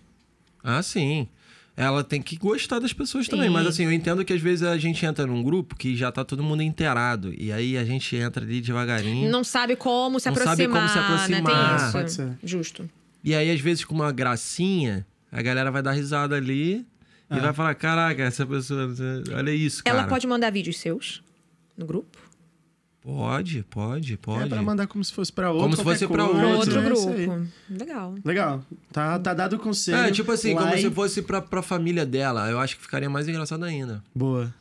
[SPEAKER 4] Ah, sim. Ela tem que gostar das pessoas também.
[SPEAKER 3] Sim.
[SPEAKER 4] Mas assim, eu entendo que às vezes a gente entra num grupo que já tá todo mundo inteirado. E aí a gente entra ali devagarinho.
[SPEAKER 3] Não sabe como se
[SPEAKER 4] Não
[SPEAKER 3] aproximar.
[SPEAKER 4] sabe como se aproximar.
[SPEAKER 3] Né? Tem
[SPEAKER 1] Pode
[SPEAKER 3] isso.
[SPEAKER 1] ser.
[SPEAKER 3] Justo.
[SPEAKER 4] E aí, às vezes, com uma gracinha, a galera vai dar risada ali e vai falar: Caraca, essa pessoa. Olha isso, cara.
[SPEAKER 3] É. Ela pode mandar vídeos seus no grupo.
[SPEAKER 4] Pode, pode, pode.
[SPEAKER 1] É pra mandar como se fosse pra outro.
[SPEAKER 4] Como se fosse
[SPEAKER 1] qualquer
[SPEAKER 4] pra
[SPEAKER 1] coisa,
[SPEAKER 3] Pra
[SPEAKER 4] Pronto,
[SPEAKER 3] outro
[SPEAKER 1] é isso aí.
[SPEAKER 3] grupo. Legal.
[SPEAKER 1] Legal. Tá, tá dado o conselho.
[SPEAKER 4] É, tipo assim, como
[SPEAKER 1] Like.
[SPEAKER 4] se fosse pra, pra família dela. Eu acho que ficaria mais engraçado ainda.
[SPEAKER 1] Boa.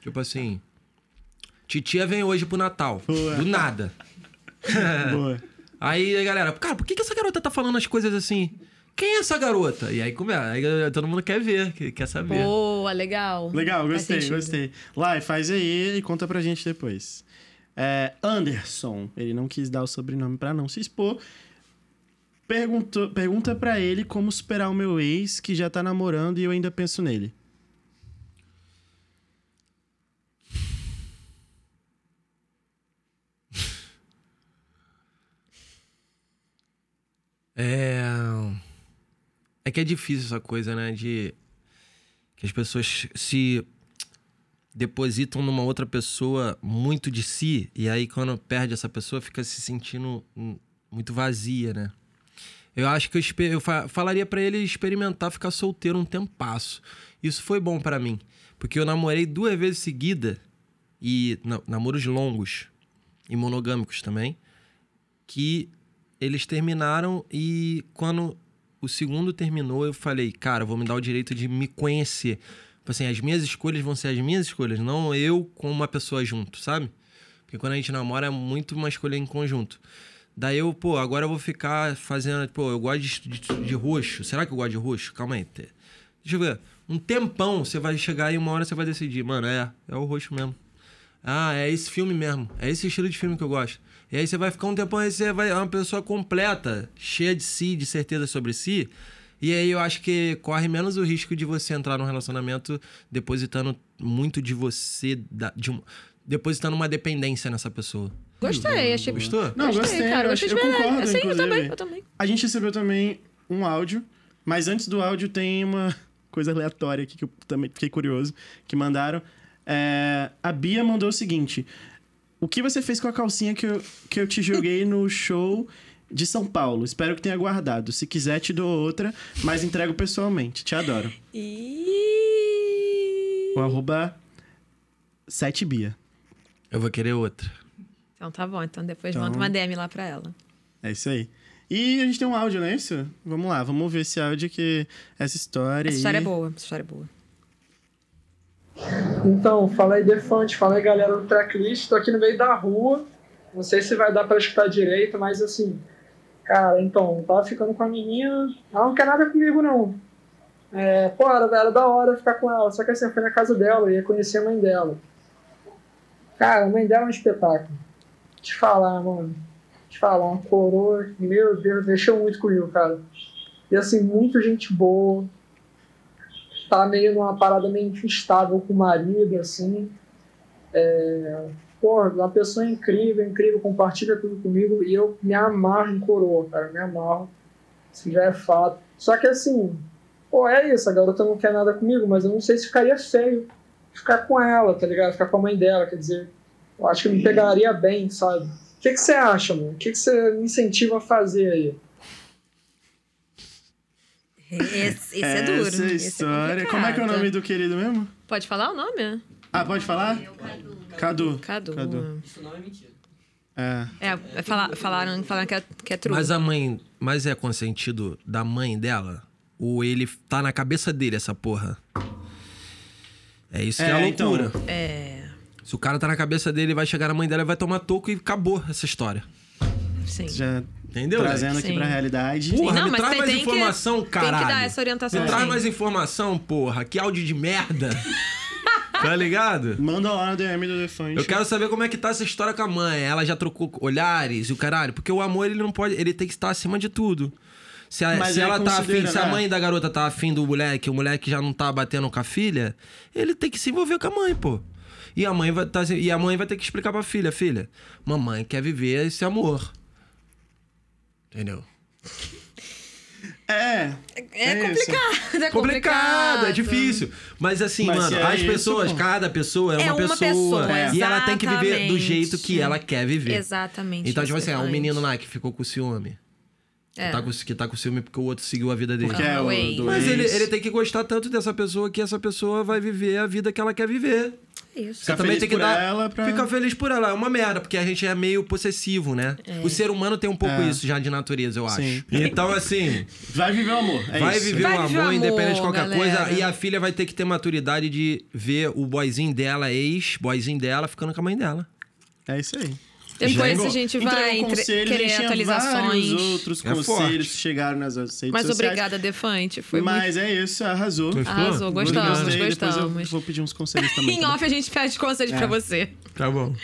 [SPEAKER 4] Tipo assim. Titia vem hoje pro Natal.
[SPEAKER 1] Ué.
[SPEAKER 4] Do nada. É.
[SPEAKER 1] Boa.
[SPEAKER 4] Aí a galera, cara, por que, que essa garota tá falando as coisas assim? Quem é essa garota? E aí como é? Aí eh, todo mundo quer ver, que- quer saber.
[SPEAKER 3] Boa, legal.
[SPEAKER 1] Legal,
[SPEAKER 3] Faz
[SPEAKER 1] gostei,
[SPEAKER 3] sentido.
[SPEAKER 1] gostei. Lai, faz aí e conta pra gente depois. É, Anderson, ele não quis dar o sobrenome pra não se expor. Perguntou, pergunta pra ele como superar o meu ex que já tá namorando e eu ainda penso nele.
[SPEAKER 4] É. É que é difícil essa coisa, né? De. Que as pessoas se depositam numa outra pessoa muito de si, e aí quando perde essa pessoa fica se sentindo hum, muito vazia, né? Eu acho que eu, espe- eu fa- falaria pra ele experimentar ficar solteiro um tempasso. Isso foi bom pra mim, porque eu namorei duas vezes seguida e na- namoros longos e monogâmicos também, que eles terminaram e quando o segundo terminou, eu falei, cara, eu vou me dar o direito de me conhecer. Tipo assim, as minhas escolhas vão ser as minhas escolhas, não eu com uma pessoa junto, sabe? Porque quando a gente namora é muito uma escolha em conjunto. Daí eu, pô, agora eu vou ficar fazendo, pô, eu gosto de, de- de roxo. Será que eu gosto de roxo? Calma aí. te- Deixa eu ver. Um tempão você vai chegar e uma hora você vai decidir, mano, é, é o roxo mesmo. Ah, é esse filme mesmo. É esse estilo de filme que eu gosto. E aí você vai ficar um tempão, aí você vai é uma pessoa completa, cheia de si, de certeza sobre si. E aí eu acho que corre menos o risco de você entrar num relacionamento depositando muito de você, da- de um- depositando uma dependência nessa pessoa.
[SPEAKER 3] Gostei, achei.
[SPEAKER 4] Uhum. Gostou?
[SPEAKER 1] Não, gostei,
[SPEAKER 3] cara.
[SPEAKER 1] eu,
[SPEAKER 3] Gostei de
[SPEAKER 1] eu
[SPEAKER 3] verdade.
[SPEAKER 1] concordo,
[SPEAKER 3] Sim, eu
[SPEAKER 1] inclusive.
[SPEAKER 3] também, eu também.
[SPEAKER 1] A gente recebeu também um áudio, mas antes do áudio tem uma coisa aleatória aqui que eu também fiquei curioso, que mandaram. É, a Bia mandou o seguinte: O que você fez com a calcinha que eu, que eu te joguei no show de São Paulo? Espero que tenha guardado. Se quiser, te dou outra, mas entrego pessoalmente. Te adoro.
[SPEAKER 3] E...
[SPEAKER 1] O arroba 7Bia.
[SPEAKER 4] Eu vou querer outra.
[SPEAKER 3] Então tá bom, então depois
[SPEAKER 1] Então-
[SPEAKER 3] manda uma DM lá pra ela.
[SPEAKER 1] É isso aí. E a gente tem um áudio, não é isso? Vamos lá, vamos ver esse áudio que essa história.
[SPEAKER 3] Essa história é
[SPEAKER 1] aí-
[SPEAKER 3] boa, essa história é boa.
[SPEAKER 7] Então, fala aí Defante, fala aí galera do tracklist, tô aqui no meio da rua, não sei se vai dar pra escutar direito, mas assim, cara, então, eu tava ficando com a menina, ela não quer nada comigo não. É, pô, era, era da hora ficar com ela, só que assim, eu fui na casa dela, eu ia conhecer a mãe dela. Cara, a mãe dela é um espetáculo. Te falar, mano, te falar, uma coroa, meu Deus, mexeu muito comigo, cara. E assim, muito gente boa, tá meio numa parada meio instável com o marido, assim. É, pô, uma pessoa incrível, incrível, compartilha tudo comigo e eu me amarro em coroa, cara, me amarro. Isso já é fato. Só que assim, pô, é isso, a garota não quer nada comigo, mas eu não sei se ficaria feio ficar com ela, tá ligado? Ficar com a mãe dela, quer dizer, eu acho que me pegaria bem, sabe? O que que você acha, mano? O que que você me incentiva a fazer aí?
[SPEAKER 3] Esse, esse é duro.
[SPEAKER 1] Essa
[SPEAKER 3] esse é
[SPEAKER 1] história. Como é que é o
[SPEAKER 3] complicado.
[SPEAKER 1] nome do querido mesmo?
[SPEAKER 3] Pode falar o nome?
[SPEAKER 1] Ah, pode falar? Cadu.
[SPEAKER 3] Cadu.
[SPEAKER 1] Cadu. É.
[SPEAKER 3] É, fala- falaram, falaram que é, que é true.
[SPEAKER 4] Mas a mãe. Mas é consentido da mãe dela? Ou ele tá na cabeça dele essa porra? É isso que
[SPEAKER 1] É,
[SPEAKER 4] é, a
[SPEAKER 1] então.
[SPEAKER 4] loucura. É. Se o cara tá na cabeça dele, vai chegar na mãe dela, vai tomar toco e acabou essa história.
[SPEAKER 3] Sim.
[SPEAKER 1] Já
[SPEAKER 4] Entendeu?
[SPEAKER 1] trazendo
[SPEAKER 4] velho?
[SPEAKER 1] aqui
[SPEAKER 3] Sim.
[SPEAKER 1] pra realidade.
[SPEAKER 4] Porra,
[SPEAKER 3] Não,
[SPEAKER 4] me
[SPEAKER 3] mas
[SPEAKER 4] traz
[SPEAKER 3] tem-
[SPEAKER 4] mais
[SPEAKER 3] tem que-
[SPEAKER 4] informação,
[SPEAKER 3] tem que
[SPEAKER 4] caralho.
[SPEAKER 3] dar essa orientação,
[SPEAKER 4] Me traz
[SPEAKER 3] sim.
[SPEAKER 4] mais informação, porra. Que áudio de merda. tá ligado?
[SPEAKER 1] Manda lá no DM do Defante.
[SPEAKER 4] Eu quero saber como é que tá essa história com a mãe. Ela já trocou olhares e o caralho. Porque o amor, ele não pode. Ele tem que estar acima de tudo. Se, a-
[SPEAKER 1] Mas
[SPEAKER 4] se
[SPEAKER 1] aí
[SPEAKER 4] ela tá afim,
[SPEAKER 1] considera,
[SPEAKER 4] se a
[SPEAKER 1] né?
[SPEAKER 4] mãe da garota tá afim do moleque, o moleque já não tá batendo com a filha, ele tem que se envolver com a mãe, pô. E a mãe vai, tá, e a mãe vai ter que explicar pra filha, filha, mamãe quer viver esse amor. Entendeu?
[SPEAKER 1] É.
[SPEAKER 3] É,
[SPEAKER 1] É isso.
[SPEAKER 3] complicado, é complicado.
[SPEAKER 4] complicado, é difícil. Mas assim,
[SPEAKER 1] Mas
[SPEAKER 4] mano,
[SPEAKER 1] se é
[SPEAKER 4] as
[SPEAKER 1] isso,
[SPEAKER 4] pessoas,
[SPEAKER 1] pô.
[SPEAKER 4] cada pessoa é,
[SPEAKER 3] É
[SPEAKER 4] uma,
[SPEAKER 3] uma
[SPEAKER 4] pessoa.
[SPEAKER 3] pessoa,
[SPEAKER 4] E ela tem que viver do
[SPEAKER 3] exatamente.
[SPEAKER 4] jeito que ela quer viver.
[SPEAKER 3] Exatamente.
[SPEAKER 4] Então,
[SPEAKER 3] isso
[SPEAKER 4] tipo
[SPEAKER 3] que
[SPEAKER 4] assim,
[SPEAKER 3] eu
[SPEAKER 4] ah, um
[SPEAKER 3] falei.
[SPEAKER 4] menino lá que ficou com ciúme.
[SPEAKER 3] É.
[SPEAKER 4] Que, tá com, que tá com ciúme porque o outro seguiu a vida dele.
[SPEAKER 1] Porque é o
[SPEAKER 3] Away.
[SPEAKER 1] do
[SPEAKER 4] Mas ele,
[SPEAKER 1] ex.
[SPEAKER 4] ele tem que gostar tanto dessa pessoa que essa pessoa vai viver a vida que ela quer viver.
[SPEAKER 3] É Isso.
[SPEAKER 1] Ficar feliz por ela pra-
[SPEAKER 4] Ficar feliz por ela. É uma merda, porque a gente é meio possessivo, né?
[SPEAKER 3] É.
[SPEAKER 4] O ser humano tem um pouco
[SPEAKER 1] É.
[SPEAKER 4] isso já de natureza, eu acho.
[SPEAKER 1] Sim.
[SPEAKER 4] Então, assim,
[SPEAKER 1] Vai viver o amor. É
[SPEAKER 4] vai
[SPEAKER 1] isso.
[SPEAKER 4] viver
[SPEAKER 3] Vai
[SPEAKER 4] o amor,
[SPEAKER 3] viver o amor,
[SPEAKER 4] independente de qualquer
[SPEAKER 3] galera.
[SPEAKER 4] coisa. E a filha vai ter que ter maturidade de ver o boyzinho dela, ex, boyzinho dela, ficando com a mãe dela.
[SPEAKER 1] É isso aí. Então, é um
[SPEAKER 3] Depois
[SPEAKER 1] Entregou-
[SPEAKER 3] a gente
[SPEAKER 1] entregou
[SPEAKER 3] vai entre-
[SPEAKER 1] conselhos, a gente
[SPEAKER 3] querer
[SPEAKER 1] tinha
[SPEAKER 3] atualizações.
[SPEAKER 1] Vários outros
[SPEAKER 4] É forte.
[SPEAKER 1] conselhos que chegaram nas nossas redes
[SPEAKER 3] Mas
[SPEAKER 1] sociais.
[SPEAKER 3] obrigada, Defante. Foi muito.
[SPEAKER 1] Mas é isso, arrasou.
[SPEAKER 4] Tu ficou?
[SPEAKER 3] Arrasou, gostamos,
[SPEAKER 1] Gostei, Depois eu
[SPEAKER 3] gostamos.
[SPEAKER 1] vou pedir uns conselhos também. É.
[SPEAKER 3] Em
[SPEAKER 1] tá bom?
[SPEAKER 3] off a gente pede conselho pra você.
[SPEAKER 4] Tá bom.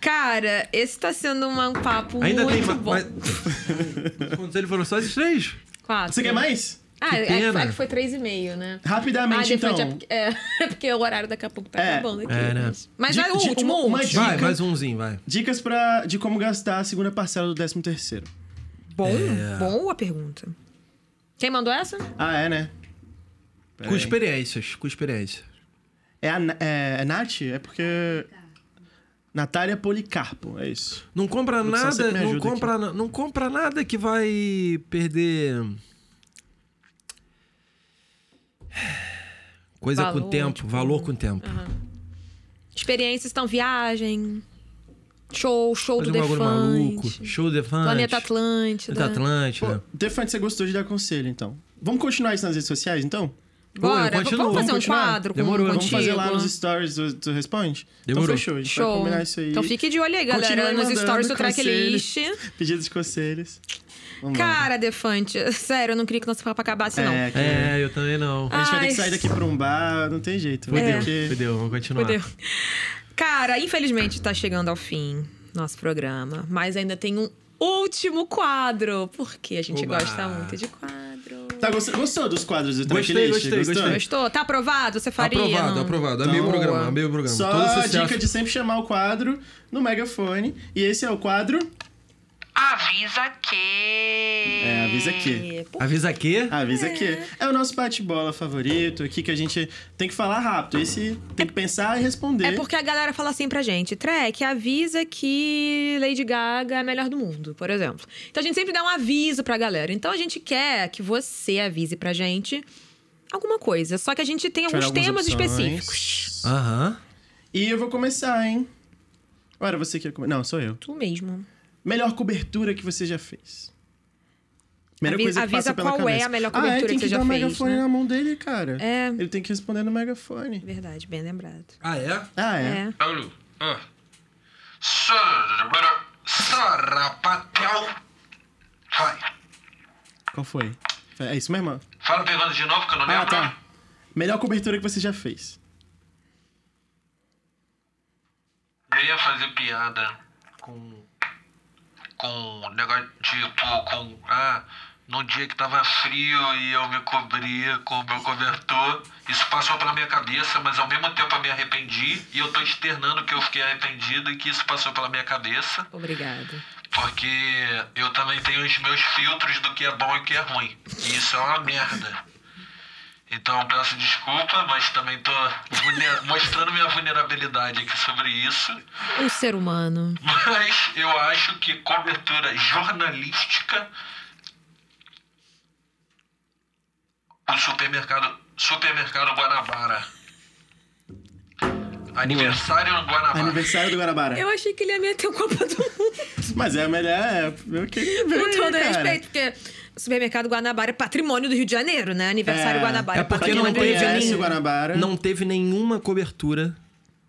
[SPEAKER 3] Cara, esse tá sendo uma- um papo
[SPEAKER 4] Ainda
[SPEAKER 3] muito
[SPEAKER 4] tem ma-
[SPEAKER 3] bom.
[SPEAKER 4] mas. Quando ele falou só esses três?
[SPEAKER 3] Quatro.
[SPEAKER 1] Você quer mais?
[SPEAKER 3] Ah, é, que
[SPEAKER 4] pena.
[SPEAKER 3] foi- é que foi três e meio, né? Ah,
[SPEAKER 1] Rapidamente,
[SPEAKER 3] Defante,
[SPEAKER 1] então.
[SPEAKER 3] é porque- é, é porque o horário daqui a pouco tá
[SPEAKER 1] É.
[SPEAKER 3] acabando aqui.
[SPEAKER 4] É, né?
[SPEAKER 3] mas- Mas
[SPEAKER 1] Di-
[SPEAKER 3] vai o
[SPEAKER 1] di-
[SPEAKER 3] último,
[SPEAKER 1] uma-
[SPEAKER 3] o
[SPEAKER 1] uma
[SPEAKER 3] último.
[SPEAKER 1] dica.
[SPEAKER 4] Vai, mais umzinho, vai.
[SPEAKER 1] Dicas pra, de como gastar a segunda parcela do 13 terceiro.
[SPEAKER 3] Bom,
[SPEAKER 4] É.
[SPEAKER 3] boa pergunta. Quem mandou essa?
[SPEAKER 1] Ah, é, né?
[SPEAKER 4] Com experiências, com experiência.
[SPEAKER 1] É a Na- é, é Nath? É porque... Natália Policarpo, é isso.
[SPEAKER 4] Não compra
[SPEAKER 1] Produção,
[SPEAKER 4] nada,
[SPEAKER 1] sempre me
[SPEAKER 4] não
[SPEAKER 1] ajuda
[SPEAKER 4] compra, na- não compra nada que vai perder coisa com
[SPEAKER 3] Valor,
[SPEAKER 4] o tempo,
[SPEAKER 3] tipo,
[SPEAKER 4] valor com o tempo.
[SPEAKER 3] Experiências estão viagem, show, show
[SPEAKER 4] Fazer um
[SPEAKER 3] do
[SPEAKER 4] bagulho maluco,
[SPEAKER 3] Defante,
[SPEAKER 4] show de fã.
[SPEAKER 3] Planeta Atlântida.
[SPEAKER 4] Planeta Atlântida.
[SPEAKER 1] Defante, você gostou de dar conselho, então. Vamos continuar isso nas redes sociais, então?
[SPEAKER 3] Bora,
[SPEAKER 4] Pô, continua,
[SPEAKER 3] vamos fazer um
[SPEAKER 1] vamos continuar?
[SPEAKER 3] quadro com
[SPEAKER 4] Demorou.
[SPEAKER 1] Vamos
[SPEAKER 3] contigo.
[SPEAKER 1] fazer lá nos stories do, do Responde?
[SPEAKER 4] Demorou.
[SPEAKER 1] Então fechou, a gente vai
[SPEAKER 3] Show.
[SPEAKER 1] combinar isso aí.
[SPEAKER 3] Então fique de olho aí,
[SPEAKER 1] Continue
[SPEAKER 3] galera, nos
[SPEAKER 1] mandando
[SPEAKER 3] stories do tracklist.
[SPEAKER 1] Pedidos de conselhos. Vamos lá.
[SPEAKER 3] Cara, Defante, sério, eu não queria que nosso papo acabasse, não.
[SPEAKER 1] É, que-
[SPEAKER 4] É, eu também não.
[SPEAKER 1] A gente vai ter
[SPEAKER 3] Ai.
[SPEAKER 1] que sair daqui pra um bar, não tem jeito.
[SPEAKER 4] Fudeu,
[SPEAKER 1] né?
[SPEAKER 3] é.
[SPEAKER 1] Porque-
[SPEAKER 4] fudeu, vamos continuar.
[SPEAKER 3] Fudeu. Cara, infelizmente tá chegando ao fim nosso programa, mas ainda tem um último quadro, porque a gente
[SPEAKER 4] Oba.
[SPEAKER 3] gosta muito de quadro.
[SPEAKER 1] Tá, gostou, gostou dos quadros do
[SPEAKER 4] Gostei,
[SPEAKER 1] Tracklist?
[SPEAKER 4] gostei, gostei.
[SPEAKER 3] Gostou? Tá aprovado? Você faria?
[SPEAKER 4] aprovado,
[SPEAKER 3] não?
[SPEAKER 4] aprovado.
[SPEAKER 1] Então,
[SPEAKER 4] Amei o programa,
[SPEAKER 3] boa.
[SPEAKER 4] amei o programa.
[SPEAKER 1] Só
[SPEAKER 4] Todo
[SPEAKER 1] a
[SPEAKER 4] sucesso.
[SPEAKER 1] dica de sempre chamar o quadro no megafone. E esse é o quadro...
[SPEAKER 2] Avisa que.
[SPEAKER 1] É, avisa aqui.
[SPEAKER 3] É, pô,
[SPEAKER 4] Avisa aqui.
[SPEAKER 1] Avisa aqui. É o nosso bate-bola favorito aqui que a gente tem que falar rápido. Esse tem que pensar e responder.
[SPEAKER 3] É porque a galera fala assim pra gente, Trek, avisa que Lady Gaga é a melhor do mundo, por exemplo. Então a gente sempre dá um aviso pra galera. Então a gente quer que você avise pra gente alguma coisa. Só que a gente tem
[SPEAKER 1] Deixa eu
[SPEAKER 3] alguns
[SPEAKER 1] olhar
[SPEAKER 3] temas
[SPEAKER 1] algumas opções.
[SPEAKER 3] específicos.
[SPEAKER 1] Ah,
[SPEAKER 4] Aham.
[SPEAKER 1] E eu vou começar, hein? Ora, você quer começar? Não, sou eu.
[SPEAKER 3] Tu mesmo.
[SPEAKER 1] Melhor cobertura que você já fez. Primeira
[SPEAKER 3] Avi-
[SPEAKER 1] coisa que
[SPEAKER 3] avisa
[SPEAKER 1] passa pela
[SPEAKER 3] qual é
[SPEAKER 1] cabeça.
[SPEAKER 3] a melhor
[SPEAKER 1] ah, é,
[SPEAKER 3] cobertura
[SPEAKER 1] tem
[SPEAKER 3] que você já
[SPEAKER 1] dar o
[SPEAKER 3] fez,
[SPEAKER 1] megafone
[SPEAKER 3] né?
[SPEAKER 1] na mão dele, cara.
[SPEAKER 3] É.
[SPEAKER 1] Ele tem que responder no megafone.
[SPEAKER 3] Verdade, bem lembrado.
[SPEAKER 4] Ah, é?
[SPEAKER 1] Ah, é.
[SPEAKER 3] É.
[SPEAKER 5] Paulo. Ah. Sora- Sarapatel. Vai.
[SPEAKER 1] Qual foi? É isso mesmo?
[SPEAKER 5] Fala a pergunta de novo que eu não
[SPEAKER 1] Ah,
[SPEAKER 5] lembro.
[SPEAKER 1] tá. Melhor cobertura que você já fez.
[SPEAKER 5] Eu ia fazer piada com. com um negócio tipo. com. Ah, num dia que tava frio e eu me cobria com o meu cobertor. Isso passou pela minha cabeça, mas ao mesmo tempo eu me arrependi. E eu tô externando que eu fiquei arrependido e que isso passou pela minha cabeça.
[SPEAKER 3] Obrigada.
[SPEAKER 5] Porque eu também tenho os meus filtros do que é bom e o que é ruim. E isso é uma merda. Então eu peço desculpa, mas também tô vulner- mostrando minha vulnerabilidade aqui sobre isso.
[SPEAKER 3] Um ser humano.
[SPEAKER 5] Mas eu acho que cobertura jornalística. O supermercado. Supermercado Guanabara. Aniversário no Guanabara.
[SPEAKER 1] Aniversário do Guarabara.
[SPEAKER 3] Ah. Eu achei que ele ia meter o Copa do Mundo.
[SPEAKER 1] Mas é a melhor. É, eu queria ver,
[SPEAKER 3] Com todo
[SPEAKER 1] cara.
[SPEAKER 3] respeito, porque o supermercado Guanabara é patrimônio do Rio de Janeiro, né? Aniversário
[SPEAKER 1] É.
[SPEAKER 3] Guanabara.
[SPEAKER 4] É porque
[SPEAKER 1] Pra quem não
[SPEAKER 3] patrimônio do Rio de
[SPEAKER 1] conhece
[SPEAKER 3] Janeiro.
[SPEAKER 1] o Guanabara.
[SPEAKER 4] Não teve nenhuma cobertura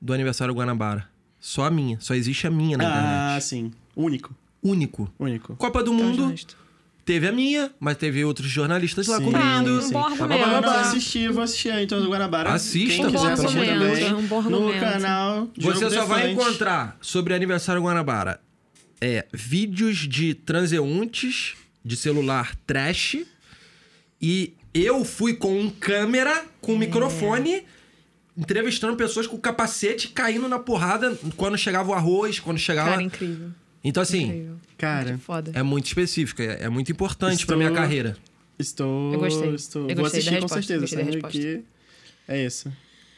[SPEAKER 4] do aniversário Guanabara. Só a minha. Só existe a minha
[SPEAKER 3] é
[SPEAKER 4] na
[SPEAKER 1] Ah,
[SPEAKER 4] internet.
[SPEAKER 1] sim. Único.
[SPEAKER 4] Único.
[SPEAKER 1] Único.
[SPEAKER 4] Copa do
[SPEAKER 3] Tá
[SPEAKER 4] Mundo
[SPEAKER 3] justo.
[SPEAKER 4] teve a minha, mas teve outros jornalistas lá
[SPEAKER 1] Sim,
[SPEAKER 4] cobrindo.
[SPEAKER 1] sim.
[SPEAKER 3] bom argumento.
[SPEAKER 4] Blá, blá, blá,
[SPEAKER 1] Eu
[SPEAKER 4] blá.
[SPEAKER 1] não assisti, eu vou assistir aí, então do Guanabara.
[SPEAKER 4] Assista,
[SPEAKER 1] Quem quiser
[SPEAKER 3] pelo
[SPEAKER 1] assistir
[SPEAKER 3] amor de
[SPEAKER 1] também,
[SPEAKER 3] Deus, é um bom
[SPEAKER 1] no
[SPEAKER 3] argumento.
[SPEAKER 1] canal Diogo
[SPEAKER 4] Você só vai
[SPEAKER 1] Defante.
[SPEAKER 4] encontrar sobre aniversário Guanabara é, vídeos de transeuntes de celular trash. E eu fui com um câmera,
[SPEAKER 3] É.
[SPEAKER 4] com um microfone, entrevistando pessoas com capacete caindo na porrada quando chegava o arroz, quando chegava.
[SPEAKER 3] Cara, incrível.
[SPEAKER 4] Então, assim,
[SPEAKER 3] incrível.
[SPEAKER 1] Cara,
[SPEAKER 3] Muito foda.
[SPEAKER 4] é muito específica, é é muito importante pra
[SPEAKER 1] Estou-
[SPEAKER 4] minha carreira.
[SPEAKER 1] Estou.
[SPEAKER 3] Eu gostei.
[SPEAKER 1] Estou.
[SPEAKER 3] Eu
[SPEAKER 1] Vou
[SPEAKER 3] gostei
[SPEAKER 1] assistir
[SPEAKER 3] da
[SPEAKER 1] com
[SPEAKER 3] resposta,
[SPEAKER 1] certeza.
[SPEAKER 3] gostei da
[SPEAKER 1] sabe
[SPEAKER 3] resposta.
[SPEAKER 1] que é isso.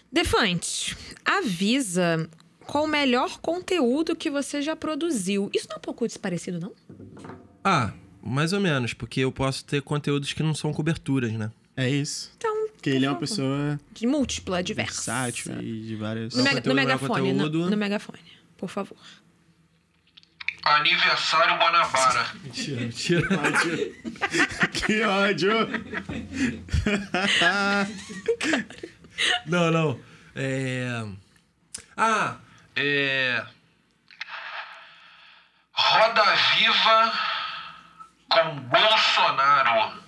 [SPEAKER 3] Defante, avisa qual o melhor conteúdo que você já produziu. Isso não é um pouco desparecido, não?
[SPEAKER 4] Ah, mais ou menos, porque eu posso ter conteúdos que não são coberturas, né?
[SPEAKER 1] É isso.
[SPEAKER 3] Então,
[SPEAKER 1] Porque ele é uma
[SPEAKER 3] favor.
[SPEAKER 1] pessoa
[SPEAKER 3] De múltipla, diversa.
[SPEAKER 1] versátil e de várias.
[SPEAKER 3] No,
[SPEAKER 4] Não,
[SPEAKER 3] mega- no
[SPEAKER 4] conteúdo, não é
[SPEAKER 3] megafone, no,
[SPEAKER 4] conteúdo.
[SPEAKER 3] no megafone, por favor.
[SPEAKER 5] Aniversário Guanabara.
[SPEAKER 4] Mentira, mentira.
[SPEAKER 1] que ódio!
[SPEAKER 4] Não, não. É. Ah!
[SPEAKER 5] É. Roda Viva com Bolsonaro.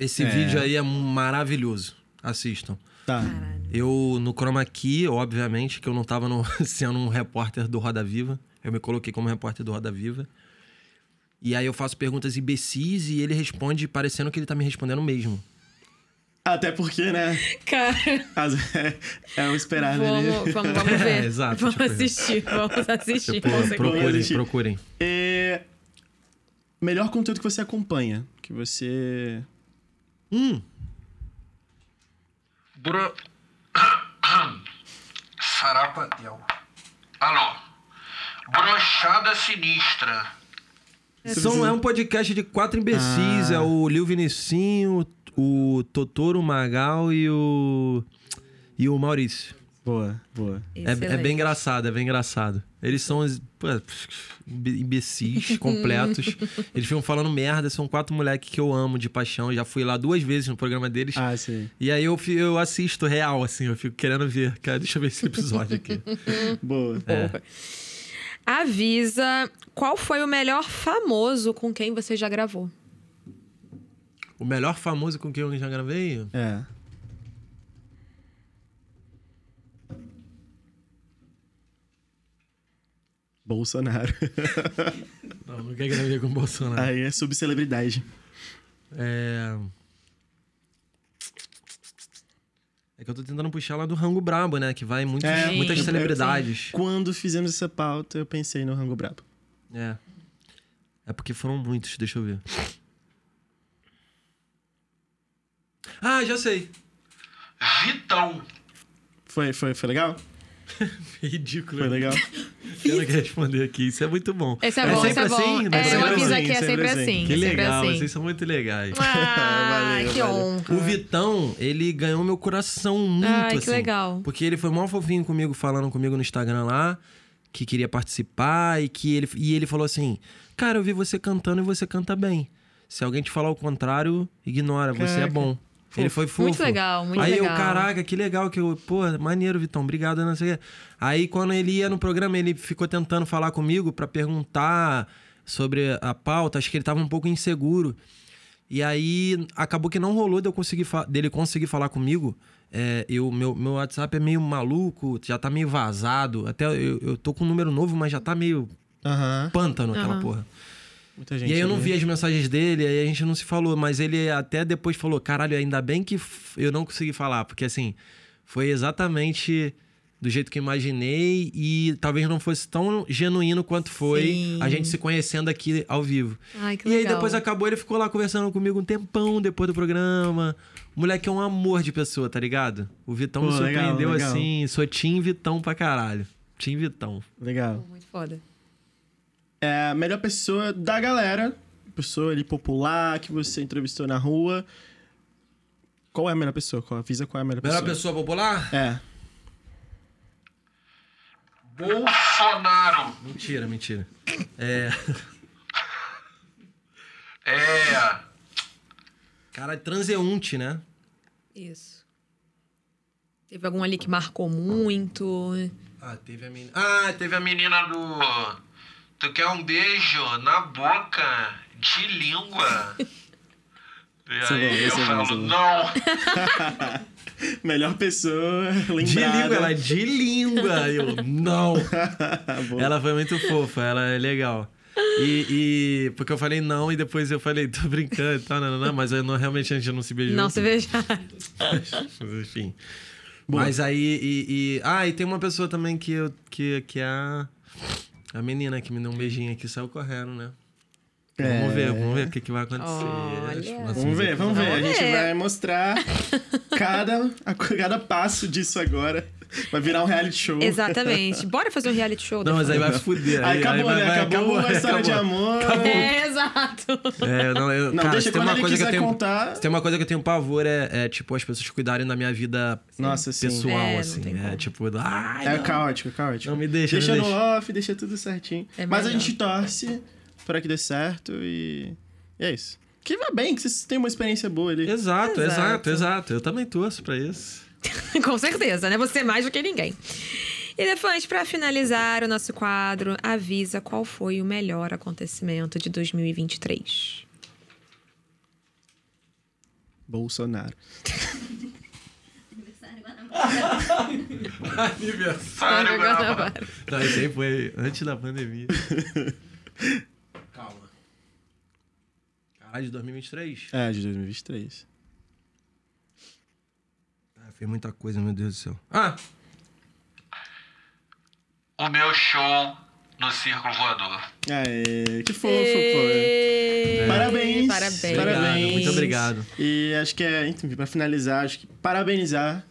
[SPEAKER 4] Esse
[SPEAKER 1] É.
[SPEAKER 4] vídeo aí é maravilhoso. Assistam.
[SPEAKER 1] Tá.
[SPEAKER 4] Eu, no Chroma Key, obviamente, que eu não tava no- sendo um repórter do Roda Viva. Eu me coloquei como repórter do Roda Viva. E aí eu faço perguntas imbecis e ele responde parecendo que ele tá me respondendo mesmo.
[SPEAKER 1] Até porque, né?
[SPEAKER 3] Cara,
[SPEAKER 1] as- É o esperar
[SPEAKER 3] vamos,
[SPEAKER 1] ali.
[SPEAKER 3] vamos, vamos ver.
[SPEAKER 4] É, exato,
[SPEAKER 3] vamos
[SPEAKER 4] tipo isso.
[SPEAKER 3] assistir, vamos assistir.
[SPEAKER 4] Tipo,
[SPEAKER 3] vamos ver.
[SPEAKER 4] procurem,
[SPEAKER 1] assistir.
[SPEAKER 4] procurem.
[SPEAKER 1] E... É, Melhor conteúdo que você acompanha. Que você.
[SPEAKER 4] Hum,
[SPEAKER 5] Bro... Sarapatel. Alô. Brochada Sinistra.
[SPEAKER 4] são, é um podcast de quatro imbecis. É o Lil Vinicinho, o Totoro Magal e o... E o Maurício.
[SPEAKER 1] Boa, boa.
[SPEAKER 4] É, é
[SPEAKER 3] Excelente.
[SPEAKER 4] bem engraçado, é bem engraçado. Eles são os- pô, imbe- imbecis completos. Eles ficam falando merda, são quatro moleques que eu amo de paixão. Eu Já fui lá duas vezes no programa deles.
[SPEAKER 1] Ah, sim.
[SPEAKER 4] E aí eu, fi- eu assisto real, assim, eu fico querendo ver. Cara, deixa eu ver esse episódio aqui.
[SPEAKER 1] Boa.
[SPEAKER 4] É.
[SPEAKER 3] Avisa qual foi o melhor famoso com quem você já gravou.
[SPEAKER 4] o melhor famoso com quem eu já gravei?
[SPEAKER 1] É. Bolsonaro.
[SPEAKER 4] Não, nunca gravei com o Bolsonaro.
[SPEAKER 1] Aí é subcelebridade.
[SPEAKER 4] É. É que eu tô tentando puxar lá do Rango Brabo, né? Que vai muitos,
[SPEAKER 1] É,
[SPEAKER 4] muitas
[SPEAKER 1] sim.
[SPEAKER 4] celebridades.
[SPEAKER 1] Quando fizemos essa pauta, eu pensei no Rango Brabo.
[SPEAKER 4] É. É porque foram muitos, deixa eu ver. Ah, já sei.
[SPEAKER 5] Vitão.
[SPEAKER 1] Foi, foi, foi legal?
[SPEAKER 4] Ridículo.
[SPEAKER 1] Foi legal.
[SPEAKER 4] Tendo que responder aqui. Isso é muito bom.
[SPEAKER 3] Esse é, bom, esse é
[SPEAKER 4] sempre
[SPEAKER 3] bom.
[SPEAKER 4] assim? Não
[SPEAKER 3] é, eu
[SPEAKER 1] Sempre
[SPEAKER 3] aviso
[SPEAKER 1] assim,
[SPEAKER 3] aqui, é sempre
[SPEAKER 1] sempre
[SPEAKER 3] assim.
[SPEAKER 1] assim.
[SPEAKER 4] Que
[SPEAKER 3] é sempre
[SPEAKER 4] legal,
[SPEAKER 3] assim.
[SPEAKER 4] vocês são muito legais.
[SPEAKER 3] Ah,
[SPEAKER 1] Valeu,
[SPEAKER 3] que
[SPEAKER 1] valeu.
[SPEAKER 4] O
[SPEAKER 3] honra.
[SPEAKER 4] Vitão, ele ganhou meu coração muito,
[SPEAKER 3] Ai, que
[SPEAKER 4] assim.
[SPEAKER 3] legal.
[SPEAKER 4] Porque ele foi mó fofinho comigo, falando comigo no Instagram lá, que queria participar e que ele... E ele falou assim, cara, eu vi você cantando e você canta bem. Se alguém te falar o contrário, ignora, você é
[SPEAKER 1] Caraca.
[SPEAKER 4] bom. Ele foi fofo.
[SPEAKER 3] Muito legal, muito
[SPEAKER 4] Aí eu,
[SPEAKER 3] legal.
[SPEAKER 4] caraca, que legal que eu... Pô, maneiro, Vitão, obrigado, não sei o quê. Aí quando ele ia no programa, ele ficou tentando falar comigo pra perguntar sobre a pauta. Acho que ele tava um pouco inseguro. E aí acabou que não rolou de eu conseguir fa- dele conseguir falar comigo. É, eu, meu, meu WhatsApp é meio maluco, já tá meio vazado. Até eu, eu tô com um número novo, mas já tá meio
[SPEAKER 1] Aham.
[SPEAKER 4] pântano aquela
[SPEAKER 3] Aham.
[SPEAKER 4] porra.
[SPEAKER 1] Muita gente.
[SPEAKER 4] e aí eu não
[SPEAKER 1] né?
[SPEAKER 4] vi as mensagens dele, aí a gente não se falou, mas ele até depois falou: caralho, ainda bem que f- eu não consegui falar, porque assim, foi exatamente do jeito que eu imaginei e talvez não fosse tão genuíno quanto foi
[SPEAKER 3] Sim.
[SPEAKER 4] a gente se conhecendo aqui ao vivo.
[SPEAKER 3] Ai, que
[SPEAKER 4] E aí
[SPEAKER 3] legal.
[SPEAKER 4] depois acabou, ele ficou lá conversando comigo um tempão depois do programa. O moleque é um amor de pessoa, tá ligado? O Vitão me
[SPEAKER 1] Pô, legal,
[SPEAKER 4] surpreendeu
[SPEAKER 1] legal.
[SPEAKER 4] assim. Sou Tim Vitão pra caralho. Tim Vitão.
[SPEAKER 1] Legal.
[SPEAKER 3] Muito foda.
[SPEAKER 1] É a melhor pessoa da galera. Pessoa ali popular que você entrevistou na rua. Qual é a melhor pessoa? Qual- Avisa qual é a melhor,
[SPEAKER 4] Melhor
[SPEAKER 1] pessoa.
[SPEAKER 4] pessoa popular?
[SPEAKER 1] É.
[SPEAKER 5] Bolsonaro.
[SPEAKER 4] Mentira, mentira. É.
[SPEAKER 5] É.
[SPEAKER 4] Cara, transeunte, né?
[SPEAKER 3] Isso. Teve algum ali que marcou muito?
[SPEAKER 4] Ah, teve a menina.
[SPEAKER 5] Ah, teve a menina do. Tu quer um beijo na boca de língua? E
[SPEAKER 1] Isso é bom,
[SPEAKER 5] aí eu
[SPEAKER 1] isso é bom, isso é
[SPEAKER 5] falo,
[SPEAKER 1] bom.
[SPEAKER 5] não.
[SPEAKER 1] Melhor pessoa
[SPEAKER 4] De
[SPEAKER 1] lembrada.
[SPEAKER 4] língua, ela é de língua. Eu, não.
[SPEAKER 1] Boa.
[SPEAKER 4] Ela foi muito fofa, ela é legal. E, e- porque eu falei não e depois eu falei, tô brincando e tal, não, não, não, mas eu não, realmente a gente não se beijou. assim.
[SPEAKER 3] Não se veja.
[SPEAKER 4] Mas, enfim. Mas aí. E, e- Ah, e tem uma pessoa também que, eu, que, que é a. A menina que me deu um beijinho aqui saiu correndo, né? Vamos
[SPEAKER 1] É.
[SPEAKER 4] ver, vamos ver o que, que vai acontecer.
[SPEAKER 3] Olha.
[SPEAKER 4] Tipo, assim,
[SPEAKER 1] Vamos ver, vamos ver. A
[SPEAKER 3] Vamos
[SPEAKER 1] gente
[SPEAKER 3] ver.
[SPEAKER 1] vai mostrar cada, a- cada passo disso agora. Vai virar um reality show.
[SPEAKER 3] Exatamente. Bora fazer um reality show.
[SPEAKER 4] Não, mas aí vai
[SPEAKER 3] Daphne.
[SPEAKER 4] fuder.
[SPEAKER 1] Aí acabou,
[SPEAKER 4] vai-
[SPEAKER 1] né?
[SPEAKER 4] vai-
[SPEAKER 1] acabou, a história de
[SPEAKER 4] acabou.
[SPEAKER 1] amor.
[SPEAKER 4] Acabou.
[SPEAKER 3] É, exato.
[SPEAKER 4] É, não, eu,
[SPEAKER 1] Não,
[SPEAKER 4] cara,
[SPEAKER 1] deixa
[SPEAKER 4] se tem
[SPEAKER 1] quando
[SPEAKER 4] uma
[SPEAKER 1] ele
[SPEAKER 4] coisa que eu
[SPEAKER 1] quiser
[SPEAKER 4] tenho,
[SPEAKER 1] contar.
[SPEAKER 4] se tem uma coisa que eu tenho pavor é, é, tipo, as pessoas cuidarem da minha vida
[SPEAKER 1] Nossa, sim.
[SPEAKER 4] pessoal,
[SPEAKER 3] É, não tem
[SPEAKER 4] assim.
[SPEAKER 3] como.
[SPEAKER 4] É, tipo, ai,
[SPEAKER 1] É
[SPEAKER 4] não.
[SPEAKER 1] caótico, é caótico.
[SPEAKER 4] Não, me deixa,
[SPEAKER 1] Deixa
[SPEAKER 4] me
[SPEAKER 1] no
[SPEAKER 4] deixa.
[SPEAKER 1] off, deixa tudo certinho.
[SPEAKER 3] É
[SPEAKER 1] Mas a
[SPEAKER 3] melhor.
[SPEAKER 1] gente torce pra que dê certo e. e é isso. Que vá bem, que vocês tenham uma experiência boa ali.
[SPEAKER 4] Exato,
[SPEAKER 3] Exato.
[SPEAKER 4] exato, exato. Eu também torço pra isso.
[SPEAKER 3] Com certeza, né? Você mais do que ninguém. E depois, pra finalizar o nosso quadro, avisa qual foi o melhor acontecimento de 2023.
[SPEAKER 1] Bolsonaro.
[SPEAKER 6] Aniversário agora
[SPEAKER 5] Aniversário, Guanabara.
[SPEAKER 4] Não, isso aí foi antes da pandemia. Calma. Caralho, de 2023?
[SPEAKER 1] É, de 2023.
[SPEAKER 4] Ah, fez muita coisa, meu Deus do céu. Ah,
[SPEAKER 5] O meu show no Círculo Voador.
[SPEAKER 1] Aê, que fofo, pô.
[SPEAKER 3] Ê,
[SPEAKER 1] Parabéns.
[SPEAKER 3] Parabéns.
[SPEAKER 1] Parabéns.
[SPEAKER 4] né? obrigado, muito obrigado.
[SPEAKER 1] E acho que é, enfim, pra finalizar, acho que parabenizar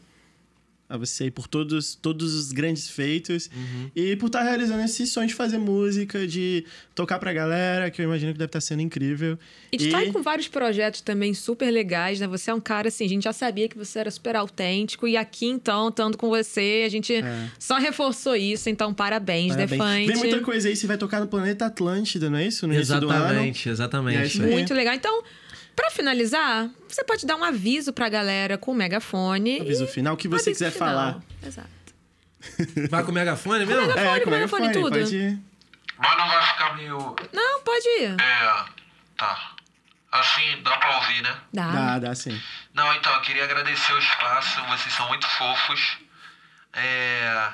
[SPEAKER 1] a você aí por todos, todos os grandes feitos
[SPEAKER 4] Uhum.
[SPEAKER 1] e por estar realizando esse sonho de fazer música, de tocar pra galera, que eu imagino que deve estar sendo incrível.
[SPEAKER 3] E tu tá aí com vários projetos também super legais, né? Você é um cara assim, a gente já sabia que você era super autêntico. E aqui, então, tanto com você, a gente
[SPEAKER 1] É.
[SPEAKER 3] só reforçou isso. Então, parabéns,
[SPEAKER 1] Parabéns.
[SPEAKER 3] Defante.
[SPEAKER 1] Vem muita coisa aí, você vai tocar no planeta Atlântida, não é isso? No início do ano.
[SPEAKER 4] Exatamente,
[SPEAKER 1] E é
[SPEAKER 4] exatamente.
[SPEAKER 1] isso aí.
[SPEAKER 3] Muito legal. Então, pra finalizar, você pode dar um aviso pra galera com o megafone.
[SPEAKER 1] Um Aviso
[SPEAKER 3] e
[SPEAKER 1] final, o que você
[SPEAKER 3] aviso
[SPEAKER 1] quiser
[SPEAKER 3] final.
[SPEAKER 1] falar. É,
[SPEAKER 3] Exato.
[SPEAKER 4] Vai com o megafone mesmo?
[SPEAKER 3] Megafone,
[SPEAKER 1] com
[SPEAKER 3] megafone, tudo.
[SPEAKER 1] pode-
[SPEAKER 5] Mas não vai ficar meio.
[SPEAKER 3] Não, pode ir.
[SPEAKER 5] É. Tá. Assim, dá pra ouvir, né?
[SPEAKER 3] Dá.
[SPEAKER 1] Dá, dá sim.
[SPEAKER 5] Não, então, eu queria agradecer o espaço, vocês são muito fofos. É,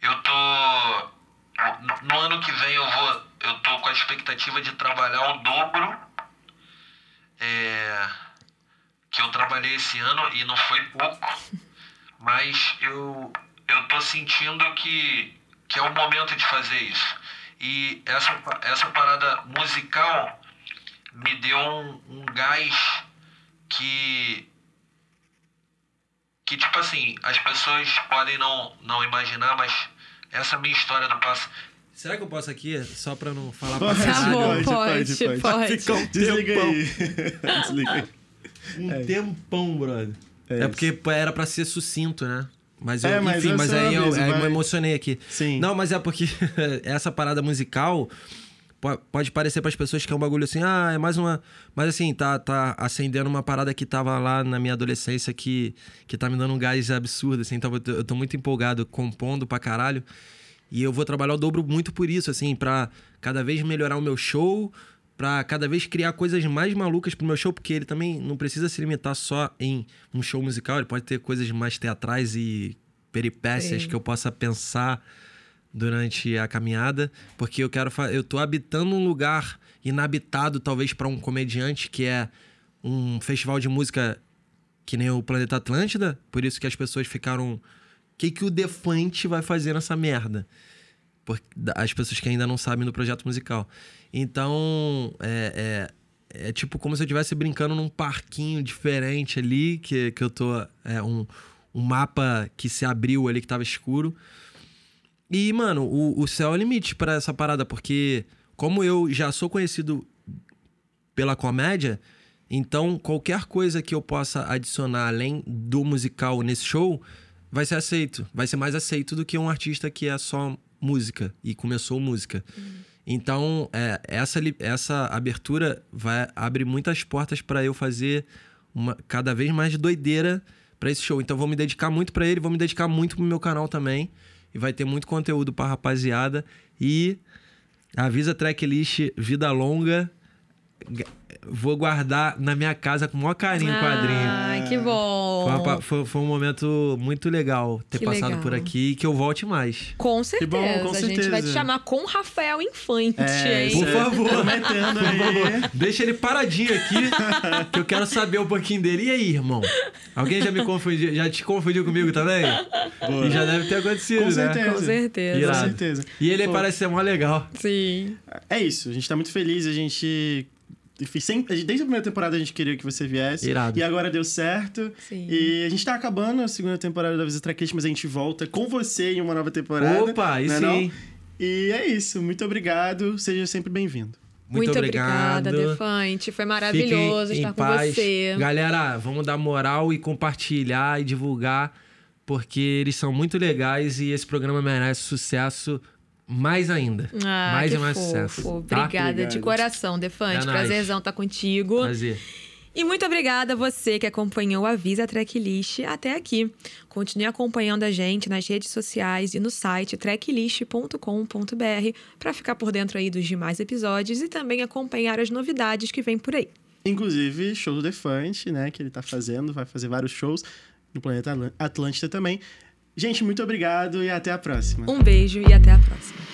[SPEAKER 5] eu tô. no- No ano que vem eu vou. Eu tô com a expectativa de trabalhar o dobro. é, que eu trabalhei esse ano e não foi pouco. Mas eu, eu tô sentindo que, que é o momento de fazer isso. E essa, pa- essa parada musical me deu um, um gás que que tipo assim as pessoas podem não não imaginar mas essa é minha história do passo
[SPEAKER 4] Será que eu posso aqui, só pra não falar pra
[SPEAKER 1] Pode,
[SPEAKER 3] Tá
[SPEAKER 4] caralho?
[SPEAKER 3] bom, pode, pode.
[SPEAKER 1] Fica um Desliga
[SPEAKER 4] tempão.
[SPEAKER 1] aí. Desliga aí.
[SPEAKER 4] Um tempão, brother.
[SPEAKER 1] É
[SPEAKER 4] É,
[SPEAKER 1] isso.
[SPEAKER 4] porque pô, era pra ser sucinto, né? Mas eu,
[SPEAKER 1] É, mas
[SPEAKER 4] enfim,
[SPEAKER 1] é
[SPEAKER 4] mas
[SPEAKER 1] só
[SPEAKER 4] aí eu,
[SPEAKER 1] aviso,
[SPEAKER 4] aí eu
[SPEAKER 1] vai.
[SPEAKER 4] me emocionei aqui.
[SPEAKER 1] Sim.
[SPEAKER 4] Não, mas é porque essa parada musical po- pode parecer pras pessoas que é um bagulho assim, ah, é mais uma, mas assim, tá tá acendendo uma parada que tava lá na minha adolescência que que tá me dando um gás absurdo assim, então eu tô- eu tô muito empolgado compondo pra caralho. E eu vou trabalhar o dobro muito por isso, assim, pra cada vez melhorar o meu show, pra cada vez criar coisas mais malucas pro meu show, porque ele também não precisa se limitar só em um show musical, ele pode ter coisas mais teatrais e peripécias
[SPEAKER 3] Sim.
[SPEAKER 4] que eu possa pensar durante a caminhada, porque eu quero fa- eu tô habitando um lugar inabitado talvez pra um comediante que é um festival de música que nem o Planeta Atlântida, por isso que as pessoas ficaram o que, que o Defante vai fazer nessa merda? Por, da- as pessoas que ainda não sabem do projeto musical. Então, é, é, é tipo como se eu estivesse brincando num parquinho diferente ali, que, que eu tô. É um, um mapa que se abriu ali, que tava escuro. E, mano, o, o céu é o limite pra essa parada, porque como eu já sou conhecido pela comédia, então qualquer coisa que eu possa adicionar além do musical nesse show vai ser aceito. Vai ser mais aceito do que um artista que é só música e começou música. Então, é, essa, li- essa abertura vai abrir muitas portas pra eu fazer uma, cada vez mais doideira pra esse show. Então, vou me dedicar muito pra ele, vou me dedicar muito pro meu canal também. E vai ter muito conteúdo pra rapaziada. E avisa tracklist Vida Longa. G- Vou guardar na minha casa com o maior carinho o quadrinho.
[SPEAKER 3] Ai, Ah, que bom. bom.
[SPEAKER 4] Foi, uma pa- foi- foi um momento muito legal ter
[SPEAKER 3] Que
[SPEAKER 4] passado
[SPEAKER 3] legal.
[SPEAKER 4] por aqui e que eu volte mais.
[SPEAKER 3] Com certeza.
[SPEAKER 1] bom, com
[SPEAKER 3] A gente vai te
[SPEAKER 1] certeza.
[SPEAKER 3] chamar com Rafael Infante,
[SPEAKER 1] É,
[SPEAKER 3] hein?
[SPEAKER 1] isso
[SPEAKER 4] Por
[SPEAKER 1] é-
[SPEAKER 4] favor.
[SPEAKER 1] Prometendo
[SPEAKER 3] É?
[SPEAKER 1] aí.
[SPEAKER 4] Deixa ele paradinho aqui, que eu quero saber um pouquinho dele. E aí, irmão? Alguém já me confundiu, já te confundiu comigo também?
[SPEAKER 1] Boa.
[SPEAKER 4] E já deve ter acontecido,
[SPEAKER 1] Com
[SPEAKER 4] né?
[SPEAKER 1] certeza.
[SPEAKER 3] Com certeza.
[SPEAKER 1] Com
[SPEAKER 4] Irado.
[SPEAKER 1] certeza.
[SPEAKER 4] E ele é
[SPEAKER 1] Pô.
[SPEAKER 4] parece ser mó legal.
[SPEAKER 3] Sim.
[SPEAKER 1] É isso, a gente tá muito feliz, a gente. enfim, sempre- Desde a primeira temporada a gente queria que você viesse.
[SPEAKER 4] Irado.
[SPEAKER 1] E agora deu certo.
[SPEAKER 3] Sim.
[SPEAKER 1] E a gente tá acabando a segunda temporada da Visa Tracklist, mas a gente volta com você em uma nova temporada.
[SPEAKER 4] Opa, e
[SPEAKER 1] né
[SPEAKER 4] sim.
[SPEAKER 1] não? E é isso, muito obrigado, seja sempre bem-vindo.
[SPEAKER 4] Muito, obrigado.
[SPEAKER 3] obrigada, Defante. Foi maravilhoso
[SPEAKER 4] Fiquem
[SPEAKER 3] estar
[SPEAKER 4] em
[SPEAKER 3] com
[SPEAKER 4] paz.
[SPEAKER 3] você.
[SPEAKER 4] Galera, vamos dar moral e compartilhar e divulgar, porque eles são muito legais e esse programa merece sucesso mais ainda.
[SPEAKER 3] Ah,
[SPEAKER 4] mais
[SPEAKER 3] que
[SPEAKER 4] e mais
[SPEAKER 3] fofo.
[SPEAKER 4] sucesso.
[SPEAKER 3] Obrigada de
[SPEAKER 1] Obrigado.
[SPEAKER 3] coração,
[SPEAKER 4] É
[SPEAKER 3] Defante.
[SPEAKER 4] nóis.
[SPEAKER 3] Prazerzão estar contigo.
[SPEAKER 4] Tá? Prazer.
[SPEAKER 3] E muito obrigada a você que acompanhou a Visa Tracklist até aqui. Continue acompanhando a gente nas redes sociais e no site tracklist.com.br para ficar por dentro aí dos demais episódios e também acompanhar as novidades que vêm por aí.
[SPEAKER 1] Inclusive, show do Defante, né? Que ele tá fazendo, vai fazer vários shows no Planeta Atl- Atlântida também. Gente, muito obrigado e até a próxima.
[SPEAKER 3] Um beijo e até a próxima.